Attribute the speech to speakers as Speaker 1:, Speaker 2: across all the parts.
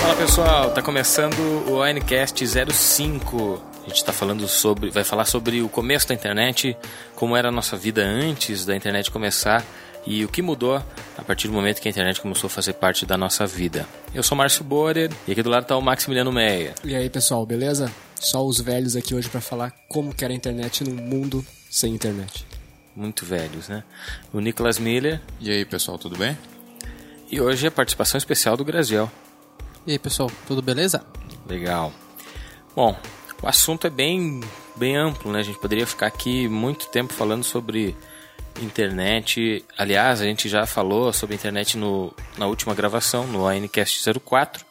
Speaker 1: Fala pessoal, tá começando o ONCast 05. A gente tá falando sobre, vai falar sobre o começo da internet, como era a nossa vida antes da internet começar e o que mudou a partir do momento que a internet começou a fazer parte da nossa vida. Eu sou Márcio Borer e aqui do lado tá o Maximiliano Meia.
Speaker 2: E aí, pessoal, beleza? Só os velhos aqui hoje pra falar como que era a internet num mundo sem internet.
Speaker 1: Muito velhos, né? O Nicolas Miller
Speaker 3: E aí, pessoal, tudo bem?
Speaker 1: e hoje a participação especial do Graziel.
Speaker 4: E aí, pessoal, tudo beleza?
Speaker 1: Legal. Bom, o assunto é bem, bem amplo, né? A gente poderia ficar aqui muito tempo falando sobre internet. Aliás, a gente já falou sobre internet no, na última gravação, no ONCast 04.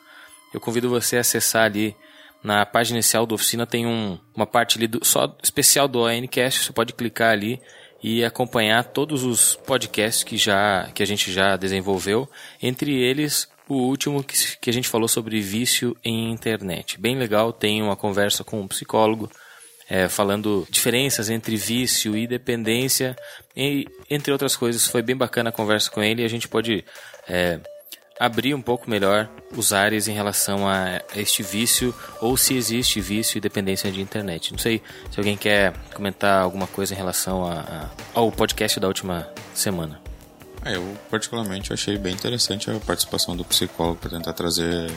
Speaker 1: Eu convido você a acessar ali na página inicial da oficina, tem um- uma parte ali do, só especial do ONCast. Você pode clicar ali e acompanhar todos os podcasts que, já, que a gente já desenvolveu, entre eles o último que, se- que a gente falou sobre vício em internet. Bem legal, tem uma conversa com um psicólogo é, falando diferenças entre vício e dependência, e, entre outras coisas. Foi bem bacana a conversa com ele e a gente pode é, abrir um pouco melhor os ares em relação a este vício ou se existe vício e dependência de internet. Não sei se alguém quer comentar alguma coisa em relação a- a- ao podcast da última semana.
Speaker 3: Ah, eu particularmente achei bem interessante a participação do psicólogo para tentar trazer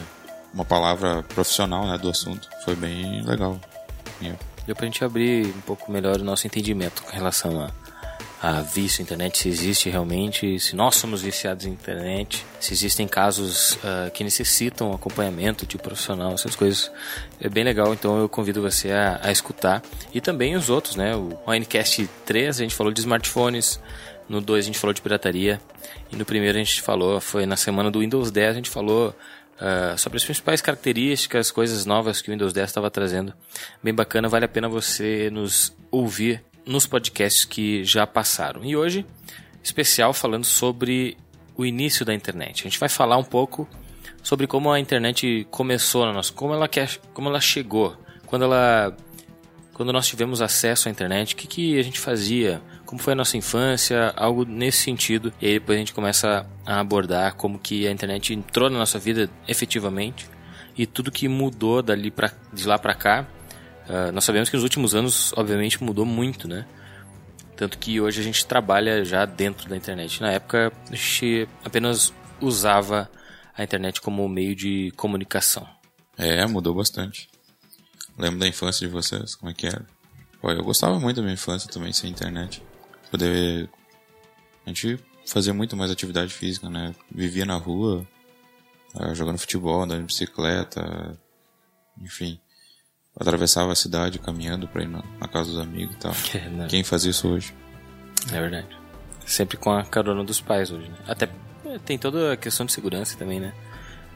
Speaker 3: uma palavra profissional né, do assunto. Foi bem legal. E
Speaker 1: Deu pra gente abrir um pouco melhor o nosso entendimento com relação a, a vício, internet, se existe realmente, se nós somos viciados em internet, se existem casos ah, que necessitam acompanhamento de profissional, essas coisas. É bem legal, então eu convido você a, a escutar. E também os outros, né? O ONCast 3, a gente falou de smartphones, no 2 a gente falou de pirataria, e no primeiro a gente falou, foi na semana do Windows 10, a gente falou ah, sobre as principais características, coisas novas que o Windows 10 estava trazendo. Bem bacana, vale a pena você nos ouvir nos podcasts que já passaram. E hoje, especial falando sobre o início da internet. A gente vai falar um pouco sobre como a internet começou na nossa, como ela quer, como ela chegou, quando ela quando nós tivemos acesso à internet, o que, que a gente fazia, como foi a nossa infância, algo nesse sentido. E aí depois a gente começa a abordar como que a internet entrou na nossa vida efetivamente e tudo que mudou dali pra, de lá para cá. Ah, nós sabemos que nos últimos anos, obviamente, mudou muito, né? Tanto que hoje a gente trabalha já dentro da internet. Na época, a gente apenas usava a internet como meio de comunicação.
Speaker 3: É, mudou bastante. Lembro da infância de vocês, como é que era? Pô, eu gostava muito da minha infância também, sem internet. Poder... A gente fazia muito mais atividade física, né? Vivia na rua, ah, jogando futebol, andando de bicicleta, enfim. Atravessava a cidade caminhando pra ir na, na casa dos amigos e tal.
Speaker 1: É, né?
Speaker 3: Quem fazia isso hoje?
Speaker 1: É verdade. Sempre com a carona dos pais hoje, né? Até eh, tem toda a questão de segurança também, né?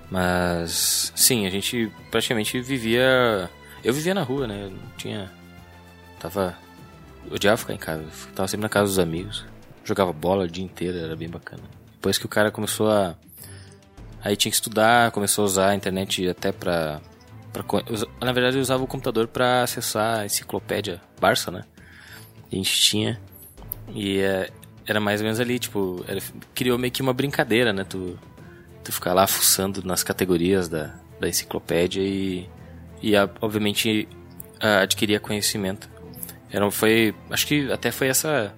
Speaker 1: Mas sim, a gente praticamente vivia. Eu vivia na rua, né? Eu não tinha. Tava. eu Odiava ficar em casa. Eu Tava sempre na casa dos amigos. Jogava bola o dia inteiro, era bem bacana. Depois que o cara começou a. Aí tinha que estudar, começou a usar a internet até pra. pra... co- usa- Na verdade, eu usava o computador pra acessar a enciclopédia Barça, né? A gente tinha. E é, era mais ou menos ali, tipo, era- criou meio que uma brincadeira, né? Tu, tu ficar lá fuçando nas categorias da, da enciclopédia e, e a- obviamente, a- adquirir conhecimento. Era, foi, acho que até foi essa,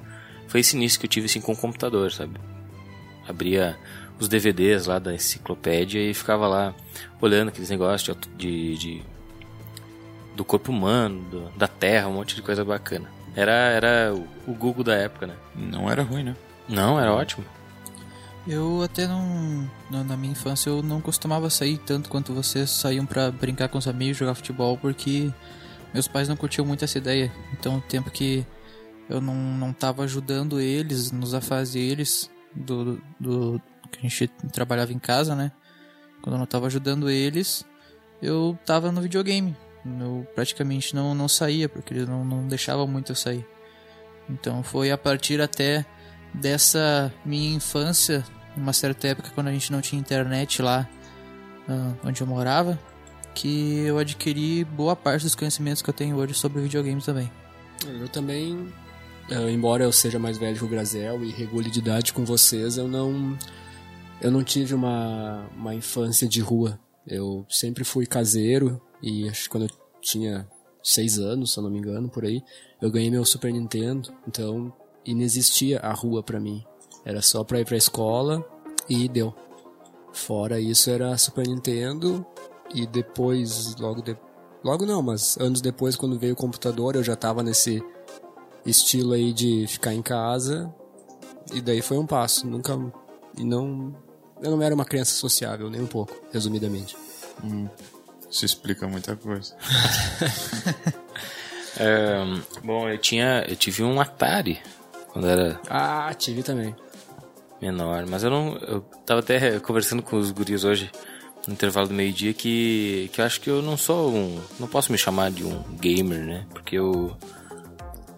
Speaker 1: foi esse início que eu tive assim com o computador, sabe? Abria os DVDs lá da enciclopédia e ficava lá olhando aqueles negócios de auto- de, de do corpo humano, do- da terra, um monte de coisa bacana. Era, era o, o Google da época, né?
Speaker 3: Não era ruim, né?
Speaker 1: Não, era ótimo.
Speaker 4: Eu até não. Na na minha infância eu não costumava sair tanto quanto vocês saíam pra brincar com os amigos, jogar futebol, porque meus pais não curtiam muito essa ideia. Então o tempo que eu não, não tava ajudando eles nos afazeres do, do, do que a gente trabalhava em casa, né? Quando eu não tava ajudando eles, eu tava no videogame. Eu praticamente não, não saía, porque eles não, não deixavam muito eu sair. Então foi a partir até dessa minha infância, uma certa época quando a gente não tinha internet lá ah, onde eu morava, que eu adquiri boa parte dos conhecimentos que eu tenho hoje sobre videogames também.
Speaker 2: Eu também, eh, embora eu seja mais velho que o Grazel e regule de idade com vocês, eu não, eu não tive uma, uma infância de rua. Eu sempre fui caseiro e acho que quando eu tinha seis anos, se eu não me engano, por aí, eu ganhei meu Super Nintendo, então inexistia a rua pra mim. Era só pra ir pra escola e deu. Fora isso era Super Nintendo e depois, logo de... logo não, mas anos depois quando veio o computador, eu já tava nesse estilo aí de ficar em casa. E daí foi um passo, nunca e não eu não era uma criança sociável nem um pouco, resumidamente.
Speaker 3: Isso explica muita coisa.
Speaker 1: É, bom, eu tinha. Eu tive um Atari quando era
Speaker 2: Ah, tive também.
Speaker 1: menor, mas eu não. Eu tava até conversando com os guris hoje, no intervalo do meio-dia, que, que eu acho que eu não sou um. Não posso me chamar de um gamer, né? Porque eu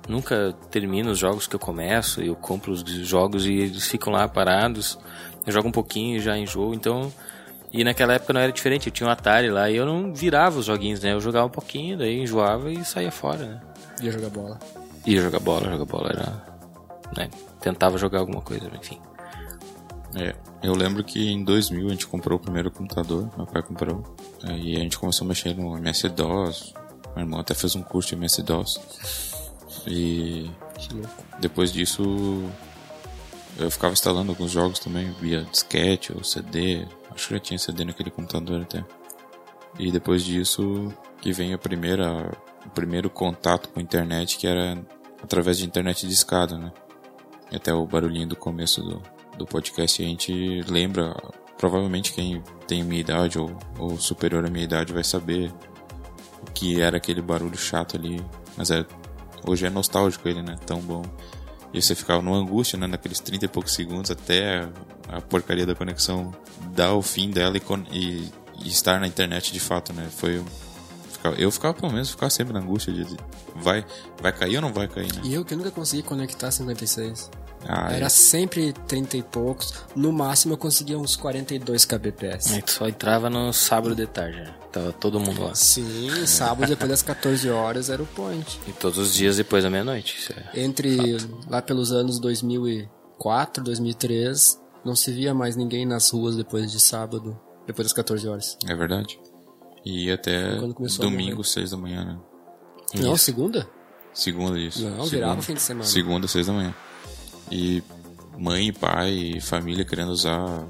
Speaker 1: nunca termino os jogos que eu começo, eu compro os jogos e eles ficam lá parados. Eu jogo um pouquinho e já enjoo, então. E naquela época não era diferente, eu tinha um Atari lá e eu não virava os joguinhos, né? Eu jogava um pouquinho, daí enjoava e saía fora, né?
Speaker 2: Ia jogar bola.
Speaker 1: Ia jogar bola, jogar bola era. né? Tentava jogar alguma coisa, enfim.
Speaker 3: É, eu lembro que em 2000 a gente comprou o primeiro computador, meu pai comprou. Aí a gente começou a mexer no MS-DOS. Meu irmão até fez um curso de MS-DOS. E
Speaker 2: Que louco.
Speaker 3: depois disso eu ficava instalando alguns jogos também via disquete ou CD. Acho que já tinha CD naquele computador até. E depois disso que vem a primeira, o primeiro contato com a internet, que era através de internet de escada, né? E até o barulhinho do começo do, do podcast a gente lembra. Provavelmente quem tem minha idade ou, ou superior à minha idade vai saber o que era aquele barulho chato ali. Mas é, hoje é nostálgico ele, né? Tão bom. E você ficava numa angústia, né? Naqueles 30 e poucos segundos até a, a porcaria da conexão dar o fim dela e, con- e- e estar na internet de fato, né? Foi. ficava- Eu ficava, pelo menos, ficava sempre na angústia de de- vai, vai cair ou não vai cair, né?
Speaker 2: E eu que nunca consegui conectar 56.
Speaker 3: Ah,
Speaker 2: Era sempre 30 e poucos. No máximo eu conseguia uns 42 kbps.
Speaker 1: Aí tu só entrava no sábado de tarde, né? Tava todo mundo lá.
Speaker 2: Sim, sábado depois das 14 horas era o point.
Speaker 1: E todos os dias depois da meia-noite. isso é.
Speaker 2: Entre lá pelos anos 2004, 2003, não se via mais ninguém nas ruas depois de sábado, depois das 14 horas.
Speaker 3: É verdade. E até
Speaker 2: Quando começou a
Speaker 3: domingo,
Speaker 2: morrer.
Speaker 3: seis da manhã, né?
Speaker 2: Não, segunda?
Speaker 3: Segunda isso.
Speaker 2: Não,
Speaker 3: Segunda.
Speaker 2: virava fim de semana.
Speaker 3: Segunda, seis da manhã. E mãe e pai e família querendo usar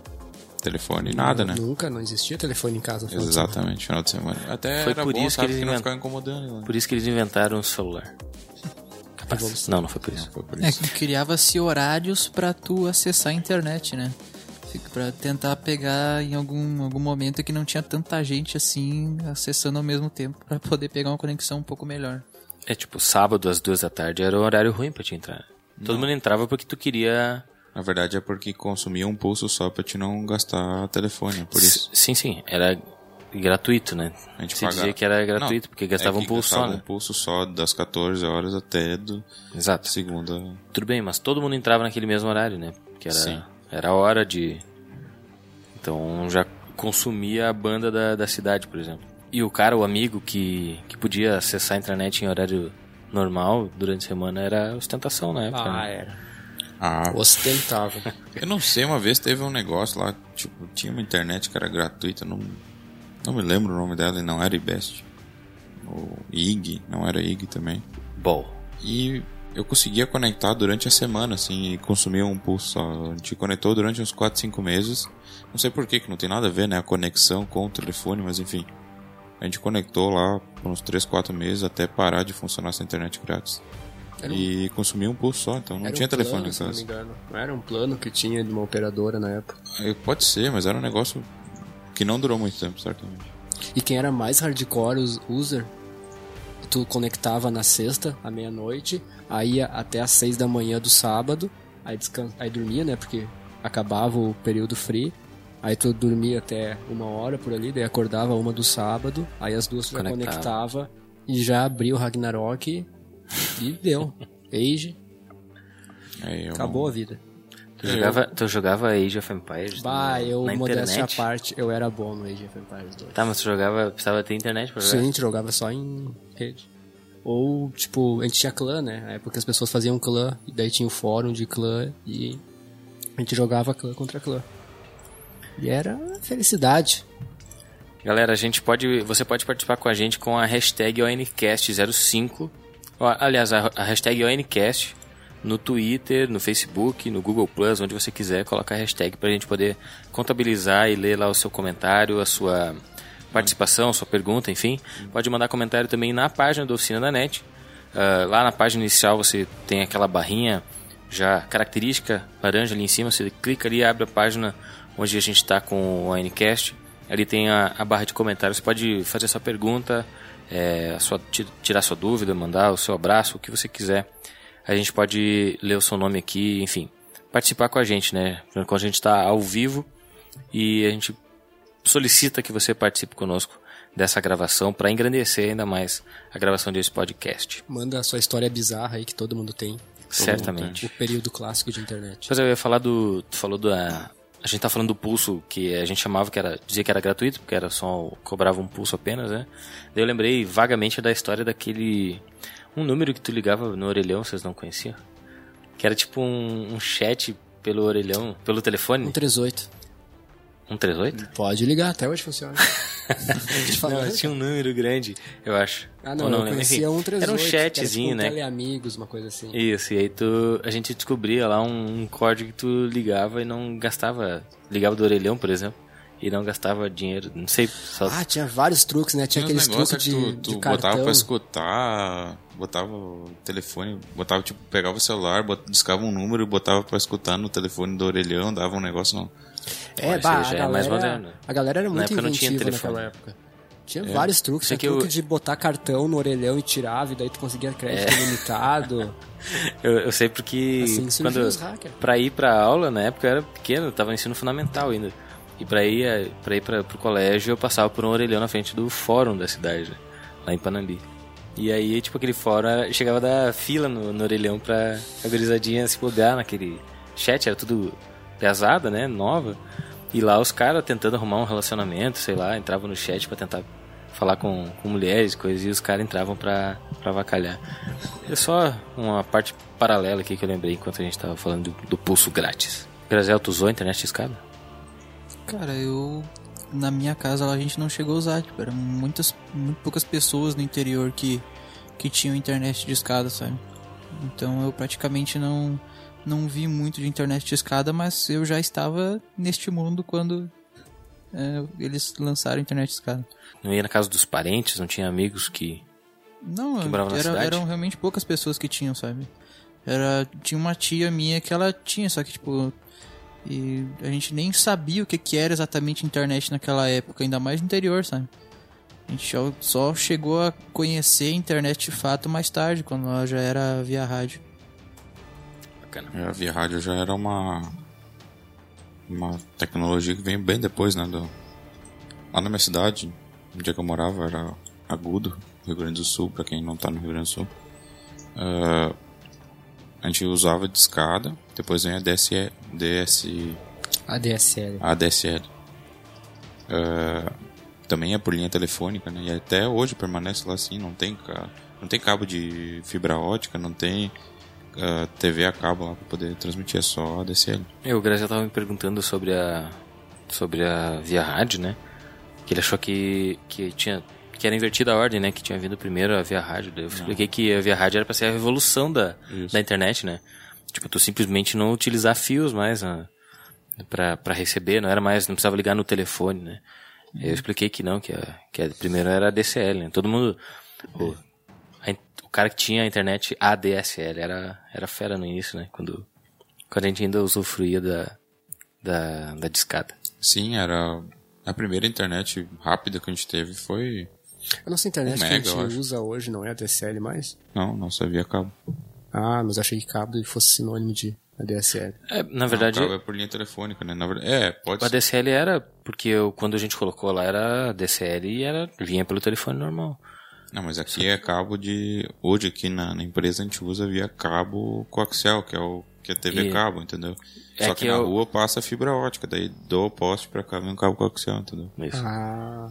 Speaker 3: telefone, nada, né?
Speaker 2: Nunca, não existia telefone em casa. um afinal de
Speaker 3: Exatamente, final de semana. Até
Speaker 1: Foi
Speaker 3: era
Speaker 1: por
Speaker 3: bom,
Speaker 1: isso que
Speaker 3: sabe,
Speaker 1: eles
Speaker 3: que não
Speaker 1: invent-
Speaker 3: ficava incomodando. Né?
Speaker 1: Por isso que eles inventaram o celular. Capaz. Não, não foi por isso.
Speaker 3: Foi por
Speaker 4: É,
Speaker 3: isso.
Speaker 4: que criava-se horários pra tu acessar a internet, né? Fica Pra tentar pegar em algum, algum momento que não tinha tanta gente assim acessando ao mesmo tempo pra poder pegar uma conexão um pouco melhor.
Speaker 1: É tipo, sábado às duas da tarde era um horário ruim pra te entrar. Todo mundo entrava porque tu queria.
Speaker 3: Na verdade é porque consumia um pulso só pra te não gastar telefone, é por isso.
Speaker 1: S- Sim, sim. Era gratuito, né?
Speaker 3: A gente
Speaker 1: Se
Speaker 3: pagava-
Speaker 1: dizia que era gratuito,
Speaker 3: Não,
Speaker 1: porque gastava
Speaker 3: é
Speaker 1: um
Speaker 3: que
Speaker 1: pulso só,
Speaker 3: gastava
Speaker 1: né?
Speaker 3: um pulso só das 14 horas até do
Speaker 1: Exato.
Speaker 3: segunda.
Speaker 1: Tudo bem, mas todo mundo entrava naquele mesmo horário, né? Que era,
Speaker 3: Sim.
Speaker 1: era a hora de. Então já consumia a banda da, da cidade, por exemplo. E o cara, o amigo que, que podia acessar a internet em horário normal durante a semana era ostentação na época.
Speaker 2: Ah,
Speaker 1: né?
Speaker 2: era.
Speaker 3: Ah,
Speaker 2: Ostentava.
Speaker 3: Eu não sei, uma vez teve um negócio lá, tipo, tinha uma internet que era gratuita, não, não me lembro o nome dela, e não era IBEST. Ou IG, não era IG também.
Speaker 1: Bom,
Speaker 3: E eu conseguia conectar durante a semana, assim, e consumia um pulso só. A gente conectou durante uns 4, 5 meses. Não sei por que, que não tem nada a ver, né, a conexão com o telefone, mas enfim. A gente conectou lá por uns 3, 4 meses até parar de funcionar essa internet grátis.
Speaker 2: Era um-
Speaker 3: E consumia um pulso só, então não
Speaker 2: Era
Speaker 3: tinha
Speaker 2: um
Speaker 3: telefone
Speaker 2: plano, se não
Speaker 3: nessa.
Speaker 2: me engano. Não era um plano que tinha de uma operadora na época.
Speaker 3: É, Pode ser, mas era um negócio que não durou muito tempo, certamente.
Speaker 2: E quem era mais hardcore us- user, tu conectava na sexta, à meia-noite, aí ia até às seis da manhã do sábado, aí, descan... aí dormia, né? Porque acabava o período free. Aí tu dormia até uma hora por ali, daí acordava uma do sábado, aí as duas tu já
Speaker 1: Conectava.
Speaker 2: conectava e já abria o Ragnarok e deu. Age,
Speaker 3: Aí eu, É,
Speaker 2: acabou a vida.
Speaker 1: Tu jogava, tu jogava Age of Empires
Speaker 2: Bah,
Speaker 1: na,
Speaker 2: eu,
Speaker 1: na
Speaker 2: modéstia à
Speaker 1: internet?
Speaker 2: parte, eu era bom no Age of Empires 2.
Speaker 1: Tá, mas tu jogava, precisava ter internet pra
Speaker 2: Sim, a
Speaker 1: jogar.
Speaker 2: gente jogava só em rede. Ou, tipo, a gente tinha clã, né? Na época as pessoas faziam clã, e daí tinha o fórum de clã, e a gente jogava clã contra clã. E era felicidade.
Speaker 1: Galera, a gente pode, você pode participar com a gente com a hashtag ONCast05. Ó, Aliás, a a hashtag ONCast no Twitter, no Facebook, no Google Plus, onde você quiser, coloca a hashtag pra gente poder contabilizar e ler lá o seu comentário, a sua participação, sua pergunta, enfim. Pode mandar comentário também na página da Oficina da NET. Ah, lá na página inicial você tem aquela barrinha já característica laranja ali em cima, você clica ali e abre a página onde a gente está com o ANCast. Ali tem a, a barra de comentários, você pode fazer sua pergunta, eh, a sua, ti- tirar sua dúvida, mandar o seu abraço, o que você quiser. A gente pode ler o seu nome aqui, enfim, participar com a gente, né? Quando a gente está ao vivo e a gente solicita que você participe conosco dessa gravação para engrandecer ainda mais a gravação desse podcast.
Speaker 2: Manda a sua história bizarra aí que todo mundo tem.
Speaker 1: Certamente.
Speaker 2: O período clássico de internet.
Speaker 1: Pois é, eu ia falar do. Tu falou da. A gente tá falando do pulso que a gente chamava que era. Dizia que era gratuito, porque era só. cobrava um pulso apenas, né? Daí eu lembrei vagamente da história daquele. Um número que tu ligava no orelhão, vocês não conheciam? Que era tipo um, um chat pelo orelhão, pelo telefone?
Speaker 2: 138.
Speaker 1: 138?
Speaker 2: Pode ligar, até hoje funciona. Eu te falei.
Speaker 1: Não, tinha um número grande, eu acho.
Speaker 2: né? Ah, não,
Speaker 1: Ou
Speaker 2: eu
Speaker 1: né? Enfim,
Speaker 2: conhecia 138.
Speaker 1: Era um
Speaker 2: que
Speaker 1: chatzinho,
Speaker 2: tipo um
Speaker 1: né?
Speaker 2: Teleamigos, uma coisa assim.
Speaker 1: Isso, e aí tu, a gente descobria lá um, um código que tu ligava e não gastava. Ligava do orelhão, por exemplo, e não gastava dinheiro. Não sei, só.
Speaker 2: Ah, tinha vários truques, né? Tinha
Speaker 3: Tinha
Speaker 2: aqueles
Speaker 3: uns
Speaker 2: truques
Speaker 3: negócios
Speaker 2: de,
Speaker 3: que tu,
Speaker 2: de
Speaker 3: tu
Speaker 2: cartão.
Speaker 3: botava pra escutar, botava o telefone, botava, tipo, pegava o celular, bot, discava um número e botava pra escutar no telefone do orelhão, dava um negócio não.
Speaker 2: É,
Speaker 1: Olha,
Speaker 2: bah,
Speaker 1: isso
Speaker 2: a
Speaker 1: já
Speaker 2: galera,
Speaker 1: é mais moderno.
Speaker 2: A galera era
Speaker 1: Na
Speaker 2: é muito
Speaker 1: época não tinha
Speaker 2: inventiva
Speaker 1: telefone. É.
Speaker 2: naquela época. Tinha vários truques,
Speaker 1: Sei
Speaker 2: tinha
Speaker 1: que
Speaker 2: truque
Speaker 1: eu-
Speaker 2: de botar cartão no orelhão e tirava, e daí tu conseguia crédito
Speaker 1: É.
Speaker 2: limitado.
Speaker 1: Eu, eu sei porque.
Speaker 2: Assim surgiu
Speaker 1: quando
Speaker 2: os hackers.
Speaker 1: Pra ir pra aula, na época eu era pequeno, eu tava no ensino fundamental ainda. E pra ir, eh, pra ir pra, pro colégio, eu passava por um orelhão na frente do fórum da cidade, né? lá em Panambi. E aí, tipo, aquele fórum eh, chegava a dar fila no, no orelhão pra a gurizadinha se bobear naquele chat, era tudo pesada, né? Nova. E lá os caras tentando arrumar um relacionamento, sei lá, entravam no chat pra tentar falar com, com mulheres, coisas, e os caras entravam pra, pra avacalhar. É só uma parte paralela aqui que eu lembrei enquanto a gente tava falando do, do pulso grátis. Graziel, tu usou a internet de escada?
Speaker 4: Cara, eu. Na minha casa lá a gente não chegou a usar, tipo, eram muitas, muito poucas pessoas no interior que, que tinham internet de escada, sabe? Então eu praticamente não, não vi muito de internet de escada, mas eu já estava neste mundo quando é, eles lançaram internet de escada.
Speaker 1: Não ia na casa dos parentes, não tinha amigos que.
Speaker 4: Não,
Speaker 1: Que morava na
Speaker 4: era-
Speaker 1: cidade?
Speaker 4: eram realmente poucas pessoas que tinham, sabe? Era, tinha uma tia minha que ela tinha, só que tipo. E a gente nem sabia o que, que era exatamente internet naquela época, ainda mais no interior, sabe? A gente só- só chegou a conhecer a internet de fato mais tarde, quando ela já era via rádio.
Speaker 1: Bacana.
Speaker 3: É, A via rádio já era uma uma tecnologia que veio bem depois, né? do- Lá na minha cidade, onde é que eu morava, era Agudo, Rio Grande do Sul, pra quem não tá no Rio Grande do Sul. Ah, a gente usava de escada, depois vem a DSE, DS,
Speaker 2: ADSL.
Speaker 3: a DSL. Ah, também é por linha telefônica, né? E até hoje permanece lá assim, não tem, ca- não tem cabo de fibra ótica, não tem ah, TV a cabo lá pra poder transmitir, é só a DSL.
Speaker 1: Eu, É, o Graziel tava me perguntando sobre a. sobre a via rádio, né? Que ele achou que. que tinha. que era invertida a ordem, né? Que tinha vindo primeiro a via rádio. Daí Eu expliquei que a via rádio era pra ser a revolução da,
Speaker 3: Isso.
Speaker 1: da internet, né? Tipo, tu simplesmente não utilizar fios mais né? pra, pra receber, não era mais, não precisava ligar no telefone, né? Eu expliquei que não, que a, que a primeiro era a DSL, né? Todo mundo. O, a in- o cara que tinha a internet ADSL era, era fera no início, né? Quando, quando a gente ainda usufruía da, da, da discada.
Speaker 3: Sim, era a primeira internet rápida que a gente teve foi.
Speaker 2: A nossa internet que
Speaker 3: Um mega, eu
Speaker 2: a gente
Speaker 3: acho.
Speaker 2: usa hoje não é ADSL mais?
Speaker 3: Não, não só via cabo.
Speaker 2: Ah, mas achei que cabo fosse sinônimo de a DSL.
Speaker 1: É, na verdade,
Speaker 3: Não, cabo é por linha telefônica, né? Na verdade, é, pode
Speaker 1: a
Speaker 3: ser.
Speaker 1: DCL era, porque eu- quando a gente colocou lá era DCL e era, vinha pelo telefone normal.
Speaker 3: Não, mas aqui é cabo de. Hoje aqui na, na empresa a gente usa via cabo coaxial, que é o que é TV
Speaker 1: E-
Speaker 3: cabo, entendeu?
Speaker 1: É
Speaker 3: Só que,
Speaker 1: que
Speaker 3: na
Speaker 1: eu-
Speaker 3: rua passa fibra ótica, daí do poste pra cá vem um cabo coaxial, entendeu?
Speaker 1: Isso.
Speaker 2: Ah.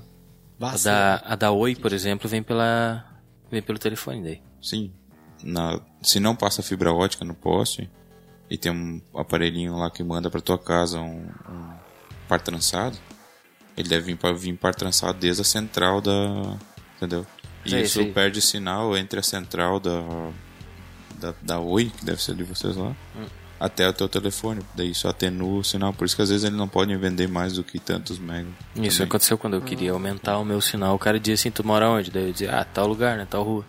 Speaker 1: a, da, a da Oi, por exemplo, vem pela vem pelo telefone daí.
Speaker 3: Sim. Na, se não passa fibra ótica no poste e tem um aparelhinho lá que manda pra tua casa um, um par trançado, ele deve vir, pra, vir par trançado desde a central da. Entendeu? E
Speaker 1: Sei,
Speaker 3: isso
Speaker 1: sei.
Speaker 3: perde sinal entre a central da, da, da Oi, que deve ser de vocês lá,
Speaker 1: Hum.
Speaker 3: até o teu telefone. Daí isso atenua o sinal. Por isso que às vezes eles não podem vender mais do que tantos mega.
Speaker 1: Isso
Speaker 3: também.
Speaker 1: aconteceu quando eu queria aumentar o meu sinal. O cara dizia assim, tu mora onde? Daí eu dizia, ah, tal lugar, né? Tal rua.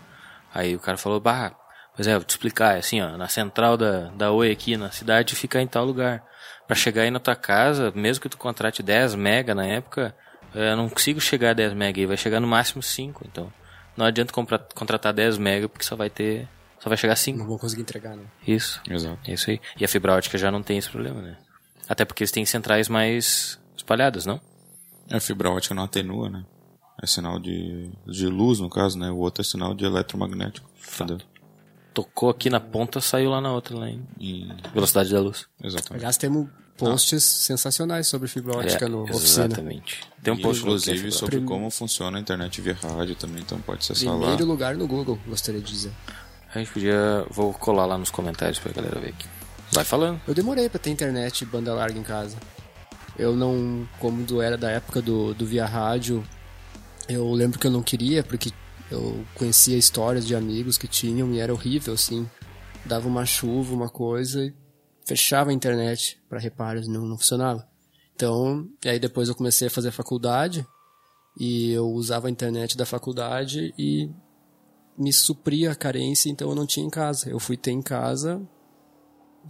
Speaker 1: Aí o cara falou, bah, pois é, vou te explicar. É assim, ó, na central da, da Oi aqui na cidade fica em tal lugar. Pra chegar aí na tua casa, mesmo que tu contrate 10 mega na época, eh, eu não consigo chegar a 10 mega aí, vai chegar no máximo 5. Então, não adianta comprar, contratar 10 mega porque só vai ter, só vai chegar 5.
Speaker 2: Não vou conseguir entregar, né?
Speaker 1: Isso.
Speaker 3: Exato.
Speaker 1: É isso aí. E a fibra ótica já não tem esse problema, né? Até porque eles têm centrais mais espalhadas, não?
Speaker 3: É, A fibra ótica não atenua, né? É sinal de, de luz, no caso, né? O outro é sinal de eletromagnético. Entendeu?
Speaker 1: Tocou aqui na ponta, saiu lá na outra, lá em
Speaker 3: E-
Speaker 1: velocidade da luz.
Speaker 3: exatamente.
Speaker 2: Aliás, temos posts sensacionais sobre fibra ótica no
Speaker 1: né?
Speaker 2: oficina.
Speaker 1: É, exatamente. Tem um post sobre...
Speaker 3: inclusive, sobre como funciona a internet via rádio também, então pode acessar lá.
Speaker 2: Primeiro lugar no Google, gostaria de dizer.
Speaker 1: A gente podia... Vou colar lá nos comentários pra galera ver aqui. Vai falando.
Speaker 2: Eu demorei pra ter internet e banda larga em casa. Eu não, como do- era da época do, do via rádio, eu lembro que eu não queria, porque eu conhecia histórias de amigos que tinham e era horrível, assim. Dava uma chuva, uma coisa, e fechava a internet para reparos, não, não funcionava. Então, e aí depois eu comecei a fazer faculdade, e eu usava a internet da faculdade e me supria a carência, então eu não tinha em casa. Eu fui ter em casa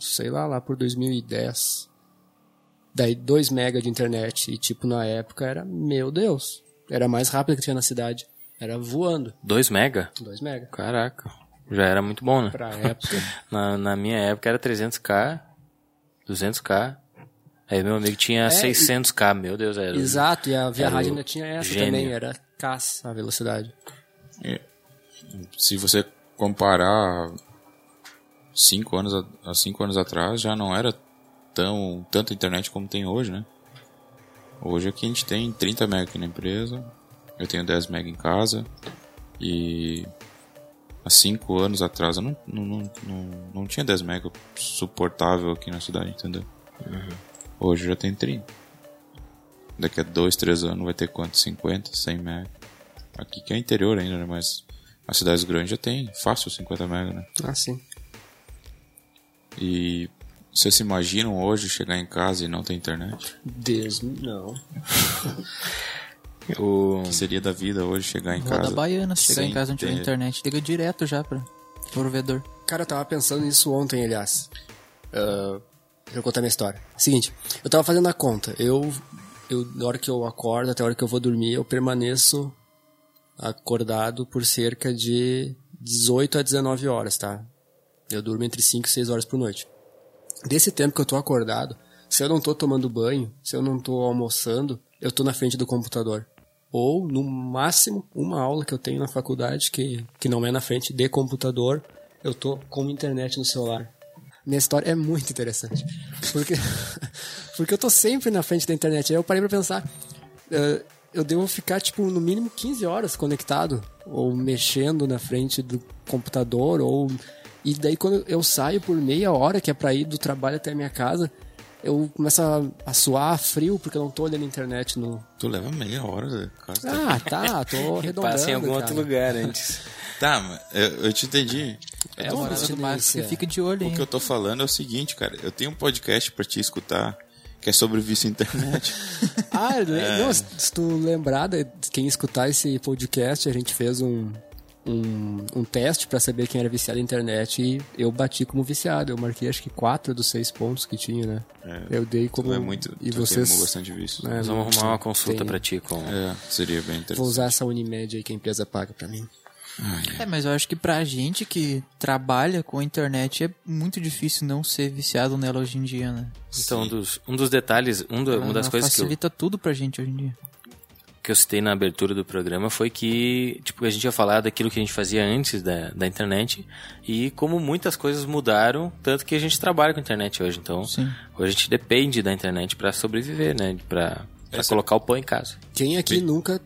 Speaker 2: sei lá, lá por 2010. Daí 2 mega de internet. E tipo, na época era, meu Deus. Era a mais rápida que tinha na cidade. Era voando.
Speaker 1: 2 mega?
Speaker 2: 2 mega.
Speaker 1: Caraca. Já era muito bom, né?
Speaker 2: Pra época.
Speaker 1: Na, na minha época era 300k, 200k. Aí meu amigo tinha 600k, meu Deus. Era...
Speaker 2: Exato, e a Via
Speaker 1: Era o
Speaker 2: Rádio ainda tinha essa
Speaker 1: gênio.
Speaker 2: também. Era caça a velocidade.
Speaker 3: E- se você comparar cinco anos a- a cinco anos atrás, já não era tão tanta internet como tem hoje, né? Hoje aqui a gente tem 30 mega aqui na empresa, eu tenho 10 mega em casa e há cinco anos atrás eu não, não, não, não, não tinha 10 mega suportável aqui na cidade, entendeu? Hoje eu já tem 30. Daqui a dois três anos vai ter quanto? 50, 100 mega. Aqui que é interior ainda, né? Mas as cidades grandes já tem fácil 50 mega, né?
Speaker 2: Ah, sim.
Speaker 3: E vocês se imaginam hoje chegar em casa e não ter internet?
Speaker 2: Deus, não.
Speaker 1: O...
Speaker 3: O que seria da vida hoje chegar em
Speaker 4: Roda
Speaker 3: casa?
Speaker 4: baiana, se chegar em
Speaker 3: sem
Speaker 4: casa e não tiver
Speaker 3: ter-
Speaker 4: internet. Liga direto já pra provedor.
Speaker 2: Cara, eu tava pensando nisso ontem, aliás. Ah, deixa eu contar minha história. Seguinte, eu tava fazendo a conta. Eu, eu, na hora que eu acordo, até a hora que eu vou dormir, eu permaneço acordado por cerca de 18 a 19 horas, tá? Eu durmo entre 5 e 6 horas por noite. Desse tempo que eu tô acordado, se eu não tô tomando banho, se eu não tô almoçando, eu tô na frente do computador. Ou, no máximo, uma aula que eu tenho na faculdade, que, que não é na frente de computador, eu tô com internet no celular. Minha história é muito interessante. Porque, porque eu tô sempre na frente da internet. Aí eu parei pra pensar. eh, eu devo ficar, tipo, no mínimo 15 horas conectado. Ou mexendo na frente do computador. ou E daí quando eu saio por meia hora, que é pra ir do trabalho até a minha casa, eu começo a, a suar frio porque eu não tô olhando a internet no.
Speaker 3: Tu leva meia hora né? da casa.
Speaker 2: Ah, tá, tô arredondando.
Speaker 1: Passa em algum outro
Speaker 2: cara.
Speaker 1: lugar antes.
Speaker 3: Tá, mas eu, eu te entendi. Eu
Speaker 4: É
Speaker 3: tô
Speaker 4: uma
Speaker 3: falando-
Speaker 4: parada do Marcos
Speaker 2: coincidência.
Speaker 4: que fica de olho,
Speaker 3: o
Speaker 4: hein?
Speaker 3: que eu tô falando é o seguinte, cara. Eu tenho um podcast pra te escutar que é sobre vício em internet.
Speaker 2: Ah,
Speaker 3: É.
Speaker 2: não, se se tu lembrar, de- quem escutar esse podcast, a gente fez um, um, um teste pra saber quem era viciado na internet e eu bati como viciado. Eu marquei acho que quatro dos seis pontos que tinha, né? eu dei
Speaker 3: Tu
Speaker 2: como.
Speaker 3: é muito.
Speaker 2: e
Speaker 3: tu
Speaker 2: vocês.
Speaker 3: queimou bastante vício.
Speaker 2: né,
Speaker 1: Nós vamos arrumar uma consulta
Speaker 2: tem-
Speaker 1: pra ti com...
Speaker 3: É, seria bem
Speaker 2: Vou
Speaker 3: interessante.
Speaker 2: usar essa Unimed aí que a empresa paga pra mim.
Speaker 4: É, mas eu acho que pra gente que trabalha com a internet é muito difícil não ser viciado nela hoje em dia, né?
Speaker 1: Então, um dos, um dos detalhes, um do- uma das
Speaker 4: Ela
Speaker 1: coisas que eu,
Speaker 4: facilita tudo pra gente hoje em dia.
Speaker 1: que eu citei na abertura do programa foi que, tipo, a gente ia falar daquilo que a gente fazia antes da, da internet e como muitas coisas mudaram, tanto que a gente trabalha com internet hoje. Então,
Speaker 4: Sim.
Speaker 1: hoje a gente depende da internet pra sobreviver, né? Pra, pra
Speaker 3: Essa-
Speaker 1: colocar o pão em casa.
Speaker 2: Quem aqui nunca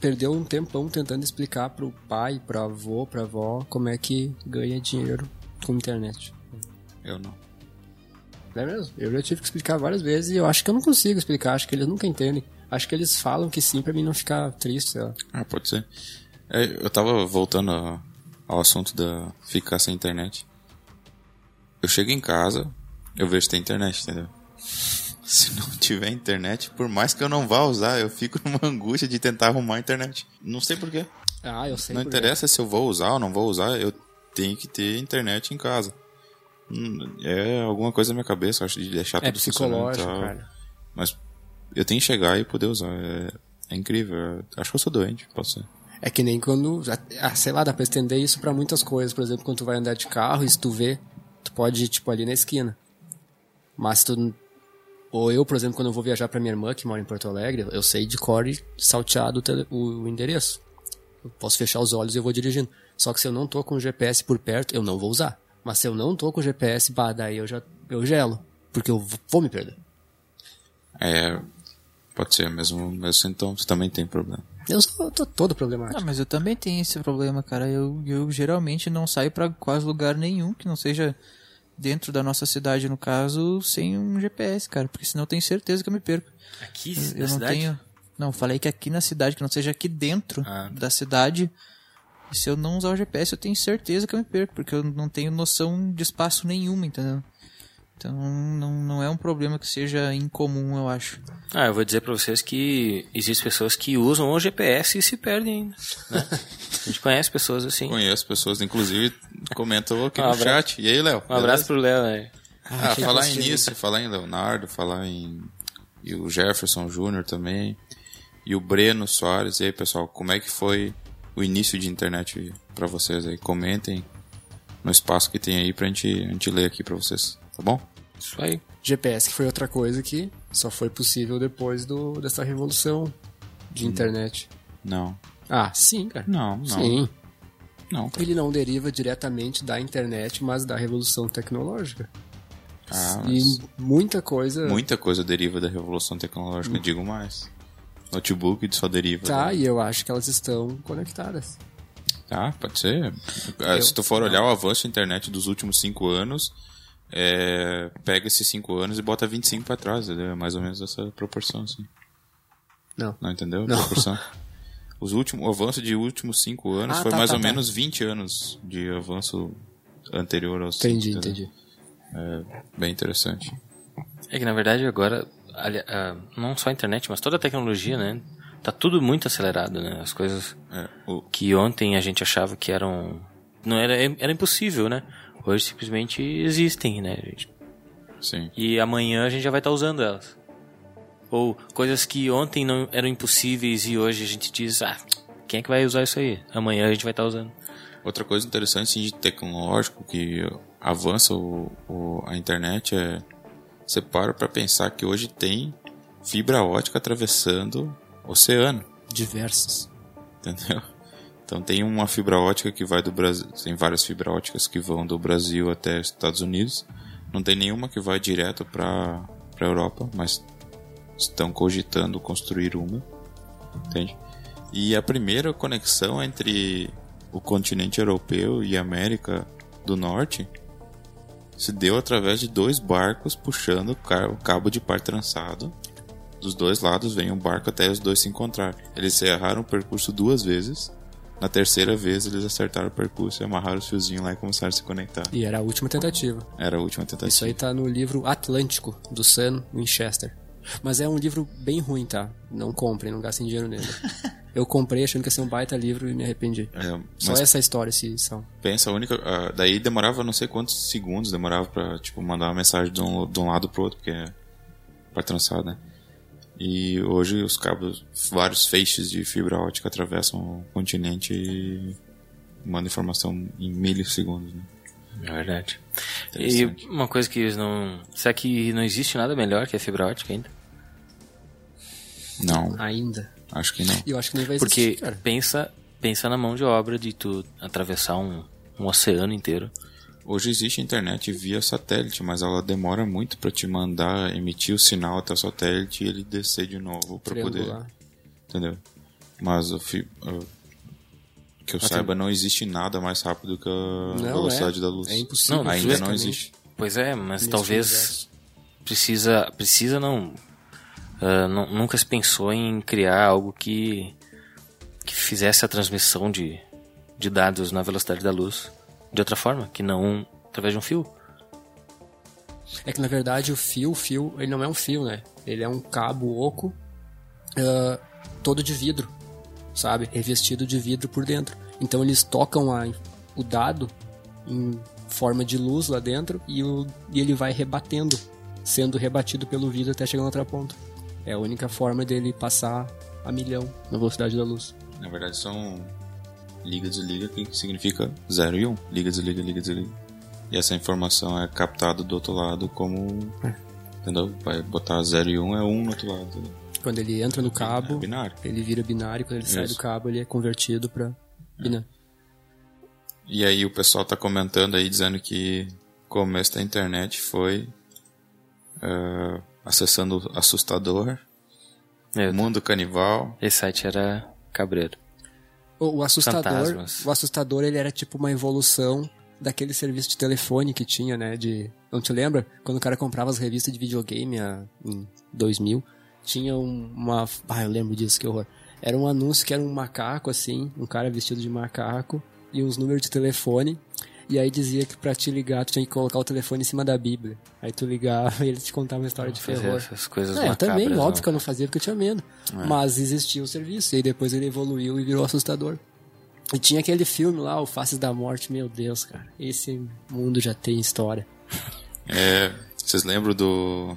Speaker 2: perdeu um tempão tentando explicar pro pai, pro avô, pra avó, como é que ganha dinheiro com internet?
Speaker 3: Eu não.
Speaker 2: Não é mesmo? Eu já tive que explicar várias vezes e eu acho que eu não consigo explicar, acho que eles nunca entendem. Acho que eles falam que sim pra mim não ficar triste, sei lá.
Speaker 3: Ah, pode ser. É, eu tava voltando a- ao assunto da ficar sem internet. Eu chego em casa, eu vejo se tem internet, entendeu? Se não tiver internet, por mais que eu não vá usar, eu fico numa angústia de tentar arrumar a internet. Não sei porquê.
Speaker 2: Ah, eu sei.
Speaker 3: Não
Speaker 2: por quê.
Speaker 3: interessa se eu vou usar ou não vou usar, eu tenho que ter internet em casa. Hum, É alguma coisa na minha cabeça, eu acho, de deixar
Speaker 2: É
Speaker 3: tudo funcionando e
Speaker 2: psicológico,
Speaker 3: tal.
Speaker 2: cara.
Speaker 3: Mas eu tenho que chegar e poder usar. É, é incrível. Eu Acho que eu sou doente, pode ser.
Speaker 2: É que nem quando. Ah, sei lá, dá pra estender isso pra muitas coisas. Por exemplo, quando tu vai andar de carro e se tu vê, tu pode ir, tipo, ali na esquina. Mas tu. Ou eu, por exemplo, quando eu vou viajar pra minha irmã, que mora em Porto Alegre, eu sei de core salteado o, tele- o endereço. Eu posso fechar os olhos e eu vou dirigindo. Só que se eu não tô com o GPS por perto, eu não vou usar. Mas se eu não tô com o GPS, bah, daí eu já eu gelo. Porque eu v- vou me perder.
Speaker 3: É, pode ser mesmo, mesmo sintoma. Você também tem problema.
Speaker 2: Eu sou, tô todo problemático.
Speaker 4: Ah, mas eu também tenho esse problema, cara. Eu, eu geralmente não saio pra quase lugar nenhum que não seja dentro da nossa cidade, no caso, sem um GPS, cara. Porque senão eu tenho certeza que eu me perco.
Speaker 1: Aqui,
Speaker 4: Eu não tenho. Não, falei que aqui na cidade, que não seja aqui dentro
Speaker 1: Ah,
Speaker 4: da cidade. e Se eu não usar o GPS, eu tenho certeza que eu me perco, porque eu não tenho noção de espaço nenhuma, entendeu? Então não, não é um problema que seja incomum, eu acho.
Speaker 1: Ah, eu vou dizer pra vocês que existem pessoas que usam o GPS e se perdem ainda. né? a gente conhece pessoas assim.
Speaker 3: Conheço pessoas, inclusive, comentam aqui
Speaker 1: Um
Speaker 3: no
Speaker 1: abraço.
Speaker 3: chat. E aí, Léo?
Speaker 1: Um abraço pro Léo, né?
Speaker 3: Ah,
Speaker 2: Achei
Speaker 3: falar
Speaker 2: que fosse-
Speaker 3: nisso, falar em Leonardo, falar em. E o Jefferson Júnior também. E o Breno Soares. E aí, pessoal, como é que foi o início de internet pra vocês aí? Comentem no espaço que tem aí pra gente, a gente ler aqui pra vocês, tá bom?
Speaker 1: Isso aí.
Speaker 2: GPS que foi outra coisa que só foi possível depois do, dessa revolução de internet.
Speaker 3: Não.
Speaker 2: Ah, sim, cara.
Speaker 3: Hum. Não, não.
Speaker 2: Sim.
Speaker 3: Não.
Speaker 2: Ele não deriva diretamente da internet, mas da revolução tecnológica.
Speaker 3: Ah,
Speaker 2: E
Speaker 3: mas
Speaker 2: muita coisa.
Speaker 3: muita coisa deriva da revolução tecnológica, eu digo mais. Notebook só deriva.
Speaker 2: Hum. Tá,
Speaker 3: da-
Speaker 2: e eu acho que elas estão conectadas.
Speaker 3: Tá, pode ser. Ah,
Speaker 2: Eu-
Speaker 3: Se tu for olhar o avanço da internet dos últimos cinco anos, é, pega esses cinco anos e bota 25 pra trás, entendeu? É mais ou menos essa proporção, assim.
Speaker 2: Não.
Speaker 3: Não entendeu? a
Speaker 2: Não.
Speaker 3: Proporção. Os últimos, o avanço de últimos cinco anos
Speaker 2: Ah,
Speaker 3: foi
Speaker 2: tá,
Speaker 3: mais
Speaker 2: tá,
Speaker 3: ou
Speaker 2: tá.
Speaker 3: menos 20 anos de avanço anterior aos
Speaker 2: Entendi,
Speaker 3: cinco, entendeu?
Speaker 2: entendi.
Speaker 3: Bem interessante.
Speaker 1: É que na verdade agora, ali- ah, não só a internet, mas toda a tecnologia, né? Tá tudo muito acelerado, né? As coisas
Speaker 3: É, o-
Speaker 1: que ontem a gente achava que eram. Não era, era impossível, né? Hoje simplesmente existem, né? gente?
Speaker 3: sim.
Speaker 1: E amanhã a gente já vai estar usando elas. Ou coisas que ontem não eram impossíveis e hoje a gente diz, ah, quem é que vai usar isso aí? Amanhã a gente vai estar usando.
Speaker 3: Outra coisa interessante assim, de tecnológico que avança o, o- a internet é você para pra pensar que hoje tem fibra ótica atravessando o oceano,
Speaker 2: Diversas.
Speaker 3: entendeu? Então tem uma fibra ótica que vai do Brasil, tem várias fibra óticas que vão do Brasil até Estados Unidos. Não tem nenhuma que vai direto pra para Europa, mas estão cogitando construir uma, entende? E a primeira conexão entre o continente europeu e a América do Norte se deu através de dois barcos puxando o ca- o cabo de par trançado. Dos dois lados vem um barco até os dois se encontrar. Eles erraram o percurso duas vezes. Na terceira vez eles acertaram o percurso e amarraram os fiozinhos lá e começaram a se conectar.
Speaker 2: E era a última tentativa.
Speaker 3: Era a última tentativa.
Speaker 2: Isso aí tá no livro Atlântico, do Sam Winchester. Mas é um livro bem ruim, tá? Não comprem, não gastem dinheiro nele. Eu comprei achando que ia ser um baita livro e me arrependi.
Speaker 3: É,
Speaker 2: Só
Speaker 3: mas
Speaker 2: essa história, se são.
Speaker 3: pensa a única. ah, daí demorava não sei quantos segundos demorava pra tipo, mandar uma mensagem de um, de um lado pro outro, porque é pra trançar, né? E hoje os cabos, vários feixes de fibra ótica atravessam o continente e manda informação em milissegundos, né?
Speaker 1: É verdade. E
Speaker 3: Interessante.
Speaker 1: uma coisa que eles não. Será que não existe nada melhor que a fibra ótica ainda?
Speaker 3: Não,
Speaker 2: Ainda.
Speaker 3: acho que não.
Speaker 2: E eu acho que nem vai existir,
Speaker 1: Porque
Speaker 2: tipo, cara.
Speaker 1: pensa, pensa na mão de obra de tu atravessar um, um oceano inteiro.
Speaker 3: Hoje existe internet via satélite, mas ela demora muito pra te mandar emitir o sinal até o satélite e ele descer de novo pra poder,
Speaker 2: Triangular.
Speaker 3: entendeu? Mas o fi- o- que eu saiba, não existe nada mais rápido que a velocidade
Speaker 2: é.
Speaker 3: da luz.
Speaker 2: É impossível,
Speaker 1: Não,
Speaker 3: Ainda não
Speaker 1: fisicamente.
Speaker 3: existe.
Speaker 1: Pois é, mas
Speaker 2: Nesse
Speaker 1: talvez
Speaker 2: universo.
Speaker 1: precisa. Precisa não, Ah, nu- Nunca se pensou em criar algo que, que fizesse a transmissão de, de dados na velocidade da luz de outra forma, que não através de um fio.
Speaker 2: É que na verdade o fio, o fio, ele não é um fio, né? Ele é um cabo oco ah, todo de vidro, sabe? Revestido de vidro por dentro. Então eles tocam a- o dado em forma de luz lá dentro e, o- e ele vai rebatendo, sendo rebatido pelo vidro até chegar na outra ponta. É a única forma dele passar a milhão na velocidade da luz.
Speaker 3: Na verdade são liga desliga que significa 0 e 1. Um. Liga desliga, liga desliga. E essa informação é captada do outro lado como
Speaker 2: É.
Speaker 3: entendeu? Vai botar 0 e 1 um, é 1 um no outro lado. entendeu?
Speaker 2: Quando ele entra no
Speaker 3: É
Speaker 2: cabo,
Speaker 3: binário.
Speaker 2: ele vira binário, quando ele sai
Speaker 3: Isso. É.
Speaker 2: do cabo, ele é convertido pra binário.
Speaker 3: E aí o pessoal tá comentando aí dizendo que o começo da internet foi ah, acessando o assustador,
Speaker 1: É,
Speaker 3: mundo canibal.
Speaker 1: Esse site era Cabreiro.
Speaker 2: O, o assustador,
Speaker 1: Fantasmas.
Speaker 2: o assustador ele era tipo uma evolução daquele serviço de telefone que tinha, né, de não te lembra quando o cara comprava as revistas de videogame a- em 2000, tinha um- uma, ah, eu lembro disso que horror. Era um anúncio que era um macaco assim, um cara vestido de macaco e uns números de telefone. E aí dizia que pra te ligar tu tinha que colocar o telefone em cima da Bíblia. Aí tu ligava e ele te contava uma história de
Speaker 1: Fazer
Speaker 2: terror.
Speaker 1: essas coisas
Speaker 2: É, eu
Speaker 1: macabras.
Speaker 2: também,
Speaker 1: não. É.
Speaker 2: óbvio que eu não fazia porque eu tinha medo. Mas existia o serviço, e aí depois ele evoluiu e virou assustador. E tinha aquele filme lá, o Faces da Morte, meu Deus, cara. Esse mundo já tem história.
Speaker 3: É, vocês lembram do...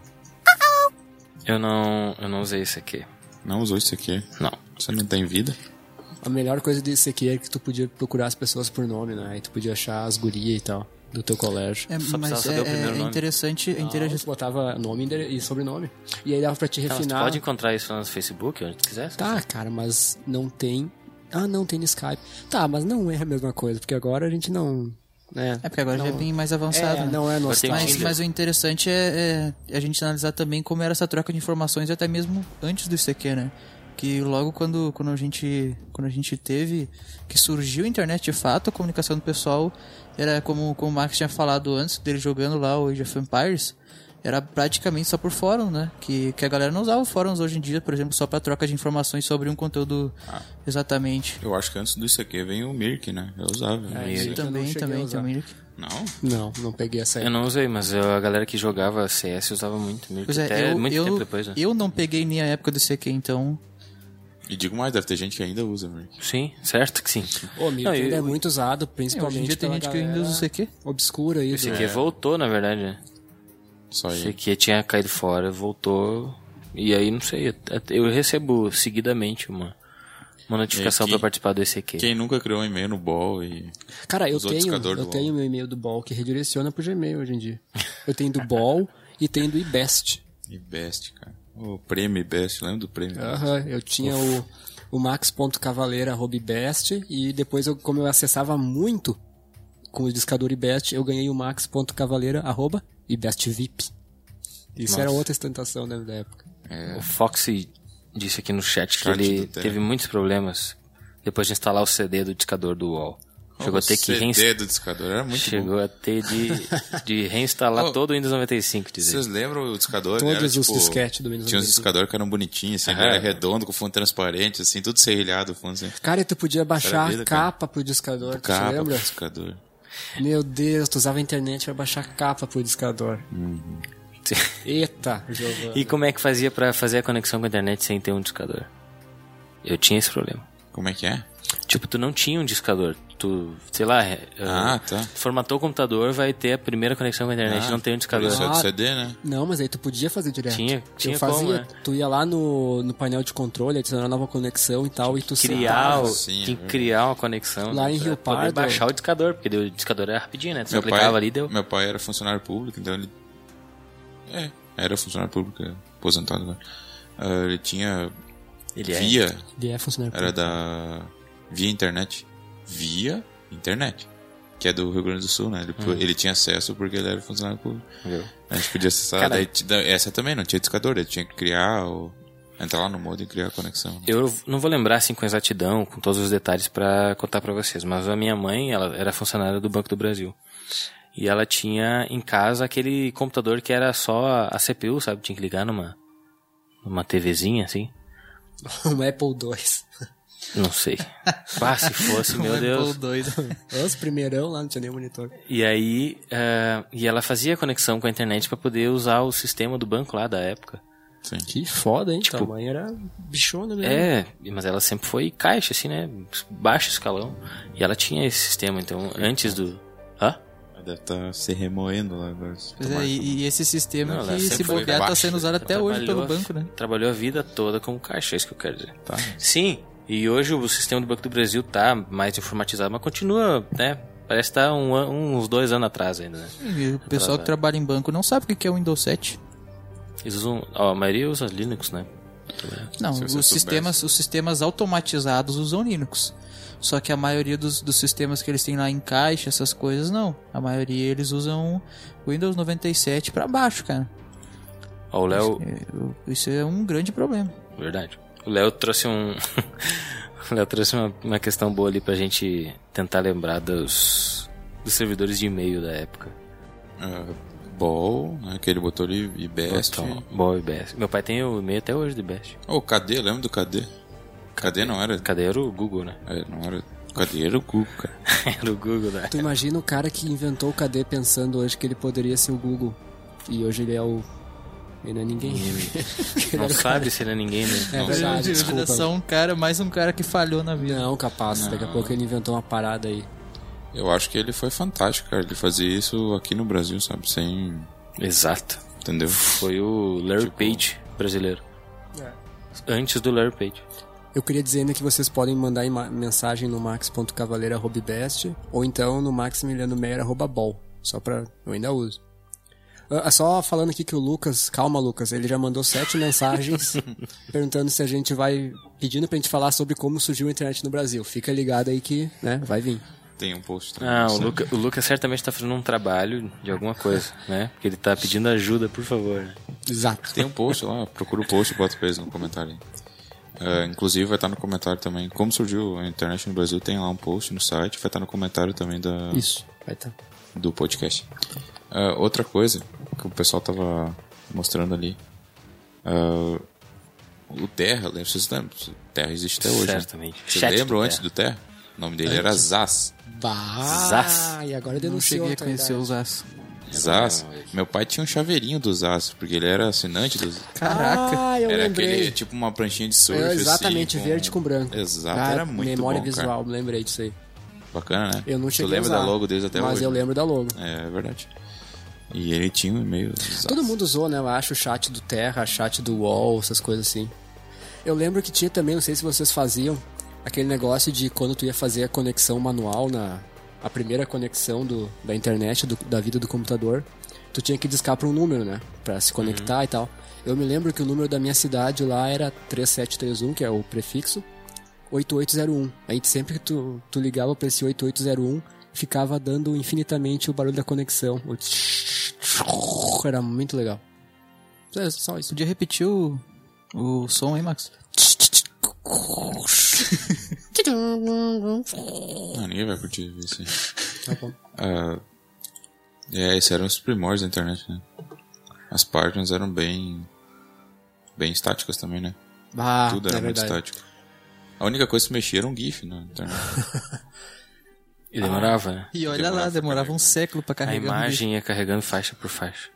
Speaker 1: Eu não, eu não usei esse aqui.
Speaker 3: Não usou isso aqui?
Speaker 1: Não.
Speaker 3: Você não tem vida?
Speaker 2: A melhor coisa disso aqui é que tu podia procurar as pessoas por nome, né? E tu podia achar as gurias e tal, do teu colégio.
Speaker 4: É,
Speaker 1: Só precisava
Speaker 4: mas
Speaker 1: saber
Speaker 4: é,
Speaker 1: o primeiro
Speaker 4: é
Speaker 1: nome.
Speaker 4: interessante, é
Speaker 2: Então,
Speaker 4: interessante.
Speaker 2: tu botava nome endere- e sobrenome. E aí dava pra te
Speaker 1: Tá, mas tu
Speaker 2: refinar.
Speaker 1: pode encontrar isso lá no Facebook, onde tu quiser.
Speaker 2: Tá, cara, mas não tem. Ah, não tem no Skype. Tá, mas não é a mesma coisa, porque agora a gente não. né?
Speaker 4: É porque agora já é
Speaker 2: Não-
Speaker 4: bem mais avançado.
Speaker 2: É,
Speaker 4: né?
Speaker 2: não é
Speaker 1: Mas tem
Speaker 2: nostálgico.
Speaker 4: Mas,
Speaker 1: Tinder.
Speaker 4: mas o interessante é, é a gente analisar também como era essa troca de informações até mesmo antes do ICQ, né? Que logo quando, quando, a gente, quando a gente teve, que surgiu a internet de fato, a comunicação do pessoal era como, como o Max tinha falado antes, dele jogando lá o Age of Empires, era praticamente só por fórum, né? Que, que a galera não usava fóruns hoje em dia, por exemplo, só pra troca de informações sobre um conteúdo
Speaker 1: Ah.
Speaker 4: exatamente.
Speaker 3: Eu acho que antes do isso aqui vem o Mirk, né? Eu usava.
Speaker 2: É, isso. Eu não
Speaker 4: também,
Speaker 2: cheguei a
Speaker 4: também,
Speaker 2: usar.
Speaker 4: também.
Speaker 3: Não?
Speaker 2: Não, não peguei essa
Speaker 1: Eu
Speaker 2: época.
Speaker 1: não usei, mas eu- a galera que jogava CS usava muito. mesmo,
Speaker 4: Pois é,
Speaker 1: até
Speaker 4: eu,
Speaker 1: muito
Speaker 4: eu,
Speaker 1: tempo depois, né?
Speaker 4: eu não peguei nem a época do ICQ, então
Speaker 3: E digo mais, deve ter gente que ainda usa Mirk.
Speaker 1: Sim, certo que sim.
Speaker 2: O Mirk
Speaker 1: Não,
Speaker 2: ainda
Speaker 1: eu-
Speaker 2: é muito usado,
Speaker 4: É, hoje em
Speaker 2: principalmente
Speaker 4: dia tem
Speaker 2: pela
Speaker 4: gente que ainda
Speaker 2: galera
Speaker 4: usa o CQ.
Speaker 2: obscura aí.
Speaker 1: Esse
Speaker 2: assim. do-
Speaker 3: é
Speaker 1: aqui voltou, na verdade. né?
Speaker 3: Só
Speaker 1: Esse
Speaker 3: aí.
Speaker 1: aqui tinha caído fora, voltou. E aí, não sei, eu recebo seguidamente uma, uma notificação
Speaker 3: E aqui?
Speaker 1: pra participar do ECQ.
Speaker 3: Quem nunca criou um e-mail no Ball e...
Speaker 2: Cara, eu
Speaker 3: Os outros
Speaker 2: tenho,
Speaker 3: cadores
Speaker 2: eu
Speaker 3: do
Speaker 2: tenho meu e-mail do Ball que redireciona pro Gmail hoje em dia. Eu tenho do Ball e tenho do iBest.
Speaker 3: e Best, cara. O prêmio Best, lembra do prêmio?
Speaker 2: Aham, eu tinha o, o max.cavaleira.ibest e depois, eu, como eu acessava muito com o discador ibest, eu ganhei o max.cavaleira.ibestvip. Isso era outra ostentação né, da época.
Speaker 1: O Foxy disse aqui no chat que
Speaker 3: Chat
Speaker 1: ele
Speaker 3: do Telegram.
Speaker 1: teve muitos problemas depois de instalar o CD do discador do UOL. Chegou a ter que
Speaker 3: CD
Speaker 1: reinstalar.
Speaker 3: do discador, era muito bom.
Speaker 1: Chegou a ter de, de reinstalar
Speaker 3: Oh.
Speaker 1: todo o Windows 95, dizer.
Speaker 3: Vocês lembram o discador?
Speaker 2: Todos
Speaker 3: era,
Speaker 2: os
Speaker 3: tipo,
Speaker 2: disquetes do Windows
Speaker 3: Tinha uns
Speaker 2: 95.
Speaker 3: discadores que eram bonitinhos, assim, ele era redondo, com fundo transparente, assim, tudo serrilhado o fundo, assim.
Speaker 2: Cara, e tu podia baixar
Speaker 3: vida,
Speaker 2: a
Speaker 3: cara.
Speaker 2: capa pro discador, tu te
Speaker 3: Capa pro
Speaker 2: lembra?
Speaker 3: discador.
Speaker 2: Meu Deus, tu usava a internet pra baixar capa pro discador.
Speaker 1: Uhum.
Speaker 2: Eita, Giovanni.
Speaker 1: E como é que fazia pra fazer a conexão com a internet sem ter um discador? Eu tinha esse problema.
Speaker 3: Como é que é?
Speaker 1: Tipo, tu não tinha um discador. Tu, sei lá, eh,
Speaker 3: Ah, tá.
Speaker 1: formatou o computador, vai ter a primeira conexão com a internet,
Speaker 3: Ah,
Speaker 1: não tem um
Speaker 3: Por
Speaker 1: discador.
Speaker 3: isso é do
Speaker 2: Ah.
Speaker 3: CD, né?
Speaker 2: Não, mas aí tu podia fazer direto.
Speaker 1: Tinha-
Speaker 2: Eu
Speaker 1: tinha
Speaker 2: fazia,
Speaker 1: como, né?
Speaker 2: Tu ia lá no, no painel de controle, adicionar nova conexão e tal, e tu
Speaker 1: criar,
Speaker 2: setava.
Speaker 1: o-
Speaker 3: sim,
Speaker 1: tem
Speaker 3: é
Speaker 1: que
Speaker 3: verdade.
Speaker 1: criar uma conexão.
Speaker 2: Lá em
Speaker 1: pra poder
Speaker 2: Rio Pardo-
Speaker 1: baixar o discador, porque o discador era rapidinho, né? Tu só
Speaker 3: Meu pai,
Speaker 1: clicava ali e deu.
Speaker 3: meu pai era funcionário público, então ele. É, era funcionário público, é aposentado agora. Ah, ele tinha.
Speaker 1: Ele é.
Speaker 3: via,
Speaker 2: Ele é funcionário
Speaker 3: era da. Via internet. Via internet. Que é do Rio Grande do Sul, né?
Speaker 1: Hum.
Speaker 3: Ele, ele tinha acesso porque ele era funcionário público.
Speaker 1: Entendeu?
Speaker 3: A gente podia acessar.
Speaker 1: Cara-
Speaker 3: daí te dá- essa também não tinha discador, ele tinha que criar. O, entrar lá no modo e criar a conexão. né?
Speaker 1: Eu não vou lembrar assim com exatidão, com todos os detalhes pra contar pra vocês, mas a minha mãe, ela era funcionária do Banco do Brasil. E ela tinha em casa aquele computador que era só a CPU, sabe? Tinha que ligar numa numa TVzinha assim.
Speaker 2: público. Um Apple II.
Speaker 1: Não sei. Ah, se fosse, meu Deus.
Speaker 4: Então é doido.
Speaker 2: Os primeirão lá, não tinha nenhum monitor.
Speaker 1: E aí, eh, e ela fazia conexão com a internet pra poder usar o sistema do banco lá da época.
Speaker 3: Sim.
Speaker 2: Que foda, hein? Tipo, tamanho era bichona mesmo.
Speaker 1: É, mas ela sempre foi caixa, assim, né? Baixo escalão. E ela tinha esse sistema, então, antes do. Hã?
Speaker 3: Deve estar se remoendo lá agora.
Speaker 4: Pois é, e, e esse sistema
Speaker 1: Não, ela
Speaker 4: que se
Speaker 1: sempre foi
Speaker 4: bobear tá
Speaker 3: baixa.
Speaker 4: sendo usado até hoje pelo
Speaker 1: Trabalhou-
Speaker 4: banco, né?
Speaker 1: Trabalhou a vida toda como caixa, é isso que eu quero dizer.
Speaker 3: Tá.
Speaker 1: Sim, e hoje o sistema do Banco do Brasil tá mais informatizado, mas continua, né? Parece estar um, an- uns dois anos atrás ainda, né?
Speaker 4: E o pessoal que trabalha em banco não sabe o que que é o Windows 7.
Speaker 1: Eles usam. Ó, a maioria usa Linux, né?
Speaker 4: Não,
Speaker 3: Se você
Speaker 4: os sistemas, os sistemas automatizados usam Linux. Só que a maioria dos, dos sistemas que eles têm lá em caixa, essas coisas, não. A maioria eles usam Windows 97 pra baixo, cara.
Speaker 1: Ó, o Léo.
Speaker 4: É, eu- Isso é um grande problema.
Speaker 1: Verdade. O Léo trouxe um. o Léo trouxe uma, uma questão boa ali pra gente tentar lembrar dos, dos servidores de e-mail da época.
Speaker 3: Ah, Ball, né, que ele botou ali, e Best.
Speaker 1: Então, Ball e Best. Meu pai tem o e-mail até hoje do Best.
Speaker 3: Ô, cadê? Lembra do cadê? Cadê não era?
Speaker 1: Cadê? Era o Google, né?
Speaker 3: é, Não era. Cadê era o Google, cara?
Speaker 1: Era o Google, né?
Speaker 2: Tu imagina o cara que inventou o KD pensando hoje que ele poderia ser o Google. E hoje ele é o. Ele não é ninguém.
Speaker 1: Não sabe se ele é ninguém, né?
Speaker 2: É verdade,
Speaker 4: Imagina
Speaker 2: desculpa.
Speaker 4: só um cara, mais um cara que falhou na vida.
Speaker 2: Não, capaz. Daqui a pouco ele inventou uma parada aí.
Speaker 3: Eu acho que ele foi fantástico, cara. Ele fazia isso aqui no Brasil, sabe? Sem.
Speaker 1: Exato. Tipo,
Speaker 3: Entendeu?
Speaker 1: Foi o Larry Page brasileiro. Antes do Larry Page.
Speaker 2: Eu queria dizer ainda que vocês podem mandar ima- mensagem no max.cavaleira.best ou então no maximilianomeyer.bol, só pra... eu ainda uso. Ah, Só falando aqui que o Lucas, calma Lucas, ele já mandou sete mensagens perguntando se a gente vai, pedindo pra gente falar sobre como surgiu a internet no Brasil. Fica ligado aí que, né, vai vir.
Speaker 3: Tem um post. também,
Speaker 1: Ah, o,
Speaker 3: sabe?
Speaker 1: Luca, o Lucas certamente tá fazendo um trabalho de alguma coisa, né? Porque ele tá pedindo ajuda, por favor.
Speaker 2: Exato.
Speaker 3: Tem um post lá, procura o post e bota pra eles no comentário aí. Ah, inclusive vai estar no comentário também. Como surgiu a internet no Brasil, tem lá um post no site, vai estar no comentário também da,
Speaker 2: Isso, vai tá.
Speaker 3: do podcast. Ah, outra coisa que o pessoal tava mostrando ali. ah, o Terra, lembra? Vocês lembram? O Terra existe até hoje. né?
Speaker 1: Certamente.
Speaker 3: Vocês
Speaker 1: Chat do
Speaker 3: lembram antes
Speaker 1: Terra.
Speaker 3: do Terra? O nome dele era Zaz.
Speaker 2: Bah,
Speaker 1: Zaz.
Speaker 2: e agora
Speaker 4: não
Speaker 2: denunciou
Speaker 4: cheguei a
Speaker 2: tua
Speaker 4: conhecer
Speaker 2: idade.
Speaker 4: os as.
Speaker 3: Zaz. Meu pai tinha um chaveirinho do Zaz, porque ele era assinante do
Speaker 4: Caraca.
Speaker 2: Ah, eu
Speaker 3: Era
Speaker 2: lembrei.
Speaker 3: aquele, tipo uma pranchinha de surf.
Speaker 2: É, exatamente,
Speaker 3: assim,
Speaker 2: verde com branco.
Speaker 3: Exato,
Speaker 2: Ah,
Speaker 3: era muito
Speaker 2: memória
Speaker 3: bom, cara.
Speaker 2: visual, lembrei disso aí.
Speaker 3: Bacana, né?
Speaker 2: Eu não cheguei
Speaker 3: Tu lembra
Speaker 2: a usar,
Speaker 3: da logo deles até
Speaker 2: mas
Speaker 3: hoje?
Speaker 2: eu lembro da logo.
Speaker 3: É, é verdade. E ele tinha um e-mail. Zaz.
Speaker 2: Todo mundo usou, né? Eu acho o chat do Terra, chat do UOL, essas coisas assim. Eu lembro que tinha também, não sei se vocês faziam, aquele negócio de quando tu ia fazer a conexão manual na a primeira conexão do, da internet, do- da vida do computador, tu tinha que discar pra um número, né? Pra se conectar
Speaker 3: Uhum.
Speaker 2: e tal. Eu me lembro que o número da minha cidade lá era 3731, que é o prefixo, 8801. Aí um. sempre que tu, tu ligava pra esse 8801, ficava dando infinitamente o barulho da conexão. O tsh, tsh, tsh, Era muito legal. É só isso.
Speaker 4: Podia repetir o, o som, hein, Max?
Speaker 3: Ah, ninguém vai curtir isso aí.
Speaker 2: Tá bom.
Speaker 3: Ah, é, esses eram os primórdios da internet, né? As páginas eram bem. bem estáticas também, né?
Speaker 2: Ah,
Speaker 3: Tudo
Speaker 2: é
Speaker 3: era muito
Speaker 2: verdade.
Speaker 3: estático. A única coisa que se mexia era um GIF na internet.
Speaker 1: E demorava, né?
Speaker 4: E olha lá,
Speaker 3: Demorava
Speaker 4: demorava um século pra
Speaker 1: A
Speaker 4: carregar. um vídeo.
Speaker 1: imagem ia carregando faixa por faixa.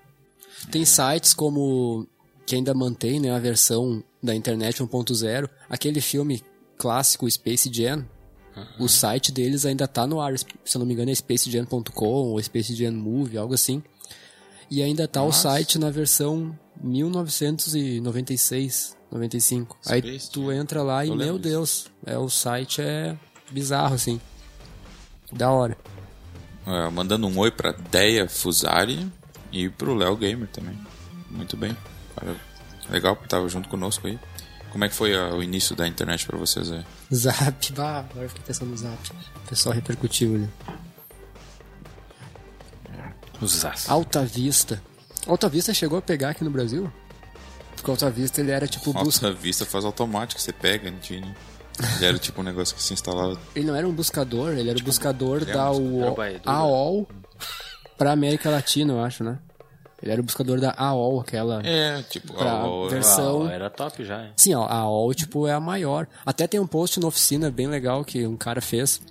Speaker 2: Tem sites como que ainda mantém né, a versão da internet 1.0, aquele filme clássico Space Jam, o site deles ainda tá no ar. Se eu não me engano é spacejam.com ou Space Jam Movie, algo assim. E ainda tá
Speaker 3: Nossa.
Speaker 2: o site na versão 1996, 95. Aí
Speaker 3: Space
Speaker 2: tu
Speaker 3: Jam.
Speaker 2: entra lá e,
Speaker 3: Eu lembro
Speaker 2: meu Deus,
Speaker 3: disso.
Speaker 2: é, o site é bizarro, assim. Da hora.
Speaker 3: É, mandando um oi pra Deia Fusari e pro Léo Gamer também. Muito bem. Cara, Legal que tava junto conosco aí. Como é que foi ah, o início da internet pra vocês aí?
Speaker 2: Zap, bah, agora eu fiquei pensando no Zap. O pessoal repercutiu ali.
Speaker 1: Usaço.
Speaker 2: Alta Vista. Alta Vista chegou a pegar aqui no Brasil? Porque Alta Vista ele era tipo busca.
Speaker 3: Alta Vista faz automático, você pega, não tinha. né? Ele era tipo um negócio que se instalava.
Speaker 2: Ele não era um buscador, ele era o buscador
Speaker 3: ele é um
Speaker 2: da
Speaker 3: buscador,
Speaker 2: UOL,
Speaker 1: vai, do-
Speaker 2: AOL pra América Latina, eu acho, né? Ele era o buscador da AOL, aquela.
Speaker 3: É, tipo,
Speaker 2: Pra
Speaker 3: ó, ó,
Speaker 2: vers-
Speaker 1: Uau,
Speaker 2: são-
Speaker 1: era top já, hein?
Speaker 2: Sim, a AOL, tipo, é a maior. Até tem um post na oficina bem legal que um cara fez.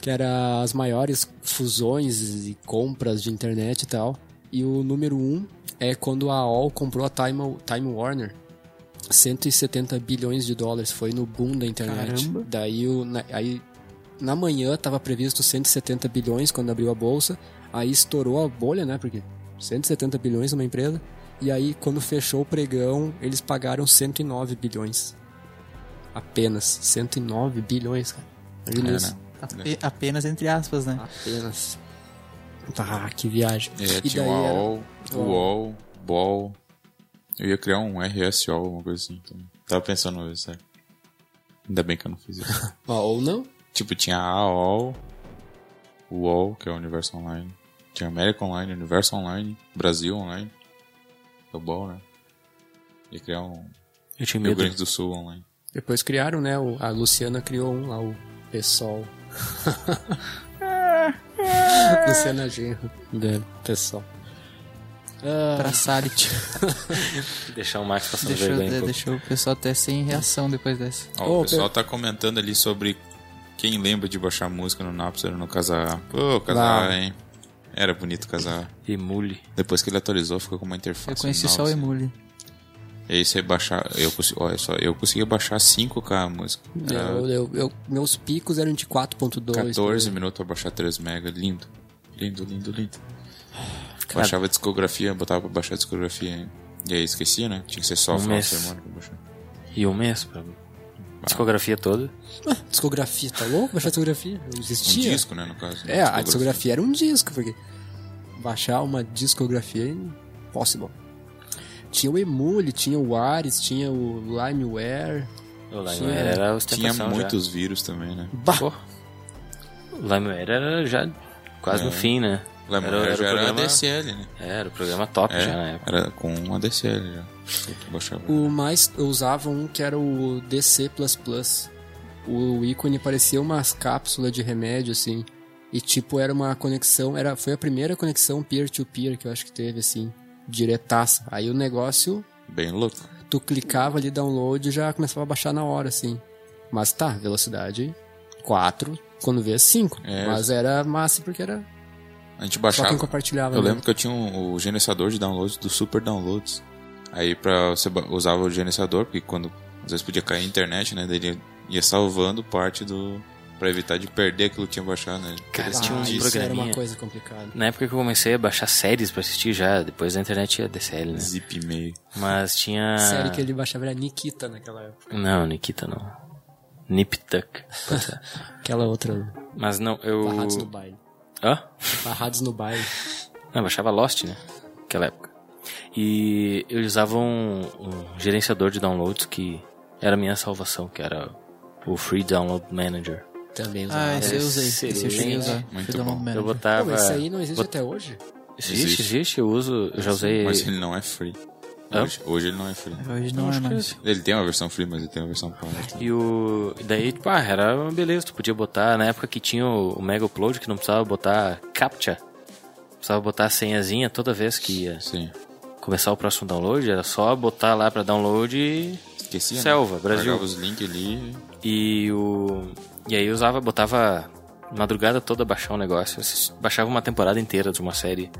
Speaker 2: Que era as maiores fusões e compras de internet e tal. E o número um é quando a AOL comprou a Time, Time Warner. 170 bilhões de dólares foi no boom da internet.
Speaker 4: Caramba.
Speaker 2: Daí o, na, aí, na manhã estava previsto 170 bilhões quando abriu a bolsa. Aí estourou a bolha, né? Porque 170 bilhões numa empresa. E aí, quando fechou o pregão, eles pagaram 109 bilhões. Apenas. 109 bilhões, cara. Imagina
Speaker 3: É,
Speaker 2: isso.
Speaker 3: né?
Speaker 4: Ape- apenas entre aspas, né?
Speaker 2: Apenas. Ah, que viagem.
Speaker 3: É,
Speaker 2: e
Speaker 3: tinha
Speaker 2: daí
Speaker 3: o
Speaker 2: era-
Speaker 3: AOL, o UOL, BOL. Eu ia criar um RSO, alguma coisa assim. Então, tava pensando nisso, sabe? Ainda bem que eu não fiz isso.
Speaker 2: Ó, ou não?
Speaker 3: Tipo, tinha a AOL, UOL, que é o Universo Online. Tinha América Online, Universo Online, Brasil Online. É o BOL, né? Ia criar um
Speaker 1: Eu tinha
Speaker 3: Rio
Speaker 1: medo.
Speaker 3: Grande do Sul Online.
Speaker 2: Depois criaram, né? o- a Luciana criou um lá, o PSOL. Luciana Genro. Do PSOL.
Speaker 4: Pra Salit.
Speaker 1: Deixar o Max passando
Speaker 4: Ah. deixou,
Speaker 1: vergonha. um
Speaker 4: de-
Speaker 1: pouco.
Speaker 4: deixou o pessoal até sem reação depois dessa.
Speaker 3: Ó,
Speaker 2: Ô,
Speaker 3: o pessoal tá comentando ali sobre quem lembra de baixar música no Napster ou no Casar. Pô, Casar,
Speaker 2: Lá.
Speaker 3: hein? Era bonito Casar.
Speaker 1: Emule.
Speaker 3: Depois que ele atualizou, ficou com uma
Speaker 4: Eu
Speaker 3: interface.
Speaker 4: conheci
Speaker 3: nova,
Speaker 4: só o
Speaker 3: assim.
Speaker 4: Emule.
Speaker 3: E aí você baixar. Eu consegui, olha só, eu conseguia baixar 5K a música. Era
Speaker 2: Eu- eu- eu- meus picos eram de 4.2.
Speaker 3: 14 minutos pra baixar 3 mega, lindo. Lindo, lindo, lindo. Baixava discografia, botava pra baixar discografia. E aí esquecia, né? Tinha que ser só
Speaker 1: Um
Speaker 3: o final de
Speaker 1: mês.
Speaker 3: semana pra baixar.
Speaker 1: E um mês pra Discografia toda.
Speaker 2: Discografia, tá louco? Baixar discografia? Não
Speaker 3: Um
Speaker 2: existia.
Speaker 3: disco, né, no caso.
Speaker 2: É, a discografia era um disco, porque baixar uma discografia é impossible. Tinha o Emule, tinha o Ares, tinha o Limeware.
Speaker 1: O
Speaker 2: Sim,
Speaker 1: Limeware era a
Speaker 3: Tinha
Speaker 1: ostentação
Speaker 3: muitos vírus também, né?
Speaker 2: Bah!
Speaker 1: já. O Limeware era já quase no fim, né?
Speaker 3: Lembra,
Speaker 1: era,
Speaker 3: já
Speaker 1: o
Speaker 3: era
Speaker 1: programa,
Speaker 3: ADSL, né?
Speaker 1: é, era o programa top
Speaker 3: É,
Speaker 1: já na época.
Speaker 3: era com um ADSL já. que tu baixava.
Speaker 2: O mais eu usava um que era o DC. O ícone parecia umas cápsulas de remédio, assim. E tipo, era uma conexão. Era, foi a primeira conexão peer-to-peer que eu acho que teve, assim. Diretaça. Aí o negócio
Speaker 3: Bem louco.
Speaker 2: tu clicava ali download e já começava a baixar na hora, assim. Mas tá, velocidade 4, quando vê 5.
Speaker 3: É.
Speaker 2: Mas era massa porque era
Speaker 3: A
Speaker 2: só
Speaker 3: gente
Speaker 2: quem
Speaker 3: baixava.
Speaker 2: compartilhava.
Speaker 3: Eu
Speaker 2: né?
Speaker 3: lembro que eu tinha um- o gerenciador de downloads do Super Downloads. Aí pra, você ba- usava o gerenciador, porque quando às vezes podia cair a internet, né? Daí ele ia salvando parte do. pra evitar de perder aquilo que tinha baixado, né?
Speaker 1: Cara, tipo
Speaker 3: Eles
Speaker 1: tinha
Speaker 2: ah,
Speaker 3: tinham
Speaker 1: uns
Speaker 2: isso
Speaker 3: isso.
Speaker 1: programas.
Speaker 2: era uma
Speaker 1: programinha.
Speaker 2: coisa complicada.
Speaker 1: Na época que eu comecei a baixar séries pra assistir já, depois da internet ia DCL, né?
Speaker 3: Zip meio.
Speaker 1: Mas
Speaker 3: Ah.
Speaker 1: tinha.
Speaker 2: Série que ele baixava era Nikita naquela época.
Speaker 1: Não, Nikita não. Nip Tuck. Pois é.
Speaker 2: Aquela outra, né?
Speaker 1: Mas não, eu.
Speaker 2: Barrados no Baile.
Speaker 1: Hã?
Speaker 2: Barrados no Baile.
Speaker 1: Não, eu baixava Lost, né? Naquela época. E eu usava um, um gerenciador de downloads que era a minha salvação, que era o Free Download Manager.
Speaker 2: Também usava.
Speaker 4: Ah, esse é eu usei. Esse eu cheguei a usar. um
Speaker 1: Excelente.
Speaker 3: Muito
Speaker 4: Fui dar uma
Speaker 3: bom.
Speaker 4: merda.
Speaker 1: Eu
Speaker 2: Pô,
Speaker 1: botava.
Speaker 2: mas isso aí não existe
Speaker 1: bot-
Speaker 2: até hoje?
Speaker 1: Existe,
Speaker 3: Existe.
Speaker 1: existe, eu uso, eu já usei.
Speaker 3: Mas ele não é free.
Speaker 1: Hã?
Speaker 3: Hoje, hoje ele não é free.
Speaker 4: Hoje não é mais.
Speaker 3: Ele tem uma versão free, mas ele tem uma versão paga.
Speaker 1: E o. e Daí, tipo, ah, era uma beleza, tu podia botar. Na época que tinha o, o Mega Upload, que não precisava botar CAPTCHA. Precisava botar a senhazinha toda vez que ia
Speaker 3: Sim.
Speaker 1: começar o próximo download, era só botar lá pra download e.
Speaker 3: Esquecia.
Speaker 1: Selva,
Speaker 3: né?
Speaker 1: Brasil.
Speaker 3: Pagava os links ali.
Speaker 1: E o. E aí eu usava, botava madrugada toda baixar um negócio. Eu assis- Baixava uma temporada inteira de uma série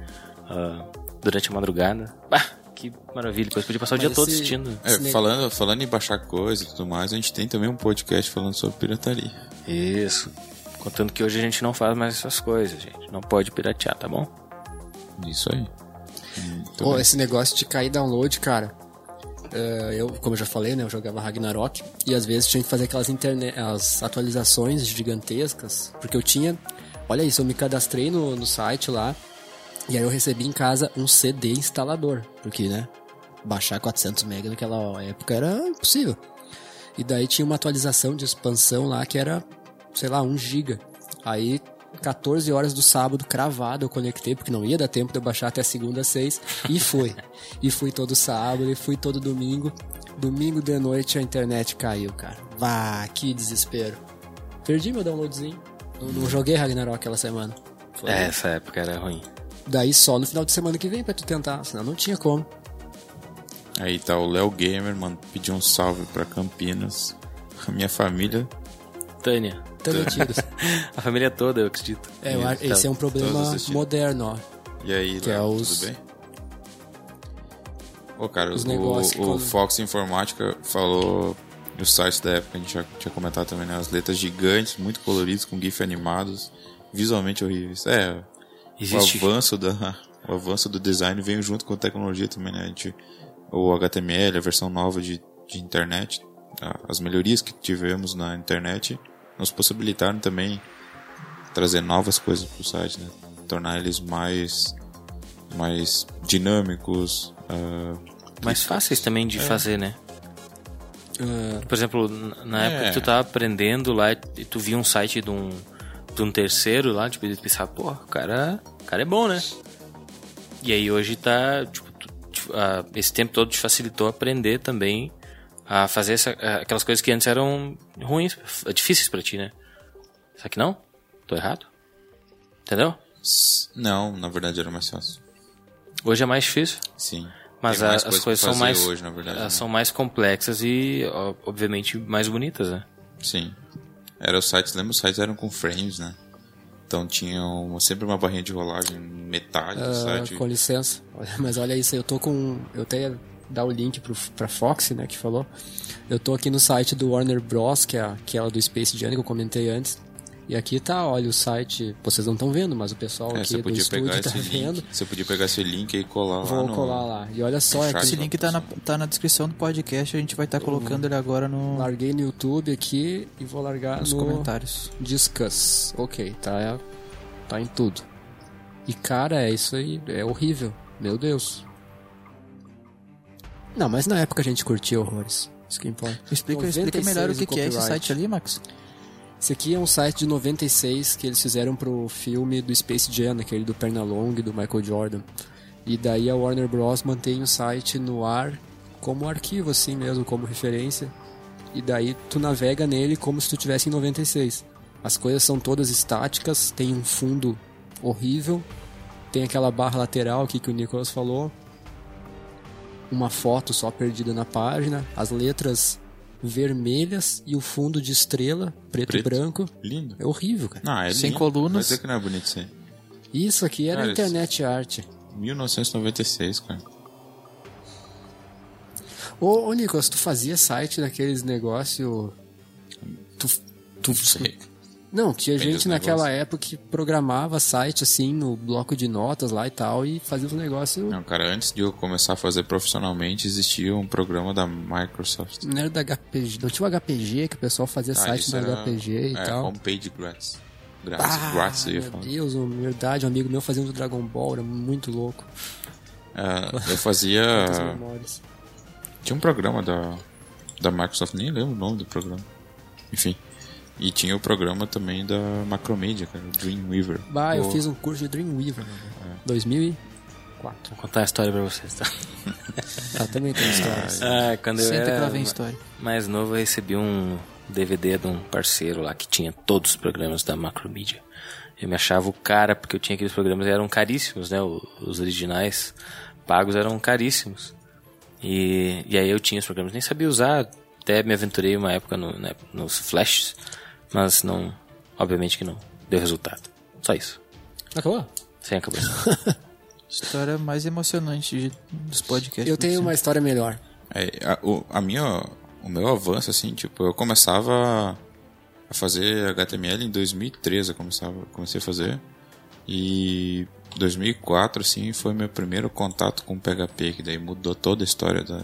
Speaker 1: ah, durante a madrugada. Bah, que maravilha. Depois podia passar o dia
Speaker 2: Mas
Speaker 1: todo
Speaker 2: esse-
Speaker 1: assistindo.
Speaker 3: É,
Speaker 2: Esse negócio-
Speaker 3: falando, falando em baixar coisa e tudo mais, a gente tem também um podcast falando sobre pirataria.
Speaker 1: Isso. Contando que hoje a gente não faz mais essas coisas, gente. Não pode piratear, tá bom?
Speaker 3: Isso aí. Muito
Speaker 2: Pô,
Speaker 3: bem.
Speaker 2: esse negócio de cair download, cara. eh, eu, como eu já falei, né? Eu jogava Ragnarok e às vezes tinha que fazer aquelas internet, as atualizações gigantescas, porque eu tinha. Olha isso, eu me cadastrei no, no site lá e aí eu recebi em casa um CD instalador, porque, né? Baixar 400 MB naquela época era impossível. E daí tinha uma atualização de expansão lá que era, sei lá, 1 giga. Aí, 14 horas do sábado, cravado, eu conectei, porque não ia dar tempo de eu baixar até segunda às 6. E fui. e fui todo sábado, e fui todo domingo. Domingo de noite a internet caiu, cara. Vá, que desespero. Perdi meu downloadzinho. Não, não joguei Ragnarok aquela semana. Foi.
Speaker 1: É, essa época era ruim.
Speaker 2: Daí só no final de semana que vem pra tu tentar, senão não tinha como.
Speaker 3: Aí tá o Léo Gamer, mano, pediu um salve pra Campinas. A minha família,
Speaker 1: Tânia.
Speaker 2: Tão metidos.
Speaker 1: A família toda, eu acredito.
Speaker 2: Então, É, eu acho- esse é um
Speaker 3: todos
Speaker 2: problema
Speaker 3: assistindo.
Speaker 2: moderno, ó.
Speaker 3: E aí,
Speaker 2: Que
Speaker 3: Léo,
Speaker 2: é os-
Speaker 3: tudo bem? Ô, cara,
Speaker 2: Os
Speaker 3: o,
Speaker 2: negócios que
Speaker 3: o
Speaker 2: quando-
Speaker 3: Fox Informática falou no site da época, a gente já tinha comentado também, né? As letras gigantes, muito coloridas, com GIF animados, visualmente horríveis. É,
Speaker 1: Existe.
Speaker 3: o avanço da o avanço do design veio junto com a tecnologia também, né? A gente, o HTML, a versão nova de, de internet, a- as melhorias que tivemos na internet nos possibilitaram também trazer novas coisas pro site, né? Tornar eles mais mais dinâmicos. ah,
Speaker 1: Mais fáceis também de fazer, né?
Speaker 2: Ah,
Speaker 1: Por exemplo, na- na época
Speaker 3: É.
Speaker 1: que tu tava aprendendo lá e tu via um site de um, de um terceiro lá, tipo, e tu pensava, pô, o cara, o cara é bom, né? E aí hoje tá, tipo, tu- tu- ah, esse tempo todo te facilitou aprender também a fazer essa- ah, aquelas coisas que antes eram ruins, f- difíceis pra ti, né? Será que não? Tô errado? Entendeu?
Speaker 3: s- não, na verdade era mais fácil.
Speaker 1: Hoje é mais difícil.
Speaker 3: Sim.
Speaker 1: Mas
Speaker 3: Tem
Speaker 1: a-
Speaker 3: mais
Speaker 1: as
Speaker 3: pra
Speaker 1: coisas são
Speaker 3: fazer
Speaker 1: mais,
Speaker 3: hoje, na verdade.
Speaker 1: elas
Speaker 3: né?
Speaker 1: são mais complexas e, ó, obviamente, mais bonitas, né?
Speaker 3: Sim. Era os sites, lembra os sites eram com frames, né? Então tinha uma- sempre uma barrinha de rolagem metade do
Speaker 2: Ah,
Speaker 3: site.
Speaker 2: Com licença, mas olha isso, eu tô com. um, Eu até ia dar o link pro, pra Fox, né, que falou. Eu tô aqui no site do Warner Bros, que é aquela do Space Jam que eu comentei antes. E aqui tá, olha, o site. Vocês não estão vendo, mas o pessoal
Speaker 3: É,
Speaker 2: aqui
Speaker 3: você
Speaker 2: do
Speaker 3: podia
Speaker 2: estúdio
Speaker 3: pegar
Speaker 2: tá
Speaker 3: esse
Speaker 2: vendo.
Speaker 3: link. Você podia pegar esse link e colar lá
Speaker 2: Vou
Speaker 3: no-
Speaker 2: colar lá. E olha só, é
Speaker 3: Puxar
Speaker 4: Esse
Speaker 2: que
Speaker 3: Aí,
Speaker 1: né?
Speaker 4: link tá na, tá na descrição do podcast, a gente vai estar
Speaker 1: Uhum.
Speaker 4: colocando ele agora
Speaker 2: eu
Speaker 4: no,
Speaker 2: larguei no YouTube aqui e vou largar
Speaker 4: nos
Speaker 2: no
Speaker 4: comentários.
Speaker 2: Discuss. Ok, tá, tá em tudo. E cara, é isso aí, é horrível. Meu Deus. Não, mas na época a gente curtia horrores. Isso que importa.
Speaker 4: Explica, explica
Speaker 2: 96
Speaker 4: melhor o que,
Speaker 2: o
Speaker 4: que é esse
Speaker 2: copyright.
Speaker 4: site ali, Max.
Speaker 2: Esse aqui é um site de 96 que eles fizeram pro filme do Space Jam, aquele do Pernalong, do Michael Jordan. E daí a Warner Bros. mantém o site no ar como arquivo, assim mesmo, como referência. E daí tu navega nele como se tu tivesse em 96. As coisas são todas estáticas, tem um fundo horrível, tem aquela barra lateral aqui que o Nicolas falou, uma foto só perdida na página, as letras vermelhas e o fundo de estrela, preto, e
Speaker 3: Preto.
Speaker 2: branco.
Speaker 3: Lindo.
Speaker 2: É horrível, cara.
Speaker 3: Não, é
Speaker 4: Sem
Speaker 3: lindo.
Speaker 4: colunas.
Speaker 3: Vai dizer que não é bonito isso aí.
Speaker 2: Isso aqui era
Speaker 3: Cara, isso-
Speaker 2: internet art.
Speaker 3: 1996, cara.
Speaker 2: Ô, ô Nicolas, tu fazia site daqueles negócio. Tu, tu...
Speaker 3: Sei.
Speaker 2: Não, tinha
Speaker 3: Vende os
Speaker 2: gente naquela época que programava site assim no bloco de notas lá e tal e fazia os negócios
Speaker 3: Não, cara, antes de eu começar a fazer profissionalmente, existia um programa da Microsoft.
Speaker 2: Não era da HPG. Não tinha o HPG que o pessoal fazia
Speaker 3: Ah,
Speaker 2: Hum, site
Speaker 3: isso
Speaker 2: no
Speaker 3: era-
Speaker 2: HPG e
Speaker 3: é,
Speaker 2: tal. Ah,
Speaker 3: homepage grátis. Grátis, grátis, eu ia
Speaker 2: meu
Speaker 3: falar.
Speaker 2: Deus, uma verdade, um amigo meu fazia um do Dragon Ball, era muito louco.
Speaker 3: Ah, eu
Speaker 2: Muitas
Speaker 3: fazia...
Speaker 2: memórias.
Speaker 3: Tinha um programa da, da Microsoft, nem lembro o nome do programa. Enfim. E tinha o programa também da Macromedia, cara, o Dreamweaver.
Speaker 2: Bah, eu
Speaker 3: O-
Speaker 2: fiz um curso de Dreamweaver, mano.
Speaker 3: É.
Speaker 2: 2004.
Speaker 1: Vou contar a história pra vocês, tá?
Speaker 2: Ah, também tem histórias.
Speaker 3: É,
Speaker 1: Ah, quando eu
Speaker 4: Sempre que lá
Speaker 1: era
Speaker 4: vem
Speaker 1: ma-
Speaker 4: história.
Speaker 1: mais novo, eu recebi um DVD de um parceiro lá que tinha todos os programas da Macromedia. Eu me achava o cara, porque eu tinha aqueles programas, eram caríssimos, né? O- Os originais pagos eram caríssimos. E, e aí eu tinha os programas, nem sabia usar. Até me aventurei uma época no- né, nos flashes, mas não,
Speaker 3: é.
Speaker 1: obviamente que não deu resultado. Só isso.
Speaker 2: Acabou?
Speaker 1: Sem a cabeça.
Speaker 4: História mais emocionante de- dos podcasts.
Speaker 2: Eu tenho
Speaker 4: assim.
Speaker 2: uma história melhor.
Speaker 3: É, a, o, a minha, o meu avanço, assim, tipo, eu começava a fazer HTML em 2013, eu começava, comecei a fazer. E 2004, assim, foi meu primeiro contato com PHP, que daí mudou toda a história da...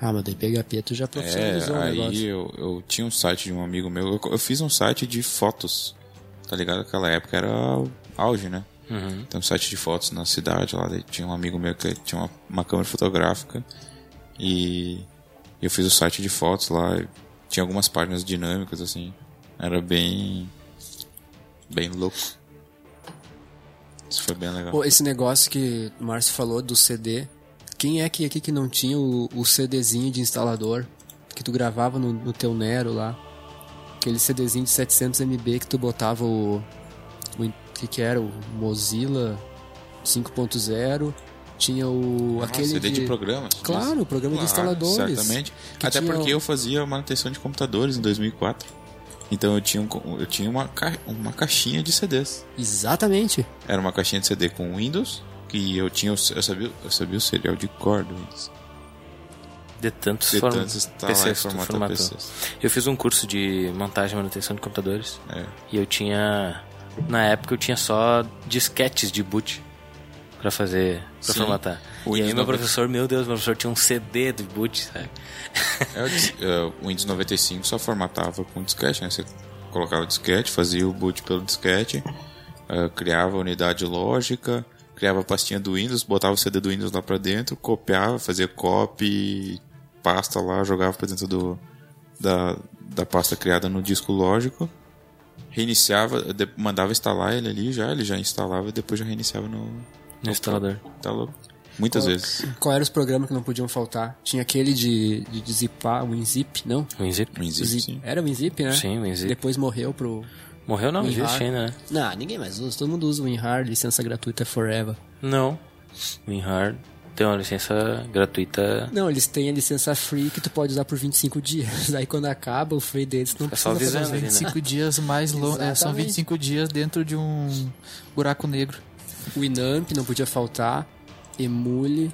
Speaker 2: Ah, mas daí PHP tu já
Speaker 3: É,
Speaker 2: profissionalizou o
Speaker 3: aí
Speaker 2: negócio.
Speaker 3: eu, eu tinha um site de um amigo meu, eu, eu fiz um site de fotos, tá ligado? Aquela época era o auge, né?
Speaker 1: Uhum.
Speaker 3: Tem um site de fotos na cidade lá. daí Tinha um amigo meu que tinha uma, uma câmera fotográfica. E eu fiz o site de fotos lá. e Tinha algumas páginas dinâmicas, assim. Era bem. bem louco. Isso foi bem legal.
Speaker 2: Pô, esse negócio que o Márcio falou do CD, quem é que aqui que não tinha o, o CDzinho de instalador que tu gravava no, no teu Nero lá? Aquele CDzinho de 700 MB que tu botava o. o que que era? O Mozilla 5.0. Tinha o.
Speaker 3: Ah,
Speaker 2: aquele
Speaker 3: CD de, programas.
Speaker 2: Claro, o programa de instaladores.
Speaker 3: Certamente.
Speaker 2: que
Speaker 3: Até
Speaker 2: tinha
Speaker 3: porque
Speaker 2: o-
Speaker 3: eu fazia manutenção de computadores em 2004. Então eu tinha, um co- eu tinha uma, ca- uma caixinha de CDs.
Speaker 2: Exatamente.
Speaker 3: Era uma caixinha de CD com Windows. Que eu tinha, o- eu sabia, eu sabia o serial de cor do Windows.
Speaker 1: De tantos,
Speaker 3: De
Speaker 1: form...
Speaker 3: tanto instalar e
Speaker 1: PCs, tu
Speaker 3: formatar
Speaker 1: formatou.
Speaker 3: PCs.
Speaker 1: Eu fiz um curso de montagem e manutenção de computadores.
Speaker 3: É.
Speaker 1: E eu tinha. Na época eu tinha só disquetes de boot pra fazer. pra
Speaker 3: Sim.
Speaker 1: formatar.
Speaker 3: O
Speaker 1: e aí
Speaker 3: Windows
Speaker 1: meu
Speaker 3: 90.
Speaker 1: professor, meu Deus, meu professor tinha um CD de boot, sabe?
Speaker 3: É, o dis- é, o Windows 95 só formatava com disquete, né? Você colocava o disquete, fazia o boot pelo disquete, ah, criava a unidade lógica, criava a pastinha do Windows, botava o CD do Windows lá pra dentro, copiava, fazia copy, pasta lá, jogava pra dentro do, da, da pasta criada no disco lógico, reiniciava, de- mandava instalar ele ali já, ele já instalava e depois já reiniciava no...
Speaker 1: No instalador.
Speaker 3: Tá louco? Muitas vezes.
Speaker 2: Qual era os programas que não podiam faltar? Tinha aquele de, de, de zipar, o WinZip, não?
Speaker 1: O Inzip?
Speaker 3: Um existe,
Speaker 2: Zip-
Speaker 3: sim.
Speaker 2: Era o WinZip, né?
Speaker 1: Sim, o Inzip.
Speaker 2: Depois morreu pro.
Speaker 1: Morreu não,
Speaker 2: WinRAR.
Speaker 1: existe ainda, né?
Speaker 2: Não, Ah, ninguém mais usa. Todo mundo usa o WinRAR, licença gratuita é forever.
Speaker 1: Não. O WinRAR tem uma licença gratuita.
Speaker 2: Não, eles têm a licença free que tu pode usar por 25 dias. Aí quando acaba o free deles, tu não
Speaker 1: É só
Speaker 3: Tá
Speaker 2: precisa
Speaker 1: avisando
Speaker 2: fazer.
Speaker 1: ali, né?
Speaker 4: 25 dias mais longe. são
Speaker 2: Exatamente.
Speaker 4: 25 dias dentro de um buraco negro.
Speaker 2: O Inamp não podia faltar. Emule,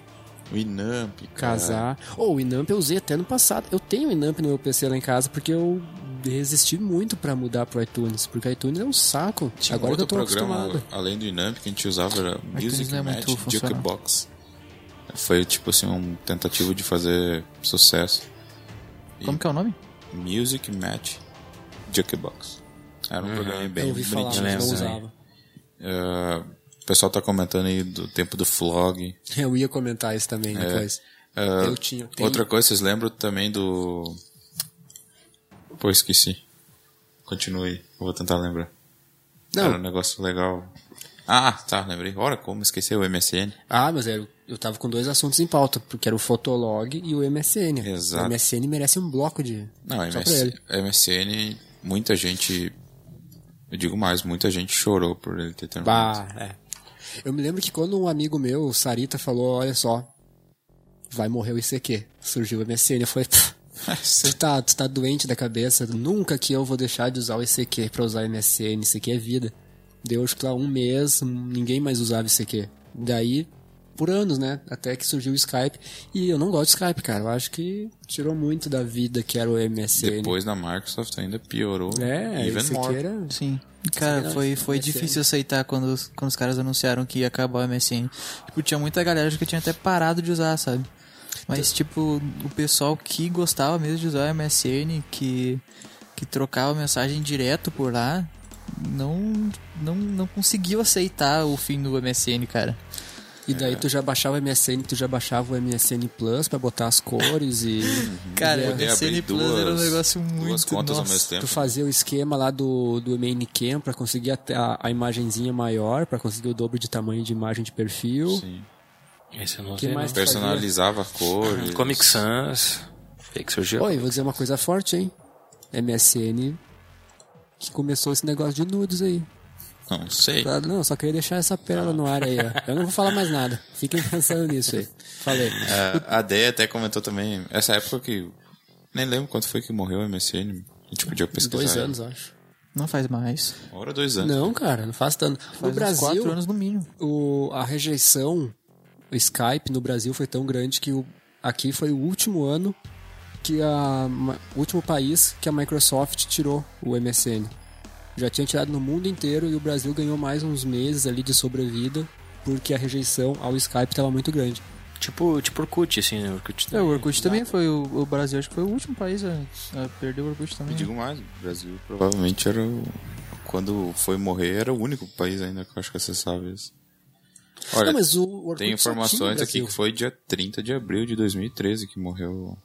Speaker 3: O Inamp, cara.
Speaker 2: casar.
Speaker 3: É.
Speaker 2: Ou o Inamp eu usei até no passado. Eu tenho o Inamp no meu PC lá em casa porque eu resisti muito pra mudar pro iTunes. Porque o iTunes é um saco.
Speaker 3: Tinha
Speaker 2: Agora que eu
Speaker 3: outro
Speaker 2: tô
Speaker 3: programa,
Speaker 2: acostumado.
Speaker 3: além do Inamp, que a gente usava era Music
Speaker 4: não é
Speaker 3: Match
Speaker 4: muito funcional.
Speaker 3: Jukebox. Foi tipo assim, um tentativo de fazer sucesso.
Speaker 4: Como que é o nome?
Speaker 3: Music Match Jukebox. Era um programa bem
Speaker 2: eu ouvi falar,
Speaker 3: bonitinho.
Speaker 2: mas não
Speaker 1: lembro,
Speaker 3: assim.
Speaker 2: usava.
Speaker 3: Ah, o pessoal tá comentando aí do tempo do Flog.
Speaker 2: Eu ia comentar isso também depois.
Speaker 3: Ah,
Speaker 2: eu tinha. tem-
Speaker 3: É. Outra coisa, vocês lembram também do... Pô, esqueci. Continue, eu vou tentar lembrar.
Speaker 2: Não.
Speaker 3: Era um negócio legal. Ah, tá, lembrei. Ora, como esqueci o MSN.
Speaker 2: Ah, mas era, eu tava com dois assuntos em pauta, porque era o Fotolog e o MSN.
Speaker 3: Exato.
Speaker 2: O MSN merece um bloco de.
Speaker 3: Não,
Speaker 2: só pra
Speaker 3: MS,
Speaker 2: ele.
Speaker 3: MSN, muita gente. Eu digo mais, muita gente chorou por ele ter terminado.
Speaker 2: Bah, é. Eu me lembro que quando um amigo meu, o Sarita, falou: Olha só, vai morrer o ICQ. Surgiu o MSN. Eu falei: "Pff, tu tá, tu tá doente da cabeça, nunca que eu vou deixar de usar o ICQ pra usar o MSN. ICQ é vida. Deu, acho que lá um mês, ninguém mais usava ICQ. Daí, por anos, né? Até que surgiu o Skype. E eu não gosto de Skype, cara. Eu acho que tirou muito da vida que era o MSN.
Speaker 3: Depois da Microsoft ainda piorou.
Speaker 2: É,
Speaker 3: even
Speaker 2: isso aqui
Speaker 3: more.
Speaker 2: era.
Speaker 4: Sim. Cara,
Speaker 2: Sim,
Speaker 4: foi,
Speaker 2: né?
Speaker 4: foi
Speaker 2: MSN.
Speaker 4: difícil aceitar quando os, quando os caras anunciaram que ia acabar o MSN. Tipo, tinha muita galera que tinha até parado de usar, sabe? Mas,
Speaker 3: Tá.
Speaker 4: tipo, o pessoal que gostava mesmo de usar o MSN, que, que trocava mensagem direto por lá, não, não, não conseguiu aceitar o fim do MSN, cara.
Speaker 2: E daí
Speaker 3: É.
Speaker 2: tu já baixava o MSN, tu já baixava o MSN Plus pra botar as cores e.
Speaker 3: Hum,
Speaker 4: Cara, o
Speaker 3: Poder abrir
Speaker 4: MSN Plus era um
Speaker 3: duas-
Speaker 4: negócio muito...
Speaker 3: Duas contas ao
Speaker 4: nossa.
Speaker 3: mesmo tempo.
Speaker 2: Tu fazia o esquema lá do, do MNCam pra conseguir a, a, a imagenzinha maior, pra conseguir o dobro de tamanho de imagem de perfil.
Speaker 3: Sim.
Speaker 1: Esse eu não
Speaker 2: Que
Speaker 1: sei,
Speaker 2: mais?
Speaker 3: Personalizava a cor.
Speaker 1: não. Comic Sans. Foi que surgiu.
Speaker 2: Oi, vou dizer uma coisa forte, hein? MSN que começou esse negócio de nudes aí.
Speaker 3: Não sei.
Speaker 2: Tá? Não, só queria deixar essa pérola no ar aí, ó. Eu não vou falar mais nada. Fiquem pensando nisso aí. Falei.
Speaker 4: É,
Speaker 3: É, A a Dea até comentou também. Essa época que. Nem lembro quanto foi que morreu o MSN. A gente podia tipo, pesquisar.
Speaker 4: né?
Speaker 2: Dois
Speaker 3: aí.
Speaker 2: anos, eu acho.
Speaker 4: Não faz mais.
Speaker 3: Uma hora, dois anos.
Speaker 2: Não, cara, não faz tanto.
Speaker 4: Faz
Speaker 2: no
Speaker 4: uns
Speaker 2: Brasil,
Speaker 4: quatro anos no mínimo.
Speaker 2: o- a rejeição o Skype no Brasil foi tão grande que o, aqui foi o último ano que a ma- o último país que a Microsoft tirou o MSN. Já tinha tirado no mundo inteiro e o Brasil ganhou mais uns meses ali de sobrevida porque a rejeição ao Skype estava muito grande.
Speaker 1: Tipo, tipo Orkut, assim, né? Orkut
Speaker 4: É, o Orkut também foi. O, o Brasil acho que foi o último país a, a perder o Orkut
Speaker 3: E
Speaker 4: também. né?
Speaker 3: digo mais, o Brasil provavelmente era o... Quando foi morrer, era o único país ainda que eu acho que acessava isso. Olha,
Speaker 2: não, mas o Orkut
Speaker 3: tem
Speaker 2: só tinha no
Speaker 3: informações aqui
Speaker 2: Brasil.
Speaker 3: que foi dia 30 de abril de 2013 que morreu o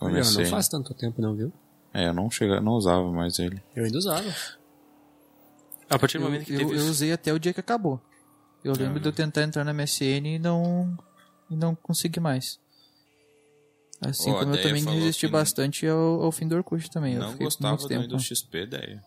Speaker 2: Olha,
Speaker 3: MSN.
Speaker 2: não faz tanto tempo não, viu?
Speaker 3: É, eu não, chega, não usava mais ele.
Speaker 2: Eu ainda usava.
Speaker 1: A
Speaker 3: um
Speaker 1: partir do
Speaker 4: Eu,
Speaker 1: momento que
Speaker 4: eu-
Speaker 1: teve.
Speaker 4: eu usei até o dia que acabou. Eu
Speaker 3: Ah,
Speaker 4: lembro de eu tentar entrar na MSN e não, e não consegui mais. Assim
Speaker 3: Ó, a
Speaker 4: como eu
Speaker 3: Deia
Speaker 4: também
Speaker 3: falou
Speaker 4: resisti
Speaker 3: que não-
Speaker 4: bastante ao, ao fim do Orkut também. eu
Speaker 3: não
Speaker 4: fiquei
Speaker 3: gostava
Speaker 4: muito
Speaker 3: do
Speaker 4: tempo.
Speaker 3: Windows XP, daí.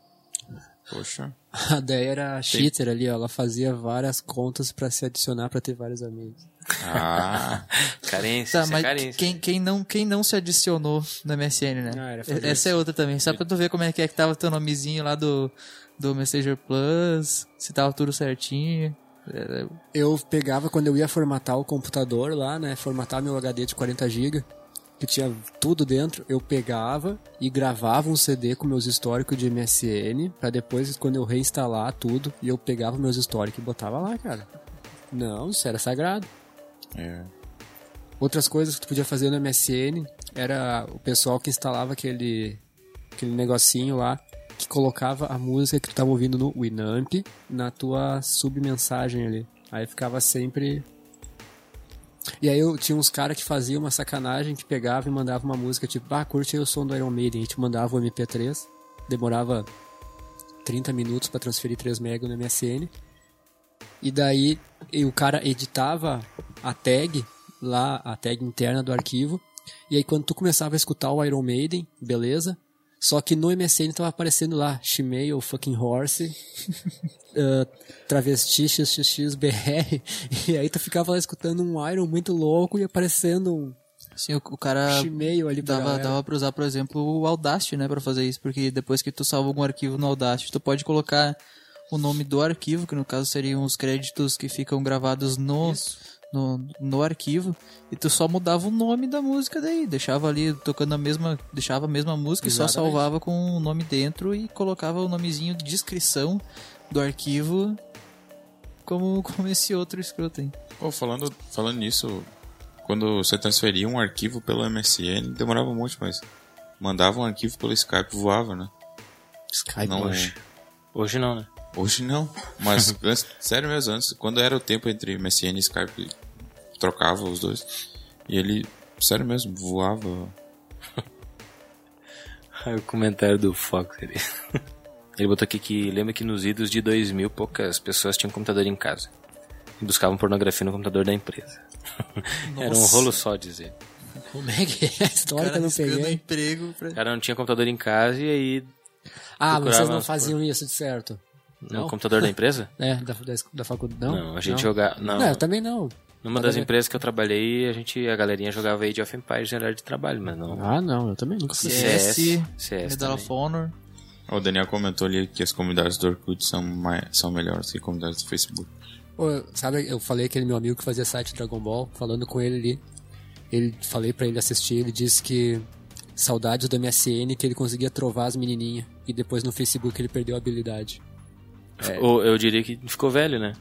Speaker 3: Poxa.
Speaker 2: A ideia era cheater ali, ó, ela fazia várias contas pra se adicionar pra ter vários amigos.
Speaker 3: Ah,
Speaker 1: Carência,
Speaker 4: Tá,
Speaker 1: isso é
Speaker 4: mas
Speaker 1: carência.
Speaker 4: quem, quem, não, quem não se adicionou na MSN, né?
Speaker 2: Ah, era
Speaker 4: E-
Speaker 2: fazer
Speaker 4: Essa é outra também. Só pra tu ver como é que, é que tava teu nomezinho lá do, do Messenger Plus, se tava tudo certinho. É,
Speaker 2: Eu pegava quando eu ia formatar o computador lá, né? Formatar meu HD de 40 GB, que tinha tudo dentro. Eu pegava e gravava um CD com meus históricos de MSN, pra depois, quando eu reinstalar tudo, e eu pegava meus históricos e botava lá, cara. Não, isso era sagrado.
Speaker 3: é.
Speaker 2: Outras coisas que tu podia fazer no MSN era o pessoal que instalava aquele, aquele negocinho lá que colocava a música que tu tava ouvindo no Winamp na tua submensagem ali. Aí ficava sempre. E aí eu tinha uns caras que faziam uma sacanagem que pegava e mandava uma música tipo, ah, curte aí o som do Iron Maiden. A gente mandava o MP3, demorava 30 minutos pra transferir 3 mega no MSN. E daí e o cara editava a tag lá, a tag interna do arquivo. E aí quando tu começava a escutar o Iron Maiden, beleza? Só que no MSN tava aparecendo lá Shemale, Fucking Horse, eh, Travesti XXXBR. E aí tu ficava lá escutando um Iron muito louco e aparecendo um
Speaker 4: assim, o, o cara
Speaker 2: Shemale ali pra
Speaker 4: dava,
Speaker 2: galera.
Speaker 4: dava pra usar, por exemplo, o Audacity, né, pra fazer isso. Porque depois que tu salva algum arquivo no Audacity, tu pode colocar o nome do arquivo, que no caso seriam os créditos que ficam gravados no, no, no arquivo. E tu só mudava o nome da música daí. Deixava ali tocando a mesma. Deixava a mesma música e só
Speaker 2: Exatamente.
Speaker 4: salvava com o nome dentro e colocava o nomezinho de descrição do arquivo. Como, como esse outro escroto aí.
Speaker 3: Pô, falando, falando nisso, quando você transferia um arquivo pelo MSN, demorava um monte, mas mandava um arquivo pelo Skype, voava, né?
Speaker 2: Skype,
Speaker 3: não
Speaker 2: hoje.
Speaker 1: Hoje não, né?
Speaker 3: Hoje não. Mas, antes- sério mesmo, antes, quando era o tempo entre MSN e Skype, trocava os dois. E ele, sério mesmo, voava.
Speaker 1: Aí o comentário do Fox ali. Ele botou aqui que lembra que nos idos de 2000 poucas pessoas tinham computador em casa. E buscavam pornografia no computador da empresa. Era um
Speaker 4: Nossa.
Speaker 1: rolo só dizer.
Speaker 2: Como é que é a história que eu não
Speaker 4: arriscando
Speaker 2: peguei?
Speaker 4: emprego pra...
Speaker 1: O cara não tinha computador em casa e aí
Speaker 2: Ah, mas vocês
Speaker 1: procurava
Speaker 2: não
Speaker 1: as
Speaker 2: faziam isso de certo. Não?
Speaker 1: no computador da empresa?
Speaker 2: É, da, da, da faculdade. Não,
Speaker 1: Não, a gente jogava. Não. tá
Speaker 2: Não, eu também não.
Speaker 1: Numa das empresas que eu trabalhei, a gente, a galerinha jogava Age of Empires em horário de trabalho, mas não.
Speaker 2: Ah, não, eu também nunca fiz.
Speaker 1: CS, CS
Speaker 4: Medal of Honor.
Speaker 3: O Daniel comentou ali que as comunidades do Orkut são, mai- são melhores que comunidades do Facebook.
Speaker 2: Ô, sabe, eu falei aquele meu amigo que fazia site Dragon Ball, falando com ele ali. Ele falei pra ele assistir, ele disse que saudades do MSN que ele conseguia trovar as menininhas e depois no Facebook ele perdeu a habilidade.
Speaker 1: Ou eu diria que ficou velho, né?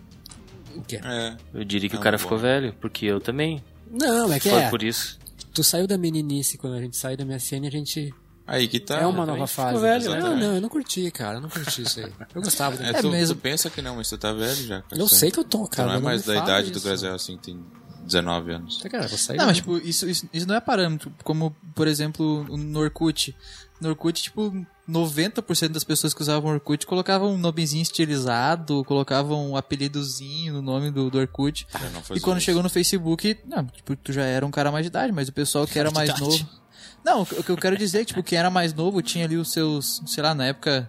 Speaker 2: O quê?
Speaker 3: É.
Speaker 1: Eu diria que
Speaker 3: Não,
Speaker 1: o cara
Speaker 3: bom.
Speaker 1: ficou velho, porque eu também.
Speaker 2: Não, é que
Speaker 1: Foi
Speaker 2: é.
Speaker 1: por isso.
Speaker 2: Tu saiu da meninice quando a gente sai da MSN, a gente
Speaker 3: Aí que tá.
Speaker 2: é uma
Speaker 1: exatamente.
Speaker 2: nova
Speaker 1: Ficou
Speaker 2: fase.
Speaker 1: velho, né?
Speaker 2: não, não, eu não curti, cara, eu não curti isso aí. Eu gostava do
Speaker 3: É, tu,
Speaker 4: mesmo.
Speaker 3: tu pensa que não, mas tu tá velho já. cara.
Speaker 2: Eu
Speaker 3: Tu-
Speaker 2: sei que eu tô,
Speaker 3: Tu
Speaker 2: cara.
Speaker 3: não é
Speaker 2: mas
Speaker 3: mais
Speaker 2: me
Speaker 3: da
Speaker 2: fala
Speaker 3: idade do
Speaker 2: isso.
Speaker 3: Grazel assim, que tem 19 anos.
Speaker 2: Tá, Cara, eu vou sair.
Speaker 4: Não, mas
Speaker 2: da-
Speaker 4: tipo, isso, isso, isso não é parâmetro. Como, por exemplo, o Norkut. No Orkut, tipo, 90% das pessoas que usavam Orkut colocavam um nomezinho estilizado, colocavam um apelidozinho no nome do, do Orkut.
Speaker 3: Eu não fazia
Speaker 4: E quando
Speaker 3: isso.
Speaker 4: chegou no Facebook, não, tipo, tu já era um cara mais de idade, mas o pessoal que era mais
Speaker 2: De idade.
Speaker 4: novo. Não, o que eu quero dizer é que, tipo, quem era mais novo tinha ali os seus, sei lá, na época,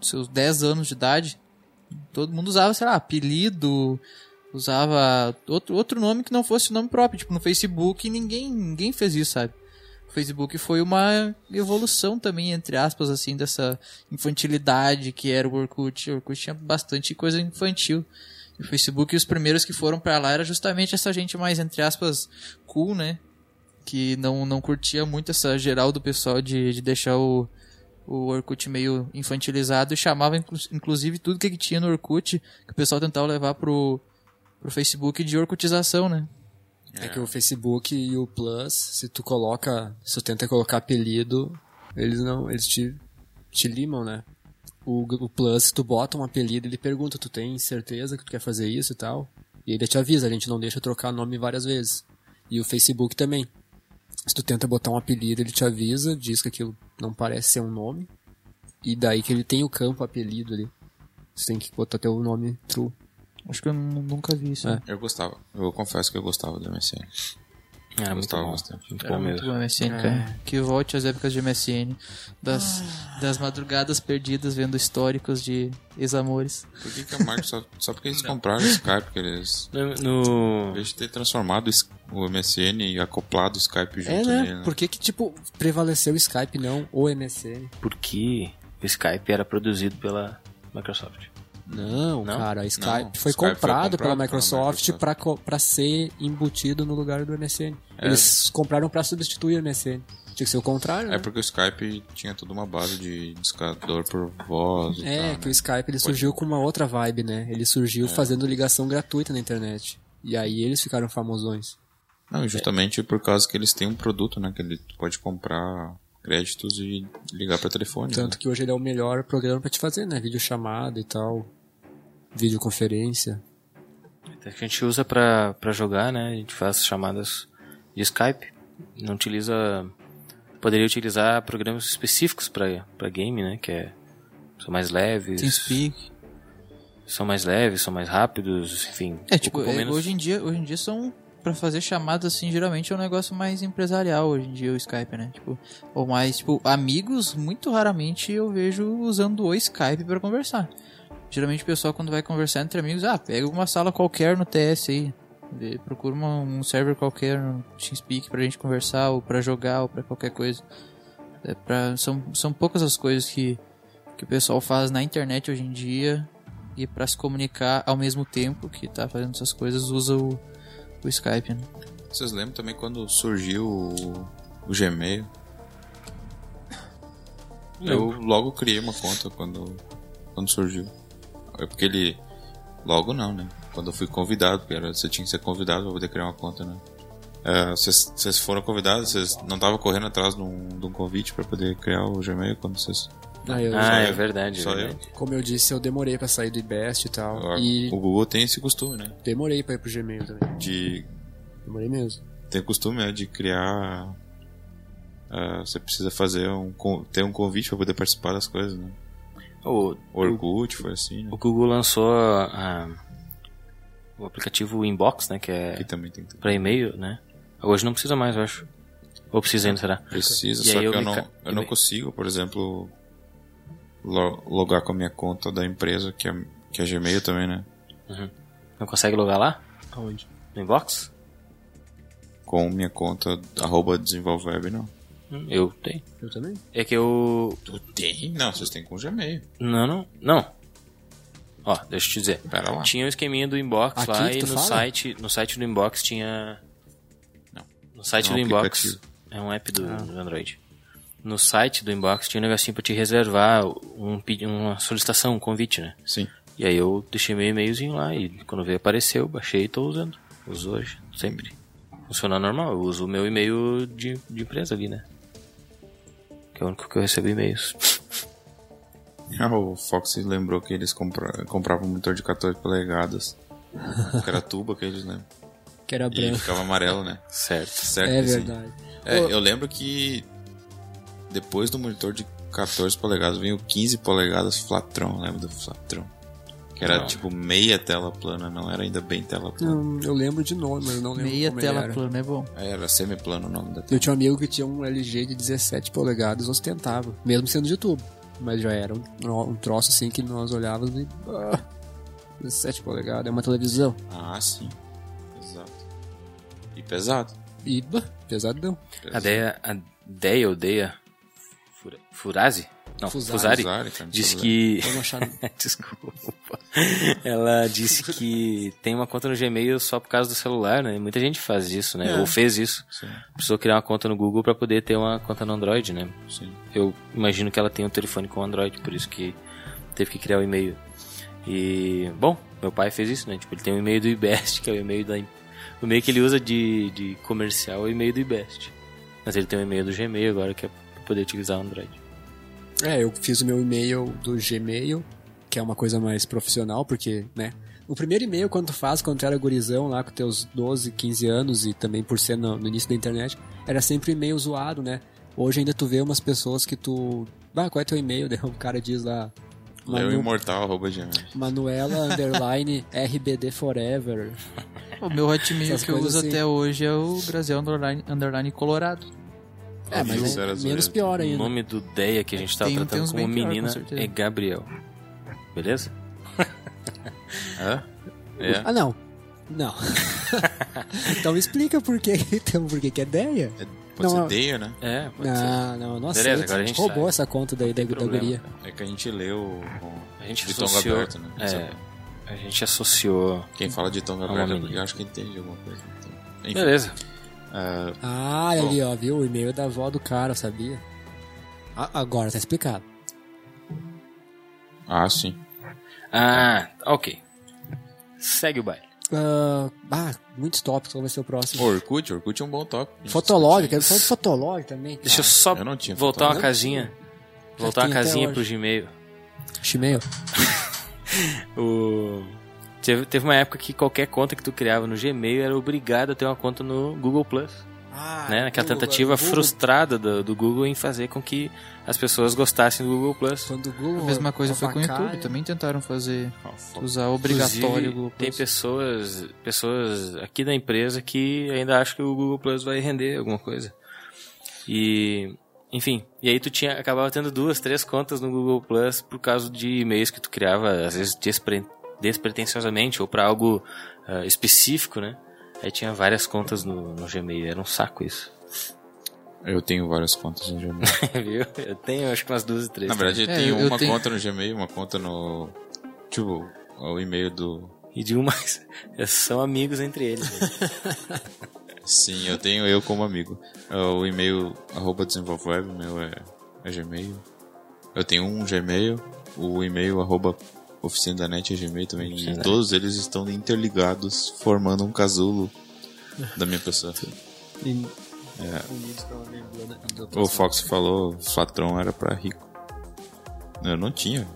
Speaker 4: seus 10 anos de idade. Todo mundo usava, sei lá, apelido, usava outro, outro nome que não fosse o nome próprio. Tipo, no Facebook ninguém, ninguém fez isso, sabe? O Facebook foi uma evolução também, entre aspas, assim, dessa infantilidade que era o Orkut. O Orkut tinha bastante coisa infantil. E o Facebook, os primeiros que foram para lá era justamente essa gente mais, entre aspas, cool, né? Que não, não curtia muito essa geral do pessoal de, de deixar o, o Orkut meio infantilizado e chamava inclu- inclusive tudo que tinha no Orkut, que o pessoal tentava levar pro, pro Facebook de orkutização, né?
Speaker 2: É que o Facebook e o Plus, se tu coloca, se tu tenta colocar apelido, eles não, eles te, te limam, né? O, o Plus, se tu bota um apelido, ele pergunta, tu tem certeza que tu quer fazer isso e tal? E ele te avisa, a gente não deixa trocar nome várias vezes. E o Facebook também. Se tu tenta botar um apelido, ele te avisa, diz que aquilo não parece ser um nome. E daí que ele tem o campo apelido ali. Você tem que botar teu nome true.
Speaker 4: Acho que eu nu- nunca vi isso.
Speaker 2: É.
Speaker 3: Eu gostava. Eu confesso que eu gostava do MSN.
Speaker 1: Era muito
Speaker 3: Gostava
Speaker 1: bom.
Speaker 3: bastante.
Speaker 1: Muito
Speaker 3: Era
Speaker 1: bom
Speaker 4: Muito
Speaker 1: mesmo.
Speaker 4: bom, MSN, cara. Que volte às épocas de MSN, das, das madrugadas perdidas vendo históricos de ex-amores.
Speaker 3: Por que, que a Microsoft. só porque eles compraram o Skype, que eles.
Speaker 1: No,
Speaker 3: Em vez de ter transformado o Sky- o MSN e acoplado o Skype junto
Speaker 2: É,
Speaker 3: nele,
Speaker 2: né?
Speaker 3: né?
Speaker 2: Por que que, tipo, prevaleceu o Skype, não o MSN?
Speaker 1: porque o Skype era produzido pela Microsoft.
Speaker 2: Não,
Speaker 1: Não?
Speaker 2: cara, a Skype
Speaker 3: Não,
Speaker 2: foi
Speaker 3: Skype foi
Speaker 2: comprado
Speaker 3: comprado
Speaker 2: pela
Speaker 3: pela
Speaker 2: Microsoft
Speaker 3: Microsoft.
Speaker 2: pra co- pra ser embutido no lugar do MSN.
Speaker 3: É.
Speaker 2: Eles compraram pra substituir o MSN. Tinha que ser o contrário, né?
Speaker 3: É porque o Skype tinha toda uma base de discador por voz e
Speaker 2: É,
Speaker 3: tal,
Speaker 2: que o
Speaker 3: né?
Speaker 2: Skype ele
Speaker 3: Pode-
Speaker 2: surgiu com uma outra vibe, né? Ele surgiu fazendo ligação gratuita na internet. E aí eles ficaram famosões.
Speaker 3: Não, justamente por causa que eles têm um produto, né? Que ele tu pode comprar créditos e ligar pra telefone. né?
Speaker 2: Tanto que hoje ele é o melhor programa pra te fazer, né? Videochamada e tal. Videoconferência.
Speaker 1: Até que Então, a gente usa pra, pra jogar, né? A gente faz chamadas de Skype. Não utiliza. Poderia utilizar programas específicos pra, pra game, né? Que é, são mais leves.
Speaker 4: Tem Speak.
Speaker 1: São mais leves, são mais rápidos, enfim.
Speaker 4: É, tipo,
Speaker 1: ocupam
Speaker 4: é,
Speaker 1: menos-
Speaker 4: hoje, em dia, hoje em dia são. Pra fazer chamadas assim, geralmente é um negócio mais empresarial hoje em dia o Skype, né? Tipo, ou mais, tipo, amigos, muito raramente eu vejo usando o Skype pra conversar. Geralmente o pessoal quando vai conversar entre amigos, ah, pega uma sala qualquer no TS aí. vê, Procura uma- um server qualquer no TeamSpeak pra gente conversar, ou pra jogar, ou pra qualquer coisa. É pra, são, são poucas as coisas que, que o pessoal faz na internet hoje em dia e pra se comunicar ao mesmo tempo que tá fazendo essas coisas usa o, o Skype. Né?
Speaker 3: Vocês lembram também quando surgiu o, o Gmail? Eu logo criei uma conta quando, quando surgiu. É porque ele. Logo não, né? Quando eu fui convidado, porque era, você tinha que ser convidado pra poder criar uma conta, né? É, Vocês vocês foram convidados? Vocês não estavam correndo atrás de um, de um convite pra poder criar o Gmail quando vocês.
Speaker 2: Ah, eu,
Speaker 1: Ah,
Speaker 3: Só
Speaker 1: é
Speaker 3: eu.
Speaker 1: verdade.
Speaker 3: Só
Speaker 1: é
Speaker 3: eu.
Speaker 1: verdade.
Speaker 2: Como eu disse, eu demorei pra sair do IBEST e tal. E
Speaker 3: O Google tem esse costume, né?
Speaker 2: demorei pra ir pro Gmail também.
Speaker 3: De
Speaker 2: Demorei mesmo.
Speaker 3: tem costume né, de criar. ah, você precisa fazer um con- ter um convite pra poder participar das coisas, né?
Speaker 1: O,
Speaker 3: O Orkut foi assim, né?
Speaker 1: o Google lançou ah, o aplicativo Inbox, né? Que
Speaker 3: Aqui
Speaker 1: é
Speaker 3: também tem que ter.
Speaker 1: pra e-mail, né? Hoje não precisa mais, eu acho. Ou precisa ainda, será?
Speaker 3: Precisa,
Speaker 1: E
Speaker 3: só
Speaker 1: aí
Speaker 3: que
Speaker 1: eu
Speaker 3: eu,
Speaker 1: me
Speaker 3: não,
Speaker 1: ca-
Speaker 3: eu não
Speaker 1: me-
Speaker 3: consigo, por exemplo, lo- logar com a minha conta da empresa, que é, que é Gmail também, né?
Speaker 1: Não consegue logar lá?
Speaker 2: Aonde?
Speaker 1: No Inbox?
Speaker 3: Com minha conta arroba desenvolveweb, não.
Speaker 1: Hum, Eu tenho.
Speaker 2: Eu também.
Speaker 1: É que eu.
Speaker 3: Tu tem? Não, vocês têm com Gmail.
Speaker 1: Não, não. Não. Ó, deixa eu te dizer.
Speaker 3: Pera lá.
Speaker 1: Tinha o esqueminha do inbox
Speaker 2: Aqui
Speaker 1: lá
Speaker 2: que
Speaker 1: e
Speaker 2: tu
Speaker 1: no
Speaker 2: fala?
Speaker 1: site, no site do inbox tinha.
Speaker 3: Não.
Speaker 1: No site
Speaker 3: É um
Speaker 1: do inbox.
Speaker 3: aplicativo. Ah.
Speaker 1: É um app do, do Android. No site do inbox tinha um negocinho pra te reservar um, pedi- uma solicitação, um convite, né?
Speaker 3: Sim.
Speaker 1: E aí eu deixei meu e-mailzinho lá e quando veio apareceu, baixei e tô usando. Uso hoje, sempre. Funciona normal, eu uso o meu e-mail de, de empresa ali, né? Que é o único que eu recebo e-mails.
Speaker 3: Ah, o Fox lembrou que eles compra- compravam um monitor de 14 polegadas. Que era tuba que eles lembram.
Speaker 2: Que era
Speaker 3: E
Speaker 2: branco.
Speaker 3: ficava amarelo, né?
Speaker 1: Certo.
Speaker 3: Certo,
Speaker 2: É
Speaker 3: assim.
Speaker 2: verdade.
Speaker 3: É, eu lembro que depois do monitor de 14 polegadas vinha o 15 polegadas Flatrão, lembra do Flatrão? Que era
Speaker 1: Não.
Speaker 3: tipo meia tela plana, não era ainda bem tela plana.
Speaker 2: Não, eu lembro de nome, mas eu não lembro
Speaker 4: Meia
Speaker 2: como
Speaker 4: tela
Speaker 2: ele era.
Speaker 4: plana é bom.
Speaker 3: É, Era semiplano o nome da tela.
Speaker 2: Eu tinha um amigo que tinha um LG de 17 polegadas, ostentava, mesmo sendo de tubo. Mas já era um, um troço assim que nós olhávamos e. ah, 17 polegadas, é uma televisão.
Speaker 3: Ah, sim. Exato. E pesado.
Speaker 2: E bah, pesadão.
Speaker 1: A
Speaker 3: Pesado.
Speaker 1: ideia, a Deia ou Deia Fura- Furazi? Não,
Speaker 2: Fuzari.
Speaker 1: Fuzari.
Speaker 3: Fuzari, cara, não
Speaker 1: Diz
Speaker 3: sei
Speaker 1: que.
Speaker 2: Vamos achar no-
Speaker 1: Desculpa. Ela disse que tem uma conta no Gmail só por causa do celular, né? Muita gente faz isso, né?
Speaker 3: É.
Speaker 1: Ou fez isso.
Speaker 3: Sim,
Speaker 1: Precisou criar uma conta no Google pra poder ter uma conta no Android, né?
Speaker 3: sim.
Speaker 1: Eu imagino que ela tem um telefone com Android, por isso que teve que criar o e-mail. E, bom, meu pai fez isso, né? Tipo, ele tem o e-mail do IBEST, que é o e-mail da. im- O e-mail que ele usa de, de comercial é o e-mail do IBEST. Mas ele tem o e-mail do Gmail agora, que é pra poder utilizar o Android.
Speaker 2: É, eu fiz o meu e-mail do Gmail, que é uma coisa mais profissional, porque, né? O primeiro e-mail, quando tu faz, quando tu era gurizão lá com teus 12, 15 anos e também por ser no, no início da internet, era sempre um e-mail zoado, né? Hoje ainda tu vê umas pessoas que tu. Ah, qual é teu e-mail? Daí o cara diz lá.
Speaker 3: Leo
Speaker 2: Manu,
Speaker 3: Imortal, arroba gmail.
Speaker 2: Manuela underline RBD Forever.
Speaker 4: O meu hotmail
Speaker 2: Essas
Speaker 4: que eu
Speaker 2: coisas
Speaker 4: uso
Speaker 2: assim.
Speaker 4: até hoje é o Graziel underline, underline Colorado.
Speaker 2: É, mas
Speaker 3: Isso
Speaker 2: é
Speaker 3: era
Speaker 2: menos
Speaker 3: zoeira.
Speaker 2: pior
Speaker 1: O
Speaker 2: ainda.
Speaker 1: nome do Deia que a gente tá
Speaker 4: né? Tem- tem
Speaker 1: tratando
Speaker 4: uns
Speaker 1: como
Speaker 4: bem pior, com
Speaker 1: menina
Speaker 4: certeza.
Speaker 1: é Gabriel. Beleza?
Speaker 3: Hã? É.
Speaker 2: Ah, não. Não. então me explica por que, então, por que, que é ideia?
Speaker 3: Pode
Speaker 2: Não,
Speaker 3: ser Deia, né?
Speaker 1: É, pode ser.
Speaker 2: Não, Ah, não, nossa,
Speaker 1: Beleza,
Speaker 2: a
Speaker 1: agora a
Speaker 2: gente
Speaker 1: gente
Speaker 2: roubou
Speaker 1: sabe.
Speaker 2: essa conta daí da, da
Speaker 1: problema.
Speaker 2: guria.
Speaker 3: É que a gente leu o... o-
Speaker 1: A gente
Speaker 3: de tongo
Speaker 1: associou-
Speaker 3: aberto, né?
Speaker 1: É, a gente associou.
Speaker 3: Quem fala de tongo
Speaker 1: Uma
Speaker 3: aberto é
Speaker 1: menina.
Speaker 3: porque eu acho que entende alguma coisa. Então, Enfim,
Speaker 1: Beleza.
Speaker 3: ah,
Speaker 2: Ah, ali, ó, viu? O e-mail é da avó do cara, sabia? Ah, agora tá explicado.
Speaker 3: ah, sim.
Speaker 1: Ah, ok. Segue o baile.
Speaker 2: Ah, ah, muitos tópicos, qual vai ser o próximo?
Speaker 3: Pô, Orkut, Orkut é um bom top.
Speaker 2: Fotolog, quero falar de Fotolog também. Cara.
Speaker 1: Deixa eu só
Speaker 3: eu não tinha
Speaker 1: voltar
Speaker 3: faltado.
Speaker 1: uma casinha. Voltar
Speaker 2: tem
Speaker 1: uma
Speaker 2: até
Speaker 1: casinha
Speaker 2: hoje.
Speaker 1: pro Gmail.
Speaker 2: E-mail.
Speaker 1: O... Teve, teve uma época que qualquer conta que tu criava no Gmail era obrigado a ter uma conta no Google Plus.
Speaker 2: Ah,
Speaker 1: né? Aquela tentativa frustrada do, do Google em fazer com que as pessoas gostassem do Google Plus.
Speaker 2: Quando o
Speaker 4: A
Speaker 2: Google.
Speaker 4: mesma coisa foi com o
Speaker 2: avacalha-
Speaker 4: YouTube, também tentaram fazer,
Speaker 3: Fo-
Speaker 4: usar
Speaker 1: Inclusive,
Speaker 4: obrigatório o Google
Speaker 1: Tem
Speaker 4: Plus.
Speaker 1: pessoas, pessoas aqui da empresa que ainda acham que o Google Plus vai render alguma coisa. E, enfim, e aí tu tinha, acabava tendo duas, três contas no Google Plus por causa de e-mails que tu criava, às vezes despre, despretensiosamente ou para algo ah, específico, né? Aí tinha várias contas no, no Gmail, era um saco isso.
Speaker 3: Eu tenho várias contas no Gmail.
Speaker 1: Viu? Eu tenho acho que umas duas, três.
Speaker 3: Na verdade, eu
Speaker 4: É,
Speaker 3: tenho
Speaker 4: eu- eu
Speaker 3: uma
Speaker 4: tenho-
Speaker 3: conta no Gmail, uma conta no. Tipo, o e-mail do.
Speaker 1: E digo mais, são amigos entre eles. né?
Speaker 3: Sim, eu tenho eu como amigo. É O e-mail arroba desenvolveweb, o meu é, é Gmail. Eu tenho um Gmail, o e-mail arroba oficina da net é Gmail também.
Speaker 1: Oficina
Speaker 3: E
Speaker 1: da
Speaker 3: todos eles estão interligados, formando um casulo da minha pessoa.
Speaker 1: É.
Speaker 3: O Fox falou, Flatron era pra rico. Eu não tinha.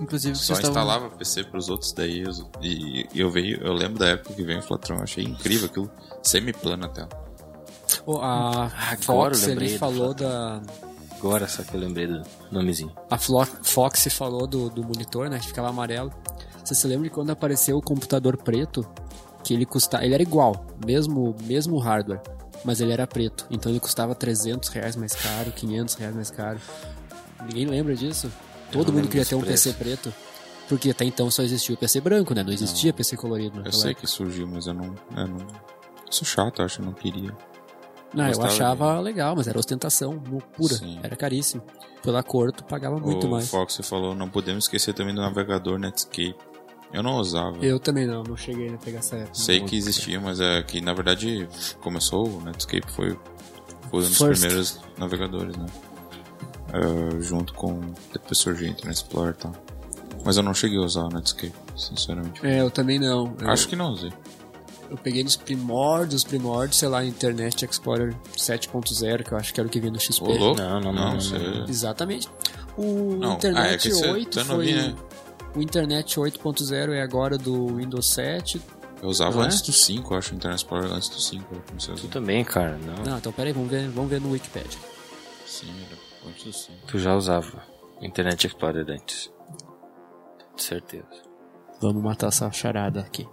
Speaker 4: Inclusive,
Speaker 3: Só
Speaker 4: vocês estavam...
Speaker 3: instalava PC pros outros daí. os- E e eu veio, eu lembro da época que veio o Flatron, eu achei incrível aquilo. Semi-plano até.
Speaker 2: O-
Speaker 1: Ah,
Speaker 2: A
Speaker 1: Agora eu
Speaker 2: Fox
Speaker 1: lembrei
Speaker 2: ali
Speaker 1: do
Speaker 2: falou da.
Speaker 1: Agora só que eu lembrei do nomezinho.
Speaker 2: A Flo Fox falou do, do monitor, né? Que ficava amarelo. Você se lembra de quando apareceu o computador preto? Que ele custava. Ele era igual, mesmo, mesmo hardware, mas ele era preto. Então ele custava 300 reais mais caro, 500 reais mais caro. Ninguém lembra disso?
Speaker 1: não
Speaker 2: Todo mundo
Speaker 1: lembro
Speaker 2: queria
Speaker 1: desse
Speaker 2: ter um
Speaker 1: preço.
Speaker 2: PC preto. Porque até então só existia o PC branco, né? Não existia PC colorido.
Speaker 3: Eu
Speaker 2: naquela
Speaker 3: sei
Speaker 2: época.
Speaker 3: que surgiu, mas eu não. Eu não... Sou chato, eu acho, eu não queria.
Speaker 2: Não, eu
Speaker 3: gostava
Speaker 2: achava legal, mas era ostentação mu- pura.
Speaker 3: Sim.
Speaker 2: Era caríssimo. Pela cor, tu pagava muito
Speaker 3: o
Speaker 2: mais.
Speaker 3: Fox falou, não podemos esquecer também do navegador Netscape. Eu não usava.
Speaker 2: Eu também não, não cheguei a pegar essa época.
Speaker 3: Sei que existia, mas é que na verdade começou o Netscape, foi, foi um dos
Speaker 2: First.
Speaker 3: primeiros navegadores, né? Ah, junto com. Depois surgiu o Internet Explorer e tal. Mas eu não cheguei a usar o Netscape, sinceramente.
Speaker 2: É, eu também não. Eu-
Speaker 3: Acho que não usei.
Speaker 2: Eu peguei nos primórdios, primórdios, sei lá, Internet Explorer 7.0, que eu acho que era o que vinha no XP.
Speaker 3: Ô, louco.
Speaker 1: Não, não, não, não,
Speaker 3: você-
Speaker 1: não.
Speaker 2: Exatamente. O
Speaker 3: Não, ah, é
Speaker 2: Internet
Speaker 3: que você-
Speaker 2: 8
Speaker 3: você não
Speaker 2: foi...
Speaker 3: vi, né?
Speaker 2: O Internet 8.0 é agora do Windows 7.
Speaker 3: Eu usava
Speaker 2: Não é?
Speaker 3: antes do 5, eu acho, o Internet Explorer antes do 5. Eu comecei a usar.
Speaker 1: Tu também, cara.
Speaker 3: Ah.
Speaker 1: Não.
Speaker 2: Não, então peraí, vamos ver, vamos ver no Wikipedia.
Speaker 3: Sim, era antes do 5.
Speaker 1: Tu já usava Internet Explorer antes. De certeza.
Speaker 2: Vamos matar essa charada aqui.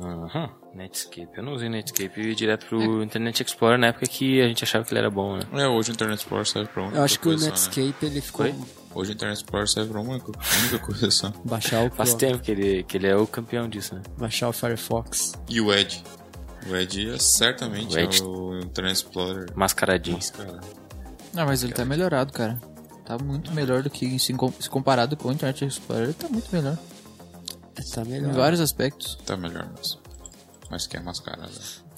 Speaker 1: Aham. Netscape. Eu não usei Netscape. Eu ia direto pro Internet Explorer na época que a gente achava que ele era bom, né?
Speaker 3: É, hoje o Internet Explorer serve pra única
Speaker 2: Eu acho que o
Speaker 3: coisa só, né?
Speaker 2: Netscape ele ficou
Speaker 1: Oi?
Speaker 3: Hoje o Internet Explorer serve pra uma co- única coisa só.
Speaker 2: baixar o
Speaker 1: Faz tempo que ele, que ele é o campeão disso, né?
Speaker 2: baixar o Firefox.
Speaker 3: E o Edge. O Ed é certamente
Speaker 1: O Ed-
Speaker 3: é o Internet Explorer.
Speaker 1: Mascaradinho.
Speaker 3: Mas, cara,
Speaker 4: Não, mas ele tá melhorado, cara. Tá muito melhor do que se com- se comparado com o Internet Explorer, ele tá muito melhor.
Speaker 2: Tá
Speaker 4: Em
Speaker 2: melhor.
Speaker 4: vários aspectos.
Speaker 3: tá melhor mesmo. Mas que é mascarada.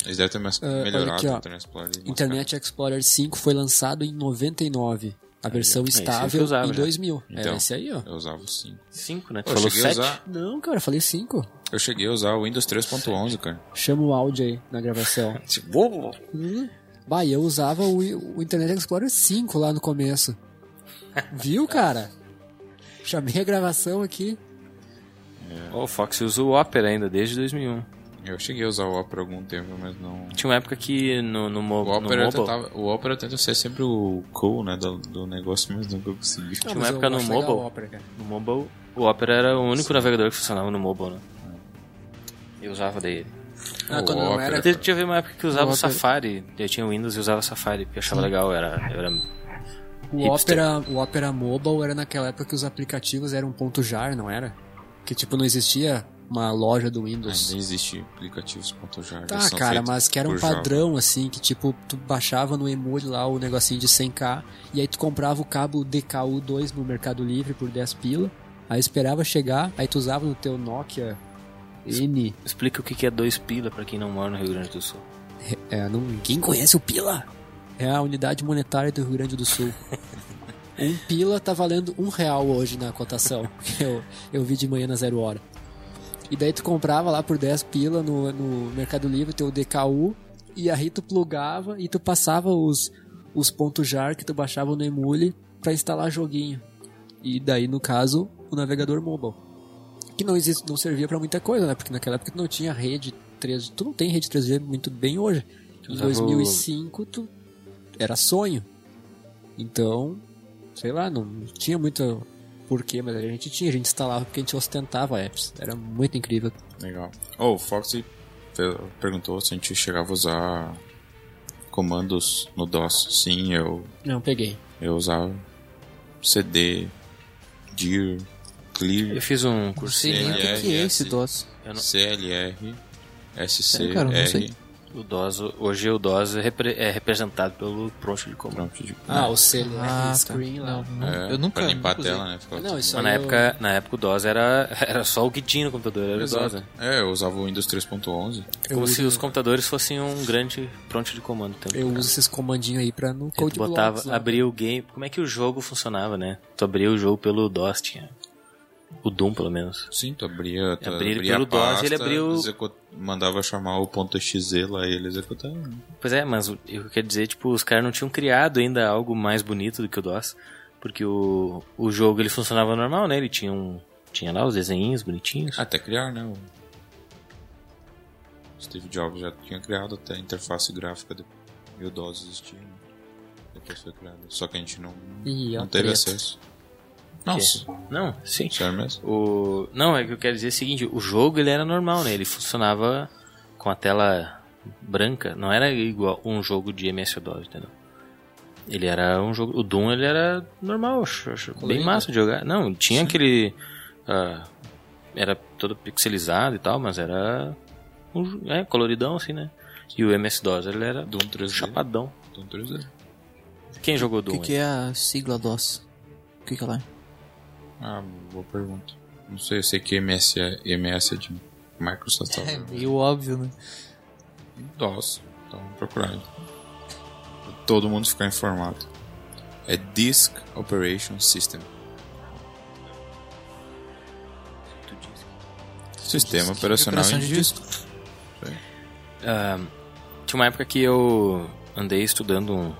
Speaker 3: Eles devem ter mas-
Speaker 2: É, olha
Speaker 3: melhorado
Speaker 2: aqui, ó.
Speaker 3: o Internet Explorer. e
Speaker 2: Internet Explorer 5 foi lançado em 99. A versão
Speaker 1: esse eu
Speaker 2: estável
Speaker 1: usava
Speaker 2: em
Speaker 1: já.
Speaker 2: 2000.
Speaker 3: Então.
Speaker 2: é esse aí, ó.
Speaker 3: mascarada. Eu usava o 5.
Speaker 1: Cinco, né? Tu
Speaker 3: Eu
Speaker 1: falou
Speaker 3: cheguei a
Speaker 1: sete?
Speaker 3: usar-
Speaker 2: Não, cara, eu falei 5.
Speaker 3: Eu cheguei a usar o Windows 3.11, cara.
Speaker 2: Chama o áudio aí na gravação.
Speaker 1: Esse bobo.
Speaker 2: Hum. Bah, e eu usava o, o Internet Explorer 5 lá no começo. Viu, cara? Chamei a gravação aqui.
Speaker 1: Ó, o Fox usa o Opera ainda, desde 2001.
Speaker 3: Eu cheguei a usar o Opera algum tempo, mas não.
Speaker 2: Tipo,
Speaker 1: Tinha uma época que no, no, mo
Speaker 3: O
Speaker 1: no
Speaker 3: Opera, eu
Speaker 1: mobile...
Speaker 3: tentava, o Opera tenta ser sempre o cool, né, do, do negócio, mas nunca consegui.
Speaker 2: Tá,
Speaker 1: Tinha uma época no mobile, no mobile, o Opera era o único navegador que funcionava no mobile, né? Eu usava daí.
Speaker 2: Ah,
Speaker 3: O
Speaker 2: quando não
Speaker 3: Opera.
Speaker 2: era.
Speaker 1: Até tinha uma época que usava o
Speaker 4: Opera-
Speaker 1: Safari, eu tinha o Windows e usava o Safari, porque eu achava legal, era, era...
Speaker 2: O
Speaker 1: Hipster.
Speaker 2: Opera, o Opera Mobile era naquela época que os aplicativos eram um ponto .jar, não era? Que tipo, não existia uma loja do Windows.
Speaker 3: Ainda existe aplicativos ponto .jar.
Speaker 2: Tá,
Speaker 3: eles são
Speaker 2: cara,
Speaker 3: feitos
Speaker 2: mas que era um
Speaker 3: por Java.
Speaker 2: padrão, assim, que tipo, tu baixava no emule lá o negocinho de 100k, e aí tu comprava o cabo DKU2 no Mercado Livre por 10 pila, aí esperava chegar, aí tu usava no teu Nokia N.
Speaker 1: Explica o que que é dois pila pra quem não mora no Rio Grande do Sul.
Speaker 2: É, não, ninguém conhece o pila? É a unidade monetária do Rio Grande do Sul. um pila tá valendo um real hoje na cotação. que Eu, eu vi de manhã na zero hora. E daí tu comprava lá por 10 pila no, no Mercado Livre teu DKU e aí tu plugava e tu passava os, os pontos jar que tu baixava no Emule pra instalar joguinho. E daí, no caso, o navegador mobile. Que não existe, não servia pra muita coisa, né? Porque naquela época tu não tinha rede 3G. Tu não tem rede 3G muito bem hoje. Em
Speaker 1: Usava o-
Speaker 2: 2005 tu era sonho. Então, sei lá, não tinha muito porquê, mas a gente tinha, a gente instalava porque a gente ostentava apps. Era muito incrível.
Speaker 3: Legal. Oh, o Foxy pe- perguntou se a gente chegava a usar comandos no DOS. Sim, eu,
Speaker 2: Não, peguei.
Speaker 3: eu usava CD, DIR,
Speaker 1: Eu
Speaker 3: clear,
Speaker 1: fiz um
Speaker 4: Sei
Speaker 1: cursinho,
Speaker 4: nem o
Speaker 1: né?
Speaker 4: que, que é
Speaker 3: CLS.
Speaker 4: esse DOS.
Speaker 1: Eu não-
Speaker 3: CLR,
Speaker 4: Sério, cara, eu não sei.
Speaker 3: SCR,
Speaker 1: O DOS, hoje o DOS é, repre- é representado pelo pronto de comando.
Speaker 3: prompt de
Speaker 2: Ah, o CLR
Speaker 4: Ah, tá.
Speaker 2: Screen lá.
Speaker 4: Não, não,
Speaker 3: É,
Speaker 4: eu nunca.
Speaker 3: Pra limpar
Speaker 4: nunca
Speaker 3: a
Speaker 4: usei.
Speaker 3: tela, né?
Speaker 1: Ah,
Speaker 3: Ficava
Speaker 2: Não,
Speaker 3: tudo-
Speaker 2: isso
Speaker 1: Mas Então, na época, na época o DOS era, era só o que tinha no computador, era o DOS,
Speaker 3: Exato.
Speaker 1: né?
Speaker 3: É, eu usava o Windows 3.11.
Speaker 2: Eu
Speaker 1: Como se
Speaker 2: uso-
Speaker 1: os computadores fossem um grande pronto de comando. o Tempo.
Speaker 2: Eu uso esses comandinhos aí pra no
Speaker 1: Você
Speaker 2: code
Speaker 1: botava,
Speaker 2: blocks né? lá.
Speaker 1: abria o game. Como é que o jogo funcionava, né? Tu abria o jogo pelo DOS, tinha. O Doom, pelo menos.
Speaker 3: Sim, tu abria, tu
Speaker 1: Abria ele
Speaker 3: abria
Speaker 1: pelo
Speaker 3: a
Speaker 1: DOS,
Speaker 3: pasta,
Speaker 1: ele abriu-
Speaker 3: execu- mandava chamar o ponto .exe lá e ele executava. né?
Speaker 1: Pois é, mas o- eu quero dizer, tipo, os caras não tinham criado ainda algo mais bonito do que o DOS. Porque o, o jogo ele funcionava normal, né? Ele tinha um. Tinha lá os desenhinhos bonitinhos.
Speaker 3: Até criar, né? O Steve Jobs já tinha criado até a interface gráfica do... e o DOS existia. né? Depois foi criado. Só que a gente não,
Speaker 2: Ih, ó,
Speaker 3: não teve
Speaker 2: treta.
Speaker 3: acesso. Não, s-
Speaker 1: Não, sim.
Speaker 3: sério mesmo?
Speaker 1: O... Não, é que eu quero dizer o seguinte, o jogo ele era normal, né? Ele funcionava com a tela branca, não era igual um jogo de MS-DOS, entendeu? Ele era um jogo... O Doom, ele era normal, acho- acho bem
Speaker 3: Colorido.
Speaker 1: massa de jogar. Não, tinha aquele... ah, era todo pixelizado e tal, mas era... um jo- é, coloridão, assim, né? E o MS-DOS, ele era
Speaker 3: Doom 3D.
Speaker 1: chapadão.
Speaker 3: Doom 3D.
Speaker 1: Quem jogou
Speaker 4: O
Speaker 1: Doom?
Speaker 4: que, que é a sigla DOS? O que, que ela é?
Speaker 3: Ah, boa pergunta. Não sei, eu sei que MS é, MS é de Microsoft.
Speaker 4: É
Speaker 3: talvez.
Speaker 4: meio óbvio, né?
Speaker 3: DOS. Então vamos procurar. aí. Todo mundo ficar informado. É Disk Operation System. Sistema operacional
Speaker 4: Operação
Speaker 3: em
Speaker 4: de
Speaker 3: disco.
Speaker 4: disco.
Speaker 1: Ah, tinha uma época que eu andei estudando um-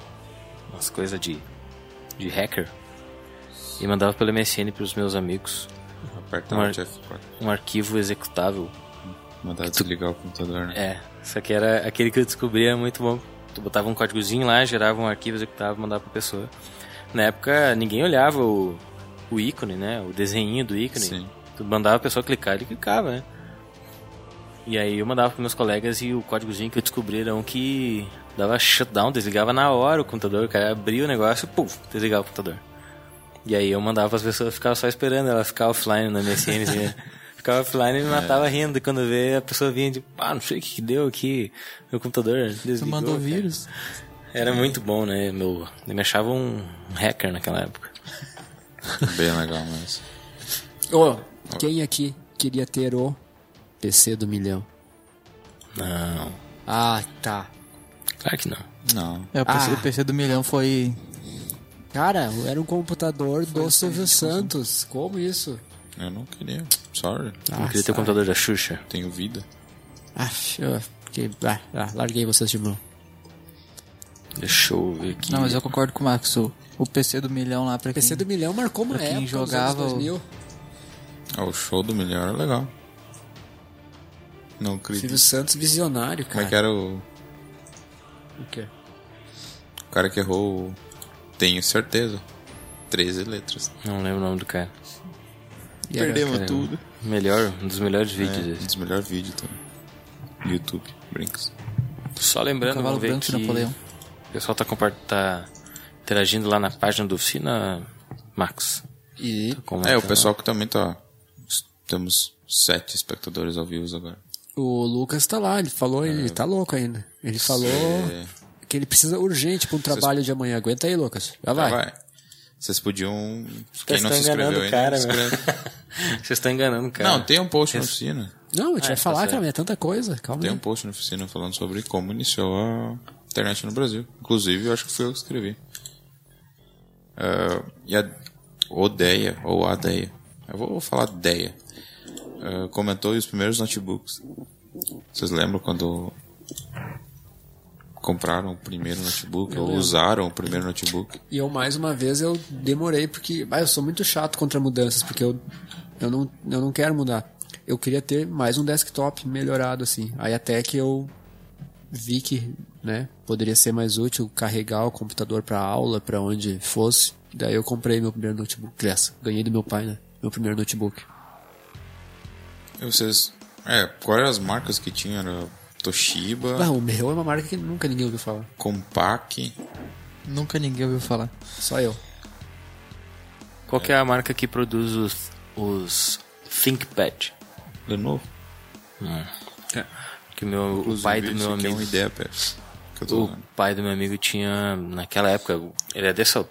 Speaker 1: umas coisas de, de hacker e mandava pelo MSN para os meus amigos
Speaker 3: Aperta
Speaker 1: Mar-
Speaker 3: o F4.
Speaker 1: um arquivo executável.
Speaker 3: Mandar desligar o computador, né?
Speaker 1: É, só que era aquele que eu descobri é muito bom. Tu botava um códigozinho lá, gerava um arquivo, executava, mandava pra pessoa. Na época ninguém olhava o, o ícone, né? O desenhinho do ícone.
Speaker 3: Sim.
Speaker 1: Tu mandava a pessoa clicar, ele clicava, né? E aí eu mandava pros meus colegas e o códigozinho que eu descobri era um que dava shutdown, desligava na hora o computador, o cara abria o negócio, puf, desligava o computador. E aí eu mandava as pessoas ficar só esperando ela ficar offline na MSN, assim, né? ficava offline e me matava rindo. E quando vê, a pessoa vinha de, ah, não sei o que que deu aqui, meu computador desligou.
Speaker 4: mandou
Speaker 1: cara."
Speaker 4: vírus.
Speaker 1: Era muito bom, né? Meu, eu me achava um hacker naquela época.
Speaker 3: Bem legal, mas.
Speaker 2: Ô, quem aqui queria ter o PC do milhão?
Speaker 1: Não,
Speaker 2: Ah, tá.
Speaker 1: claro que não.
Speaker 3: Não.
Speaker 4: É, o PC,
Speaker 2: Ah.
Speaker 4: o PC do milhão foi.
Speaker 2: Cara, era um computador do Silvio Santos. Como isso?
Speaker 3: Eu não queria. Sorry.
Speaker 4: Ah.
Speaker 1: Eu queria ter o computador da Xuxa.
Speaker 3: Tenho vida.
Speaker 2: Ah, eu fiquei- ah, ah, larguei vocês de mão.
Speaker 1: Deixa eu ver aqui.
Speaker 4: Não, mas eu concordo com o Max. O, o PC do milhão lá pra quem...
Speaker 2: PC do milhão marcou uma
Speaker 4: pra quem
Speaker 2: época nos
Speaker 4: jogava
Speaker 2: anos
Speaker 4: o-
Speaker 2: 2000.
Speaker 3: Ah, o show do milhão era legal. Não acredito.
Speaker 2: Silvio Santos visionário,
Speaker 3: Como é
Speaker 2: cara.
Speaker 3: que era o,
Speaker 2: O quê?
Speaker 3: o cara que errou? o- Tenho certeza. 13 letras.
Speaker 1: Não lembro o nome do cara.
Speaker 2: E era-
Speaker 3: Perdemos
Speaker 1: cara,
Speaker 3: tudo.
Speaker 1: Melhor, um dos melhores
Speaker 3: É,
Speaker 1: vídeos.
Speaker 3: um
Speaker 1: esse.
Speaker 3: dos melhores vídeos também. YouTube, Brinks.
Speaker 1: Só lembrando,
Speaker 4: é Cavalo
Speaker 1: vamos ver
Speaker 4: Branco de
Speaker 1: aqui.
Speaker 4: Napoleão.
Speaker 1: O pessoal tá, compar- tá interagindo lá na página do oficina, Max.
Speaker 2: E
Speaker 1: Como
Speaker 3: É, o
Speaker 1: tá
Speaker 3: pessoal que também tá. Temos sete espectadores ao vivo agora.
Speaker 2: o Lucas tá lá, ele falou,
Speaker 3: É.
Speaker 2: ele tá louco ainda. Ele falou que ele precisa urgente pra um trabalho de amanhã. Aguenta aí, Lucas. Já vai.
Speaker 3: Vai. Vocês podiam. Quem não
Speaker 1: estão
Speaker 3: se
Speaker 1: enganando
Speaker 3: inscreveu
Speaker 1: o
Speaker 3: ainda,
Speaker 1: cara,
Speaker 3: se
Speaker 1: meu.
Speaker 3: inscreve.
Speaker 1: lá? Vocês estão enganando, cara.
Speaker 2: É.
Speaker 3: Não, tem um post na oficina.
Speaker 2: Não, a gente
Speaker 1: Ah, tá
Speaker 2: vai falar,
Speaker 1: certo.
Speaker 2: cara, mas é tanta coisa. Calma
Speaker 3: Tem
Speaker 1: Né?
Speaker 2: aí.
Speaker 3: um post na oficina falando sobre como iniciou a internet no Brasil. Inclusive, eu acho que fui eu que escrevi. Ah, e a Odeia, ou Adeia, eu vou falar Deia, ah, comentou os primeiros notebooks. Vocês lembram quando compraram o primeiro notebook, ou usaram o primeiro notebook?
Speaker 2: E eu, mais uma vez, eu demorei porque... Ah, eu sou muito chato contra mudanças, porque eu, eu, não, eu não quero mudar. Eu queria ter mais um desktop melhorado, assim. Aí até que eu vi que, né, poderia ser mais útil carregar o computador pra aula, pra onde fosse. Daí eu comprei meu primeiro notebook. Graça, ganhei do meu pai, né? Meu primeiro notebook.
Speaker 3: E vocês... É, quais eram as marcas que tinham? Era Toshiba,
Speaker 2: Ah, o meu é uma marca que nunca ninguém ouviu falar.
Speaker 3: Compaq...
Speaker 4: Nunca ninguém ouviu falar.
Speaker 2: Só eu.
Speaker 1: Qual que é a marca que produz os, os ThinkPad?
Speaker 3: Lenovo.
Speaker 1: Que o meu o pai do meu
Speaker 3: É
Speaker 1: amigo.
Speaker 3: uma ideia, Pedro, que eu tô
Speaker 1: O
Speaker 3: dando.
Speaker 1: pai do meu amigo tinha, naquela época, ele é dessa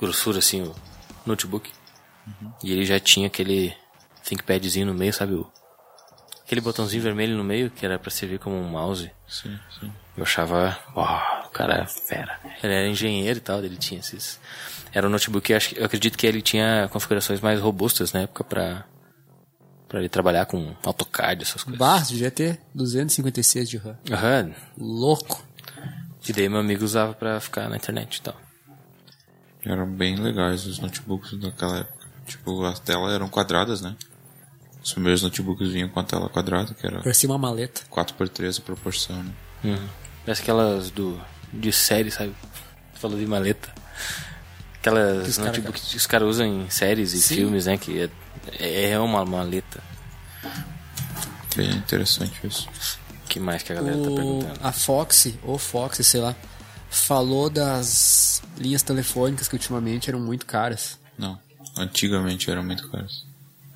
Speaker 1: grossura assim, o notebook. E ele já tinha aquele ThinkPadzinho no meio, sabe? O, aquele botãozinho vermelho no meio que era pra servir como um mouse.
Speaker 3: Sim, sim.
Speaker 1: Eu achava, ó, o cara é fera. Ele era engenheiro e tal, ele tinha esses. Era um notebook, eu, acho, que- eu acredito que ele tinha configurações mais robustas na época pra, pra ele trabalhar com AutoCAD, essas coisas.
Speaker 2: Barra do GT, 256 de RAM.
Speaker 1: Aham.
Speaker 2: Louco.
Speaker 1: E daí meu amigo usava pra ficar na internet e tal.
Speaker 3: Eram bem legais os notebooks daquela época. Tipo, as telas eram quadradas, né? Os primeiros notebooks vinham com a tela quadrada, que era
Speaker 2: Parecia uma maleta.
Speaker 3: 4x3 a proporção, né?
Speaker 1: Parece aquelas do, de série, sabe? Tu falou de maleta. Aquelas
Speaker 2: os cara-
Speaker 1: notebooks que os caras usam em séries e
Speaker 2: Sim.
Speaker 1: filmes, né? Que é, é uma maleta.
Speaker 3: Bem interessante isso.
Speaker 1: O que mais que a galera tá
Speaker 2: O-
Speaker 1: perguntando?
Speaker 2: a Fox, ou Fox, sei lá, falou das linhas telefônicas que ultimamente eram muito caras.
Speaker 3: Não, antigamente eram muito caros.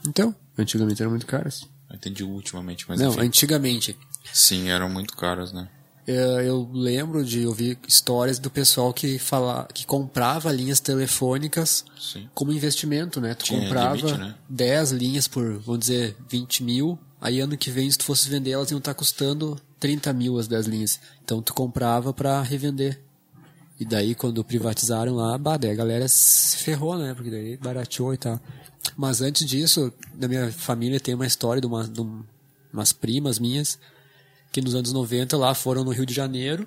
Speaker 2: Então, antigamente eram muito caras.
Speaker 3: Eu entendi ultimamente, mas
Speaker 2: Não,
Speaker 3: enfim.
Speaker 2: antigamente.
Speaker 3: Sim, eram muito caros, né?
Speaker 2: Eu, eu lembro de ouvir histórias do pessoal que fala, que comprava linhas telefônicas
Speaker 3: Sim.
Speaker 2: como investimento, né? Tu
Speaker 3: Tinha
Speaker 2: comprava
Speaker 3: limite, né?
Speaker 2: 10 linhas por, vamos dizer, 20 mil. Aí ano que vem, se tu fosse vender, elas iam estar custando 30 mil as 10 linhas. Então tu comprava pra revender. E daí quando privatizaram lá, bah, daí a galera se ferrou, né? Porque daí barateou e tal. Mas antes disso, na minha família tem uma história de, uma, de um- umas primas minhas que nos anos 90 lá foram no Rio de Janeiro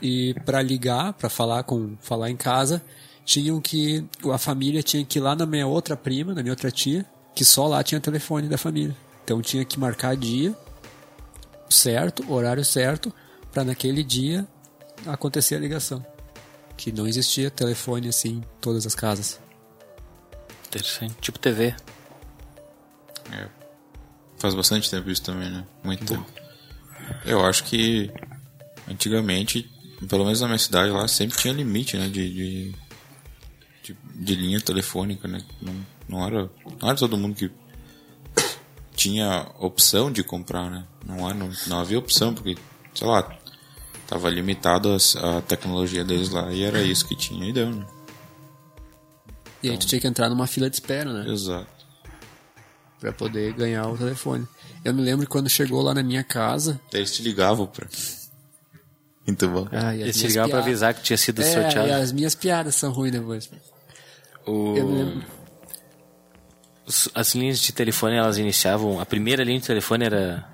Speaker 2: e para ligar, para falar com falar em casa, tinham que a família tinha que ir lá na minha outra prima, na minha outra tia, que só lá tinha telefone da família. Então tinha que marcar dia certo, horário certo, para naquele dia acontecer a ligação. Que não existia telefone assim em todas as casas.
Speaker 1: Interessante. Tipo TV.
Speaker 3: É. Faz bastante tempo isso também, né? Muito tempo. Eu acho que antigamente, pelo menos na minha cidade lá, sempre tinha limite, né? De, de, de, de linha telefônica, né? Não, não, era, não era todo mundo que tinha opção de comprar, né? Não, há- não, não havia opção, porque, sei lá, tava limitado as- a tecnologia deles lá e era isso que tinha e deu, né?
Speaker 2: E aí tu tinha que entrar numa fila de espera, né?
Speaker 3: Exato.
Speaker 2: Pra poder ganhar o telefone. Eu me lembro quando chegou lá na minha casa.
Speaker 3: Daí eles te ligavam pra. Muito bom.
Speaker 2: Ah, e as
Speaker 1: Eles
Speaker 2: minhas
Speaker 1: ligavam pra
Speaker 2: piadas-
Speaker 1: avisar que tinha sido
Speaker 2: É,
Speaker 1: sorteado.
Speaker 2: e as minhas piadas são ruins depois.
Speaker 1: O-
Speaker 2: Eu me lembro.
Speaker 1: os- As linhas de telefone elas iniciavam. A primeira linha de telefone era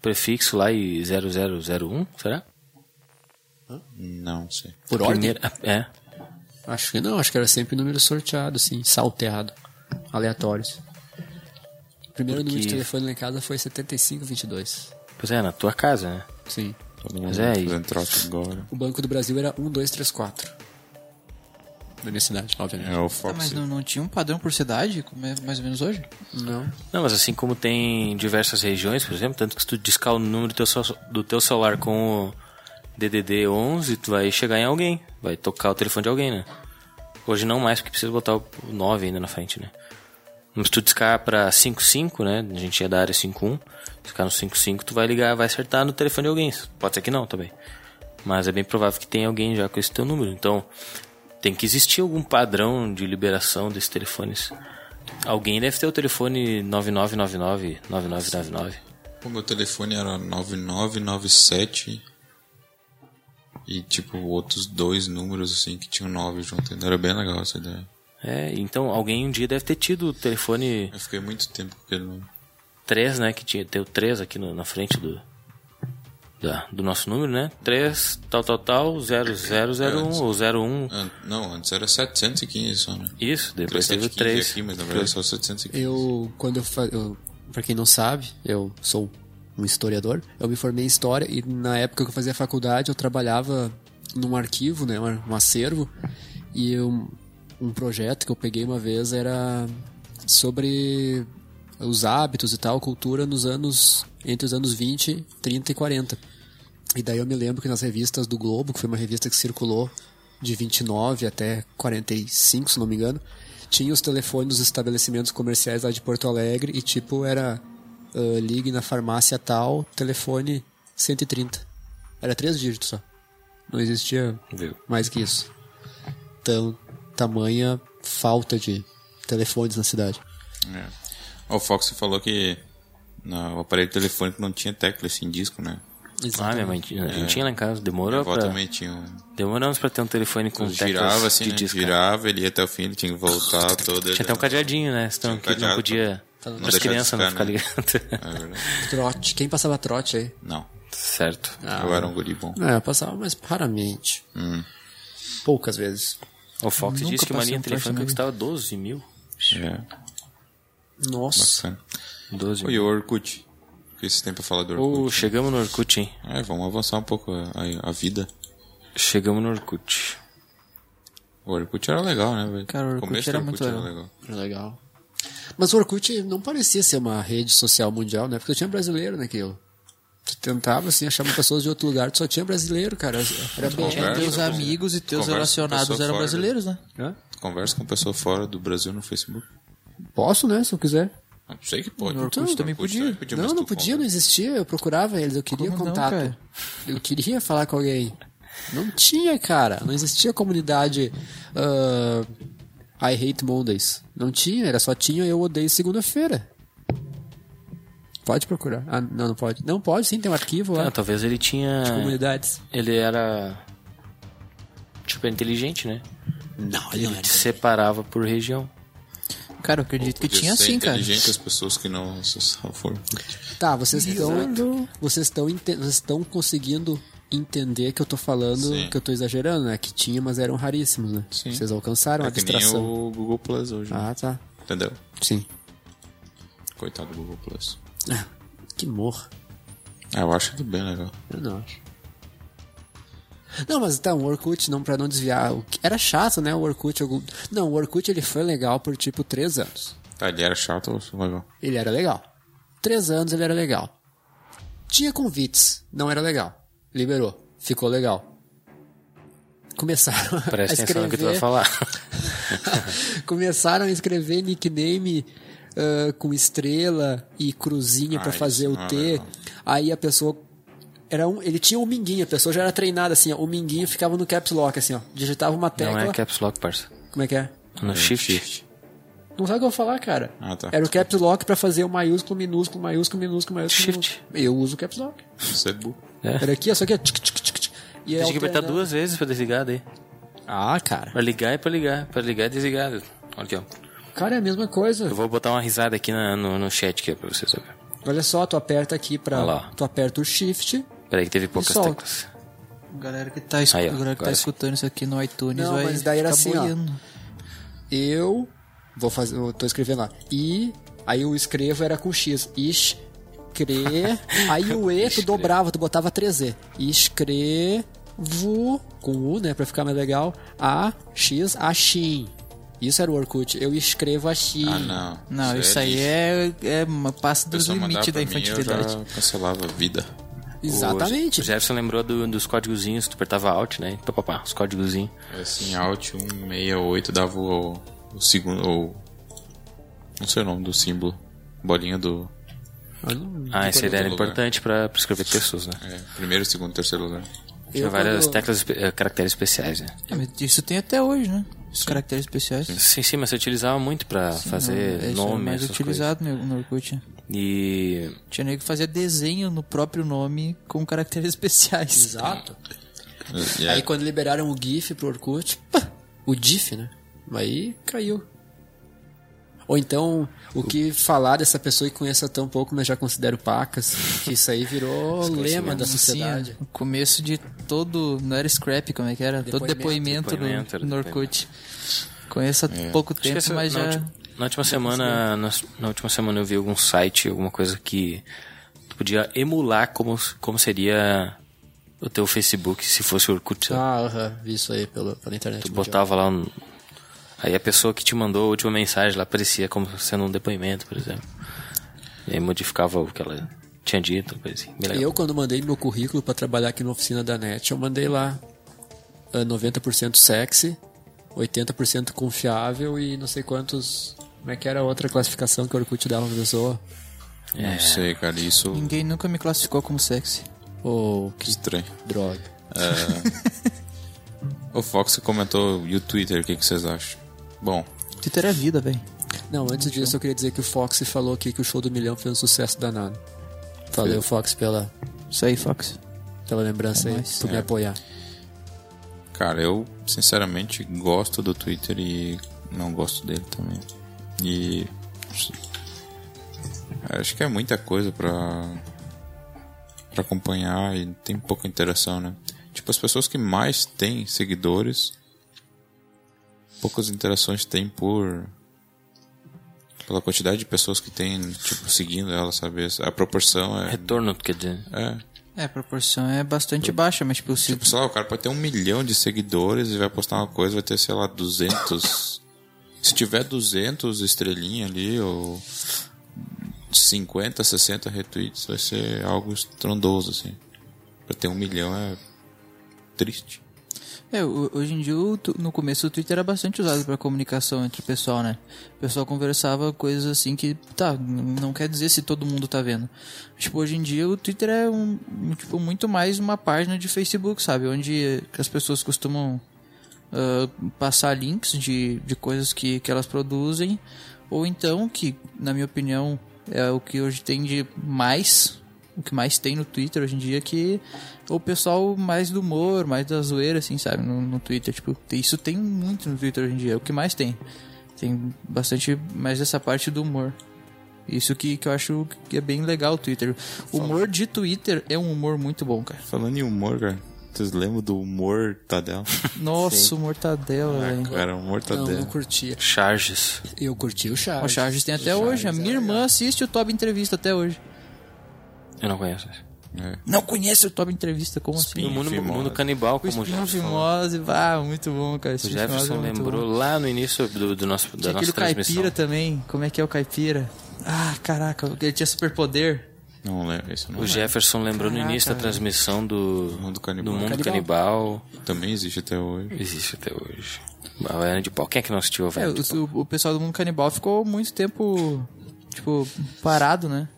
Speaker 1: prefixo lá e 0001, será?
Speaker 3: Não sei.
Speaker 2: Por
Speaker 1: primeira, É.
Speaker 2: Acho que não, acho que era sempre número sorteado, assim, salteado. Aleatórios. O primeiro número de telefone lá em casa foi 7522.
Speaker 1: Pois é, na tua casa, né?
Speaker 2: Sim.
Speaker 3: Todo mundo
Speaker 1: Mas é
Speaker 3: fazendo trote agora.
Speaker 2: O Banco do Brasil era 1234. Na minha cidade, obviamente.
Speaker 3: É o
Speaker 4: Ah, mas
Speaker 3: Fox.
Speaker 4: não, não tinha um padrão por cidade, como é mais ou menos hoje?
Speaker 2: Não.
Speaker 1: Não, mas assim como tem em diversas regiões, por exemplo, tanto que se tu discar o número do teu, so- do teu celular com o DDD 11, tu vai chegar em alguém, vai tocar o telefone de alguém, né? Hoje não mais, porque precisa botar o 9 ainda na frente, né? Mas se tu discar pra 55, né? A gente é da área 51. Discar no 55, tu vai ligar, vai acertar no telefone de alguém. Pode ser que não também. Mas é bem provável que tenha alguém já com esse teu número. Então, tem que existir algum padrão de liberação desses telefones. Alguém deve ter o telefone 9999 9999.
Speaker 3: O meu telefone era 9997 e tipo outros dois números assim que tinham nove junto. Era bem legal essa ideia.
Speaker 1: É, então alguém um dia deve ter tido o telefone
Speaker 3: Eu fiquei muito tempo com aquele número.
Speaker 1: 3, né? Que tinha, tem o 3 aqui no- na frente do, da- do nosso número, né? 3, tal, tal, tal, 0001 ou 01.
Speaker 3: An- Ah, Não, antes era 715 só, né?
Speaker 1: Isso, depois teve o
Speaker 3: 315
Speaker 1: 3.
Speaker 3: aqui, mas na verdade é só 715.
Speaker 2: Eu, quando eu, fa- eu pra quem não sabe, eu sou um historiador, eu me formei em História e na época que eu fazia faculdade eu trabalhava num arquivo, né, um um acervo, e eu- um projeto que eu peguei uma vez era sobre os hábitos e tal, cultura nos anos, entre os anos 20, 30 e 40. E daí eu me lembro que nas revistas do Globo, que foi uma revista que circulou de 29 até 45, se não me engano, tinha os telefones dos estabelecimentos comerciais lá de Porto Alegre e tipo era ah, ligue na farmácia tal, telefone 130. Era três dígitos só. Não existia
Speaker 1: Viu?
Speaker 2: mais que isso. Então, tamanha falta de telefones na cidade.
Speaker 3: É. Ó, O Fox falou que na- o aparelho telefônico não tinha tecla, assim, disco, né?
Speaker 1: Ah, minha mãe tinha, eu tinha lá em casa,
Speaker 3: É. Minha
Speaker 1: demorou
Speaker 3: avó
Speaker 1: pra,
Speaker 3: também tinha um.
Speaker 1: demoramos pra ter um telefone com teclas
Speaker 3: Girava assim,
Speaker 1: de
Speaker 3: né?
Speaker 1: disco.
Speaker 3: girava, ele ia até o fim, ele tinha que voltar todo.
Speaker 1: Tinha até um cadeadinho, né? Senão
Speaker 3: Tinha um
Speaker 1: que não
Speaker 3: cadeado
Speaker 1: podia.
Speaker 3: pra não
Speaker 1: Para as
Speaker 3: deixar
Speaker 1: crianças não ficar
Speaker 3: discar, né?
Speaker 1: ligando.
Speaker 3: É verdade.
Speaker 2: Ah. Trote. Quem passava trote aí?
Speaker 3: Não,
Speaker 1: certo.
Speaker 3: eu era um guri bom.
Speaker 2: Ah, eu passava, mas raramente. Poucas vezes.
Speaker 1: O Fox
Speaker 4: Nunca
Speaker 1: disse que uma
Speaker 4: passei
Speaker 1: linha
Speaker 4: um trote
Speaker 1: telefônica
Speaker 4: na
Speaker 1: custava 12 mil.
Speaker 3: É,
Speaker 2: Nossa.
Speaker 3: bacana.
Speaker 1: 12
Speaker 3: Oi, o Orkut. O que vocês têm pra falar do Orkut?
Speaker 1: Oh, chegamos no Orkut, hein?
Speaker 3: É, vamos avançar um pouco a, a- a vida.
Speaker 1: Chegamos no Orkut.
Speaker 3: O Orkut era legal, né, velho?
Speaker 4: Cara, o Orkut
Speaker 3: começo do
Speaker 4: era muito legal.
Speaker 2: Legal. Mas o Orkut não parecia ser uma rede social mundial, né? Porque eu tinha brasileiro naquilo. Tu tentava, assim, achar pessoas de outro lugar, tu só tinha brasileiro, cara. Era bem...
Speaker 4: É,
Speaker 3: Conversa
Speaker 4: teus
Speaker 3: com-
Speaker 4: amigos e teus
Speaker 3: conversa com
Speaker 4: relacionados
Speaker 3: pessoa
Speaker 4: eram
Speaker 3: fora,
Speaker 4: brasileiros, né?
Speaker 3: Tu Conversa com pessoa fora do Brasil no Facebook.
Speaker 2: Posso, né? Se eu quiser.
Speaker 3: Ah, Não sei que pode.
Speaker 4: No Orkut
Speaker 3: No
Speaker 4: também podia. né?
Speaker 3: também podia, mas
Speaker 2: não, não
Speaker 3: tu
Speaker 2: podia, não
Speaker 3: conversa.
Speaker 2: existia. Eu procurava eles, eu queria
Speaker 4: Como não,
Speaker 2: contato.
Speaker 4: cara?
Speaker 2: eu queria falar com alguém. Não tinha, cara. Não existia comunidade ah, I Hate Mondays. Não tinha, era só tinha Eu Odeio Segunda-feira. Pode procurar. Ah, não, não pode. Não pode, sim, tem um arquivo
Speaker 4: Tá,
Speaker 2: lá.
Speaker 1: Ah, talvez ele tinha.
Speaker 2: É. um comunidades.
Speaker 1: Ele era. Tipo, inteligente, né?
Speaker 2: Não,
Speaker 1: Ele te separava por região.
Speaker 4: Cara, eu acredito que
Speaker 3: Podia
Speaker 4: tinha
Speaker 3: ser
Speaker 4: sim, cara.
Speaker 3: inteligente as pessoas que não acessavam foram.
Speaker 2: Tá, vocês estão. Vocês estão ente- vocês estão conseguindo entender que eu tô falando,
Speaker 3: Sim.
Speaker 2: que eu tô exagerando, né? Que tinha, mas eram raríssimos, né?
Speaker 3: Sim.
Speaker 2: Vocês alcançaram a
Speaker 3: É que nem
Speaker 2: distração.
Speaker 3: o Google Plus hoje. né?
Speaker 2: Ah, tá.
Speaker 3: Entendeu?
Speaker 2: Sim.
Speaker 3: Coitado do Google Plus.
Speaker 2: Que morra.
Speaker 3: Ah, eu acho que bem legal.
Speaker 2: Eu não acho. Não, mas tá, o Orkut, não, pra não desviar. o que- Era chato, né, o Orkut. algum- Não, o Orkut ele foi legal por tipo três anos.
Speaker 3: Tá, ele era chato ou foi legal?
Speaker 2: Ele era legal. Três anos ele era legal. Tinha convites, não era legal. Liberou, ficou legal. Começaram
Speaker 1: Presta
Speaker 2: a
Speaker 1: atenção
Speaker 2: escrever...
Speaker 1: no que tu vai falar.
Speaker 2: Começaram a escrever nickname ah, com estrela e cruzinha pra
Speaker 3: Ah,
Speaker 2: fazer
Speaker 3: isso
Speaker 2: o
Speaker 3: não é
Speaker 2: T.
Speaker 3: legal.
Speaker 2: Aí a pessoa era um, ele tinha um minguinho, a pessoa já era treinada assim, ó, o minguinho ficava no caps lock assim, ó. Digitava uma tecla.
Speaker 1: Não é caps lock, parça.
Speaker 2: Como é que é?
Speaker 1: No
Speaker 3: É,
Speaker 1: shift.
Speaker 2: Não sabe o que eu vou falar, cara.
Speaker 3: Ah, tá.
Speaker 2: Era o caps lock pra fazer o maiúsculo, minúsculo, maiúsculo, minúsculo, maiúsculo.
Speaker 1: Shift.
Speaker 2: minúsculo. Eu uso o caps lock.
Speaker 3: Isso é burro.
Speaker 1: É.
Speaker 2: Era aqui, ó, só que é tic tic tic tic. E é
Speaker 1: Tem que apertar
Speaker 2: alternando.
Speaker 1: duas vezes pra desligar daí.
Speaker 2: Ah, cara.
Speaker 1: Pra ligar e pra ligar. Pra ligar e desligar. Olha aqui, ó.
Speaker 2: Cara, é a mesma coisa.
Speaker 1: Eu vou botar uma risada aqui na- no, no chat aqui, ó, pra vocês saberem.
Speaker 2: Olha só, tu aperta aqui pra.
Speaker 1: Olha lá.
Speaker 2: Tu aperta o shift.
Speaker 1: Peraí que teve poucas
Speaker 2: solta.
Speaker 1: teclas.
Speaker 4: Galera que tá, escu-
Speaker 1: Aí, ó,
Speaker 4: galera que
Speaker 1: agora
Speaker 4: tá
Speaker 1: sim.
Speaker 4: escutando isso aqui no iTunes
Speaker 2: Não,
Speaker 4: vai
Speaker 2: mas daí era
Speaker 4: ficar
Speaker 2: assim, ó.
Speaker 4: boiando.
Speaker 2: Eu vou fazer. Eu tô escrevendo lá. I. Aí o escrevo era com X. Ish. Cre. Aí o E tu dobrava, tu botava 3E. Escrevo. Com U, né? Pra ficar mais legal. A. X. Axim. Isso era o Orkut. Eu escrevo Axim.
Speaker 3: Ah, não.
Speaker 4: Não, isso, aí
Speaker 3: lixo.
Speaker 4: é, é uma passa
Speaker 3: O
Speaker 4: dos
Speaker 3: pessoal mandava
Speaker 4: limites da
Speaker 3: pra mim,
Speaker 4: infantilidade.
Speaker 3: Eu já cancelava a vida.
Speaker 2: Exatamente.
Speaker 1: O
Speaker 3: é
Speaker 1: Jefferson lembrou do- dos códigozinhos, tu apertava Alt, né? Pá, pá, pá, os códigozinhos.
Speaker 3: Assim, Alt 168 dava o, o segundo. Ou, não sei o nome do símbolo. Bolinha do.
Speaker 2: Eu
Speaker 4: Hum,
Speaker 2: não-
Speaker 1: Ah, esse
Speaker 3: quando
Speaker 1: aí era
Speaker 3: tem lugar.
Speaker 1: importante pra, pra escrever textos, né?
Speaker 3: é, primeiro, segundo, terceiro lugar.
Speaker 1: Tinha
Speaker 2: eu
Speaker 1: várias
Speaker 2: quando-
Speaker 1: teclas, espe- eh, caracteres especiais, né?
Speaker 4: É, mas Isso tem até hoje, né? Os caracteres especiais.
Speaker 1: Sim, sim, mas você utilizava muito pra fazer
Speaker 4: Não, isso era
Speaker 1: nome,
Speaker 4: mais
Speaker 1: essas
Speaker 4: utilizado no, no Orkut.
Speaker 1: coisas. E
Speaker 4: Tinha nego que fazia desenho no próprio nome com caracteres especiais.
Speaker 2: Exato.
Speaker 3: E
Speaker 2: Aí quando liberaram o GIF pro Orkut, pá, o GIF, né? Aí caiu. Ou então, o que falar dessa pessoa que conheço há tão pouco, mas já considero pacas, que isso aí virou lema da sociedade.
Speaker 4: Sim, o começo de todo. Não era scrap, como é que era? todo
Speaker 1: Depoimento.
Speaker 4: depoimento, É.
Speaker 1: Depoimento,
Speaker 4: no,
Speaker 1: era
Speaker 4: no Orkut. Conheço há pouco
Speaker 1: Acho que
Speaker 4: tempo,
Speaker 1: essa-
Speaker 4: mas
Speaker 1: na,
Speaker 4: já.
Speaker 1: ulti- na última semana, na, na última semana eu vi algum site, alguma coisa que tu podia emular como, como seria o teu Facebook se fosse o Orkut. sabe?
Speaker 2: Ah, aham, vi isso aí pelo, pela internet.
Speaker 1: tu
Speaker 2: mundial.
Speaker 1: botava lá um- aí a pessoa que te mandou a última mensagem lá aparecia como sendo um depoimento, por exemplo. E aí modificava o que ela tinha dito, coisa assim. Bem legal.
Speaker 2: Eu, quando mandei meu currículo pra trabalhar aqui na oficina da NET, eu mandei lá ah, 90% sexy, 80% confiável e não sei quantos... Como é que era a outra classificação que o Orkut dava pra pessoa?
Speaker 4: É.
Speaker 3: Não sei, cara, isso
Speaker 4: Ninguém nunca me classificou como sexy.
Speaker 2: Ou
Speaker 3: que estranho.
Speaker 2: droga.
Speaker 3: O Fox comentou e o Twitter, o que, que vocês acham? Bom,
Speaker 4: Twitter é vida, velho.
Speaker 2: Não, antes disso eu queria dizer que o Fox falou aqui que o show do Milhão foi um sucesso danado. Valeu, Fox, pela,
Speaker 4: Isso aí, Fox.
Speaker 2: pela
Speaker 4: É
Speaker 2: lembrança aí, por me apoiar.
Speaker 3: cara, eu sinceramente gosto do Twitter e não gosto dele também. E. Acho que é muita coisa pra. pra acompanhar e tem pouca interação, né? Tipo, as pessoas que mais têm seguidores, poucas interações tem por. pela quantidade de pessoas que tem, tipo, seguindo ela, sabe? A proporção é.
Speaker 1: Retorno, quer dizer.
Speaker 3: é
Speaker 4: É, a proporção é bastante baixa, mas tipo, se
Speaker 3: Tipo, sei lá, o cara pode ter um milhão de seguidores e vai postar uma coisa, vai ter, sei lá, 200. Se tiver 200 estrelinhas ali, ou 50, 60 retweets, vai ser algo estrondoso, assim. Pra ter um milhão é triste.
Speaker 4: É, ho- hoje em dia, o tu- no começo, o Twitter era bastante usado pra comunicação entre o pessoal, né? O pessoal conversava coisas assim que, tá, n- não quer dizer se todo mundo tá vendo. Tipo, hoje em dia, o Twitter é, um, um, tipo, muito mais uma página de Facebook, sabe? Onde as pessoas costumam ah, passar links de, de coisas que, que elas produzem. Ou então, que, na minha opinião, é o que hoje tem de mais, o que mais tem no Twitter hoje em dia que o pessoal mais do humor, mais da zoeira, assim, sabe? No, no Twitter, tipo, tem- isso tem muito no Twitter hoje em dia, é o que mais tem. Tem bastante mais dessa parte do humor. Isso que, que eu acho que é bem legal o Twitter. O humor de Twitter é um humor muito bom, cara.
Speaker 3: Falando em humor, cara, vocês lembram do humor Tadel?
Speaker 4: Nossa, o Mortadela, velho.
Speaker 3: cara, o humor
Speaker 2: Não,
Speaker 3: Tadel.
Speaker 2: não curtia.
Speaker 1: Charges.
Speaker 2: Eu curti o Charles.
Speaker 4: O Charges tem até
Speaker 1: é
Speaker 4: hoje. A minha irmã assiste o Top Entrevista até hoje.
Speaker 1: Eu não conheço.
Speaker 3: É.
Speaker 4: Não conhece o Top Entrevista, como assim?
Speaker 1: No mundo,
Speaker 3: Fimose.
Speaker 1: mundo canibal,
Speaker 4: O
Speaker 1: como o
Speaker 4: Espinho
Speaker 1: Jefferson falou.
Speaker 4: Fimose, ah, muito bom, cara.
Speaker 1: O
Speaker 4: Espinho Fimose é
Speaker 1: Jefferson
Speaker 4: muito
Speaker 1: lembrou
Speaker 4: bom.
Speaker 1: lá no início do, do nosso, da
Speaker 4: Tinha aquele
Speaker 1: nossa transmissão.
Speaker 4: caipira também. Como é que é o caipira? Ah, caraca, ele tinha superpoder.
Speaker 3: Não lembro, isso eu não
Speaker 4: né?
Speaker 1: O
Speaker 3: lembro.
Speaker 1: Jefferson lembrou no início da transmissão do
Speaker 3: Mundo Canibal.
Speaker 1: do Mundo Canibal.
Speaker 3: Também existe até hoje.
Speaker 1: Existe até hoje. Baiana de pau. Quem é que não assistiu a
Speaker 4: É,
Speaker 1: Baiana de pau?
Speaker 4: o, o pessoal do mundo canibal ficou muito tempo tipo, parado, né?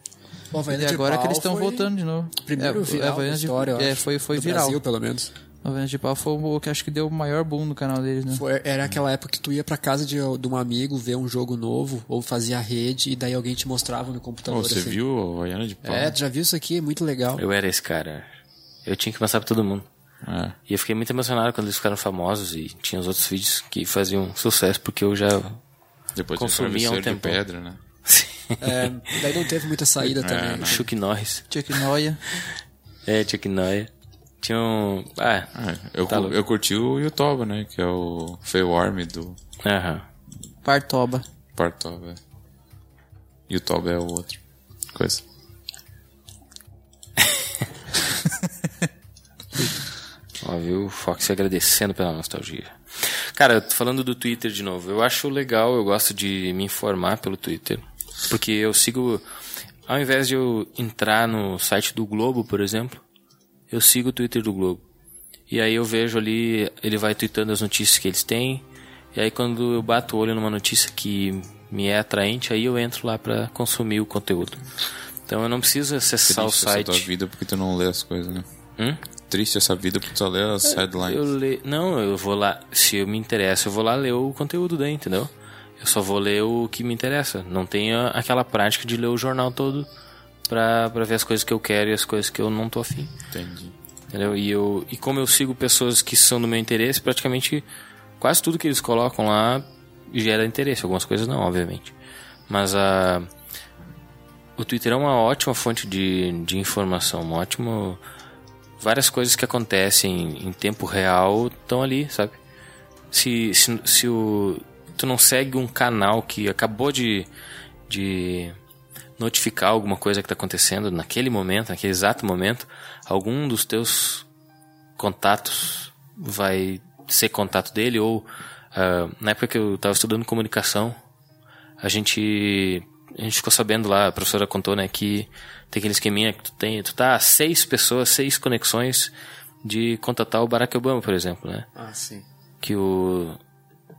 Speaker 2: Bom, a Havaiana
Speaker 4: E
Speaker 2: de
Speaker 4: agora
Speaker 2: pau
Speaker 4: que eles estão
Speaker 2: foi
Speaker 4: voltando de novo.
Speaker 2: Primeiro
Speaker 4: é,
Speaker 2: viral
Speaker 4: Havaianas
Speaker 2: da história,
Speaker 4: de,
Speaker 2: eu
Speaker 4: é,
Speaker 2: acho,
Speaker 4: foi, foi
Speaker 2: do
Speaker 4: viral.
Speaker 2: Brasil, pelo menos.
Speaker 4: Havaianas de pau foi o que acho que deu o maior boom no canal deles, né?
Speaker 2: Foi- era aquela época que tu ia pra casa de, de um amigo ver um jogo novo, ou fazia a rede, e daí alguém te mostrava no computador.
Speaker 3: Pô, você
Speaker 2: assim.
Speaker 3: viu a Havaiana de pau?
Speaker 2: É, tu já viu isso aqui? É muito legal.
Speaker 1: Eu era esse cara. Eu tinha que passar pra todo mundo.
Speaker 3: É.
Speaker 1: E eu fiquei muito emocionado quando eles ficaram famosos e tinha os outros vídeos que faziam sucesso, porque eu já.
Speaker 3: Depois
Speaker 1: Consumia
Speaker 3: Consumia
Speaker 1: um
Speaker 3: um
Speaker 1: tempão.
Speaker 3: pedra, né?
Speaker 2: É, daí não teve muita
Speaker 4: É.
Speaker 2: saída também. né?
Speaker 1: Chuck Norris.
Speaker 4: Chuck Noia.
Speaker 1: É, Chuck Norris. Tinha um. Ah,
Speaker 3: É, eu,
Speaker 1: Tá
Speaker 3: cu-
Speaker 1: louco.
Speaker 3: eu curti o Yutoba, né? Que é o Feiorm do
Speaker 1: aham.
Speaker 4: Partoba.
Speaker 3: Partoba. Yutoba é o outro. Coisa.
Speaker 1: Ó, viu? O Fox agradecendo pela nostalgia. Cara, falando do Twitter de novo, eu acho legal, eu gosto de me informar pelo Twitter. Porque eu sigo. Ao invés de eu entrar no site do Globo, por exemplo, eu sigo o Twitter do Globo. E aí eu vejo ali, ele vai tweetando as notícias que eles têm. E aí quando eu bato o olho numa notícia que me é atraente, aí eu entro lá pra consumir o conteúdo. Então eu não preciso acessar o
Speaker 3: Triste essa tua
Speaker 1: site.
Speaker 3: vida porque tu não lê as coisas, né?
Speaker 1: Hum? É,
Speaker 3: Triste essa vida porque tu só lê as headlines.
Speaker 1: Eu le... Não, eu vou lá. Se eu me interessa, eu vou lá ler o conteúdo daí, entendeu? Eu só vou ler o que me interessa. Não tenho aquela prática de ler o jornal todo pra, pra ver as coisas que eu quero e as coisas que eu não tô afim.
Speaker 3: Entendi.
Speaker 1: Entendeu? E, eu, e como eu sigo pessoas que são do meu interesse, praticamente quase tudo que eles colocam lá gera interesse. Algumas coisas não, obviamente. Mas a, o Twitter é uma ótima fonte de, de informação, uma ótima. Várias coisas que acontecem em tempo real estão ali, sabe? Se, se, se o, tu não segue um canal que acabou de, de notificar alguma coisa que está acontecendo naquele momento, naquele exato momento, algum dos teus contatos vai ser contato dele ou ah, na época que eu estava estudando comunicação a gente a gente ficou sabendo lá a professora contou né que tem aquele esqueminha que tu tem tu tá a seis pessoas seis conexões de contatar o Barack Obama por exemplo né
Speaker 2: Ah, sim.
Speaker 1: que o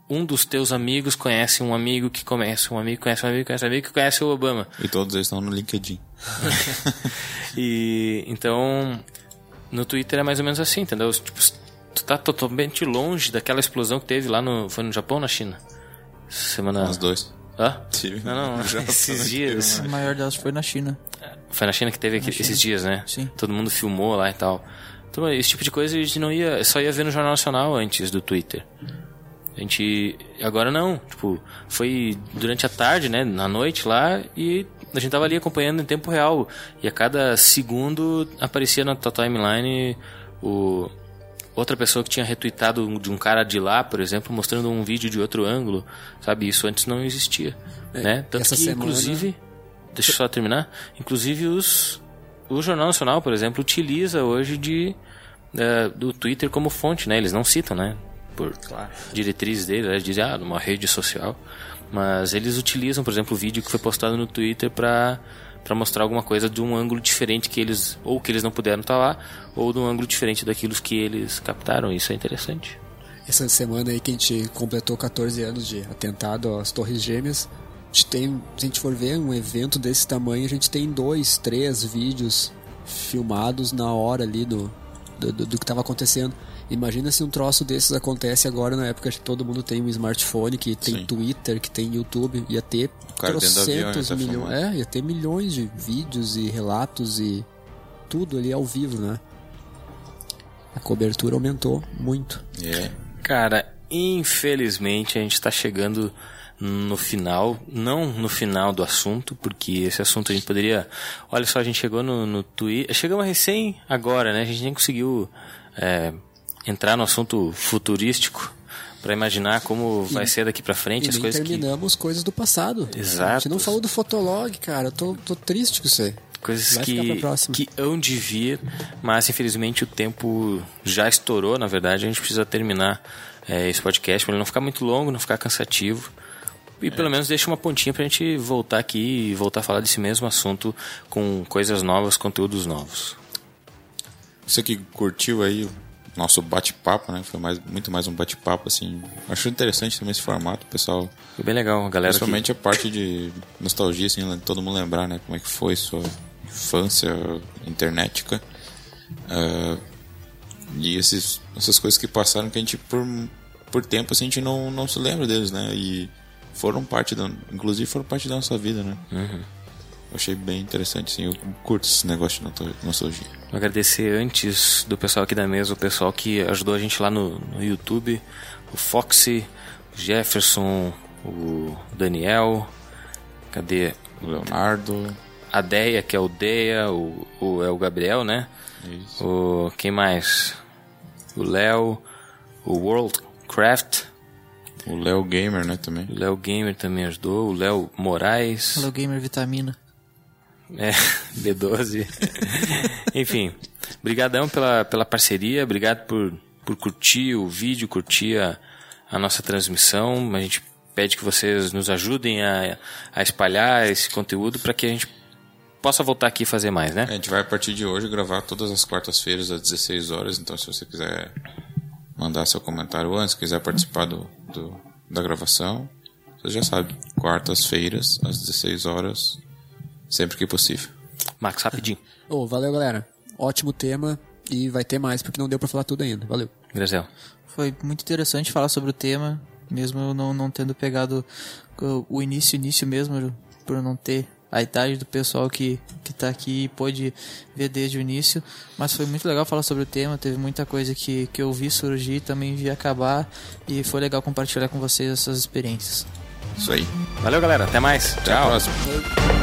Speaker 1: um dos teus amigos conhece um amigo que conhece um amigo conhece um amigo conhece um amigo que conhece o Obama
Speaker 3: E todos eles estão no LinkedIn.
Speaker 1: E então no Twitter é mais ou menos assim, entendeu? Tipo, tu tá totalmente longe daquela explosão que teve lá no foi no Japão ou na China? Semana
Speaker 3: Os dois.
Speaker 1: Hã?
Speaker 3: Tive.
Speaker 1: Ah. Não, não, esses dias. né?
Speaker 4: A maior delas foi na China.
Speaker 1: Foi na China que teve aqui- esses dias, né?
Speaker 4: Sim.
Speaker 1: Todo mundo filmou lá e tal. Então, esse tipo de coisa a gente não ia, só ia ver no Jornal Nacional antes do Twitter. A gente agora não, tipo, foi durante a tarde, né, na noite lá e a gente tava ali acompanhando em tempo real e a cada segundo aparecia na tua timeline o outra pessoa que tinha retweetado um- de um cara de lá, por exemplo, mostrando um vídeo de outro ângulo, sabe? Isso antes não existia, né? Tanto
Speaker 2: essa
Speaker 1: que
Speaker 2: semana-
Speaker 1: inclusive Deixa eu só terminar. Inclusive, os, o Jornal Nacional, por exemplo, utiliza hoje de, eh, do Twitter como fonte, né? Eles não citam, né? Por diretrizes deles, né? eles dizem, ah, numa rede social. Mas eles utilizam, por exemplo, o vídeo que foi postado no Twitter para para mostrar alguma coisa de um ângulo diferente que eles ou que eles não puderam estar lá ou de um ângulo diferente daquilo que eles captaram isso é interessante
Speaker 2: Essa semana aí que a gente completou 14 anos de atentado às Torres Gêmeas, a gente tem, se a gente for ver um evento desse tamanho, a gente tem dois, três vídeos filmados na hora ali do, do, do- do que estava acontecendo. Imagina se um troço desses acontece agora na época que todo mundo tem um smartphone, que tem
Speaker 3: Sim.
Speaker 2: Twitter, que tem YouTube, ia ter
Speaker 3: cara dentro do avião ia
Speaker 2: trocentos
Speaker 3: tá
Speaker 2: milhões, é, ia ter milhões de vídeos e relatos e tudo ali ao vivo, né? A cobertura aumentou muito.
Speaker 3: Yeah.
Speaker 1: Cara, infelizmente a gente está chegando no final, não no final do assunto, porque esse assunto a gente poderia. Olha só, a gente chegou no, no Twitter. Chegamos recém agora, né? A gente nem conseguiu é, entrar no assunto futurístico para imaginar como vai ser daqui para frente,
Speaker 2: E
Speaker 1: as
Speaker 2: nem
Speaker 1: coisas que,
Speaker 2: terminamos coisas do passado.
Speaker 1: Exato.
Speaker 2: A gente não falou do Fotolog, cara. Eu tô, tô triste com isso aí.
Speaker 1: coisas
Speaker 2: Vai ficar pra
Speaker 1: que,
Speaker 2: próxima.
Speaker 1: que hão de vir, mas infelizmente o tempo já estourou, na verdade, a gente precisa terminar é, esse podcast para ele não ficar muito longo, não ficar cansativo. E pelo
Speaker 2: É.
Speaker 1: menos deixa uma pontinha pra gente voltar aqui e voltar a falar desse mesmo assunto com coisas novas, conteúdos novos.
Speaker 3: Você que curtiu aí nosso bate-papo, né? Foi mais, muito mais um bate-papo, assim. Acho interessante também esse formato, pessoal.
Speaker 1: Foi bem legal, a galera. que-
Speaker 3: Principalmente a parte de nostalgia, assim, todo mundo lembrar, né? Como é que foi sua infância internetica. Ah, e esses, essas coisas que passaram que a gente, por, por tempo, assim, a gente não, não se lembra deles, né? E foram parte da... Inclusive foram parte da nossa vida, né? Eu achei bem interessante, assim. Eu curto esse negócio de noto- nostalgia.
Speaker 1: Vou agradecer antes do pessoal aqui da mesa, o pessoal que ajudou a gente lá no, no YouTube, o Foxy, o Jefferson, o Daniel, cadê?
Speaker 3: O Leonardo...
Speaker 1: A Deia, que é o Deia, o, o- é o Gabriel, né?
Speaker 3: Isso.
Speaker 1: O, quem mais? O Léo, o Worldcraft,
Speaker 3: O Léo Gamer, né, também.
Speaker 1: o Léo Gamer também ajudou, o Léo Moraes.
Speaker 4: Hello Gamer Vitamina.
Speaker 1: É, B12. Enfim, brigadão pela, pela parceria, obrigado por, por curtir o vídeo, curtir a, a nossa transmissão. A gente pede que vocês nos ajudem a, a espalhar esse conteúdo para que a gente possa voltar aqui e fazer mais, né?
Speaker 3: A gente vai a partir de hoje gravar todas as quartas-feiras às 16 horas, então se você quiser mandar seu comentário antes, quiser participar do, do- da gravação, você já sabe, quartas-feiras às 16 horas, sempre que possível.
Speaker 1: Max, rapidinho.
Speaker 2: Ô, valeu, galera. Ótimo tema e vai ter mais, porque não deu pra falar tudo ainda. Valeu.
Speaker 1: Grazel.
Speaker 4: Foi muito interessante falar sobre o tema, mesmo eu não, não tendo pegado o- o início, início mesmo, por eu não ter a idade do pessoal que, que tá aqui e pôde ver desde o início. Mas foi muito legal falar sobre o tema, teve muita coisa que, que eu vi surgir, também vi acabar, e foi legal compartilhar com vocês essas experiências.
Speaker 3: Isso aí.
Speaker 1: Valeu, galera. Até mais.
Speaker 3: Até a
Speaker 1: Tchau.
Speaker 3: próxima.
Speaker 2: Valeu.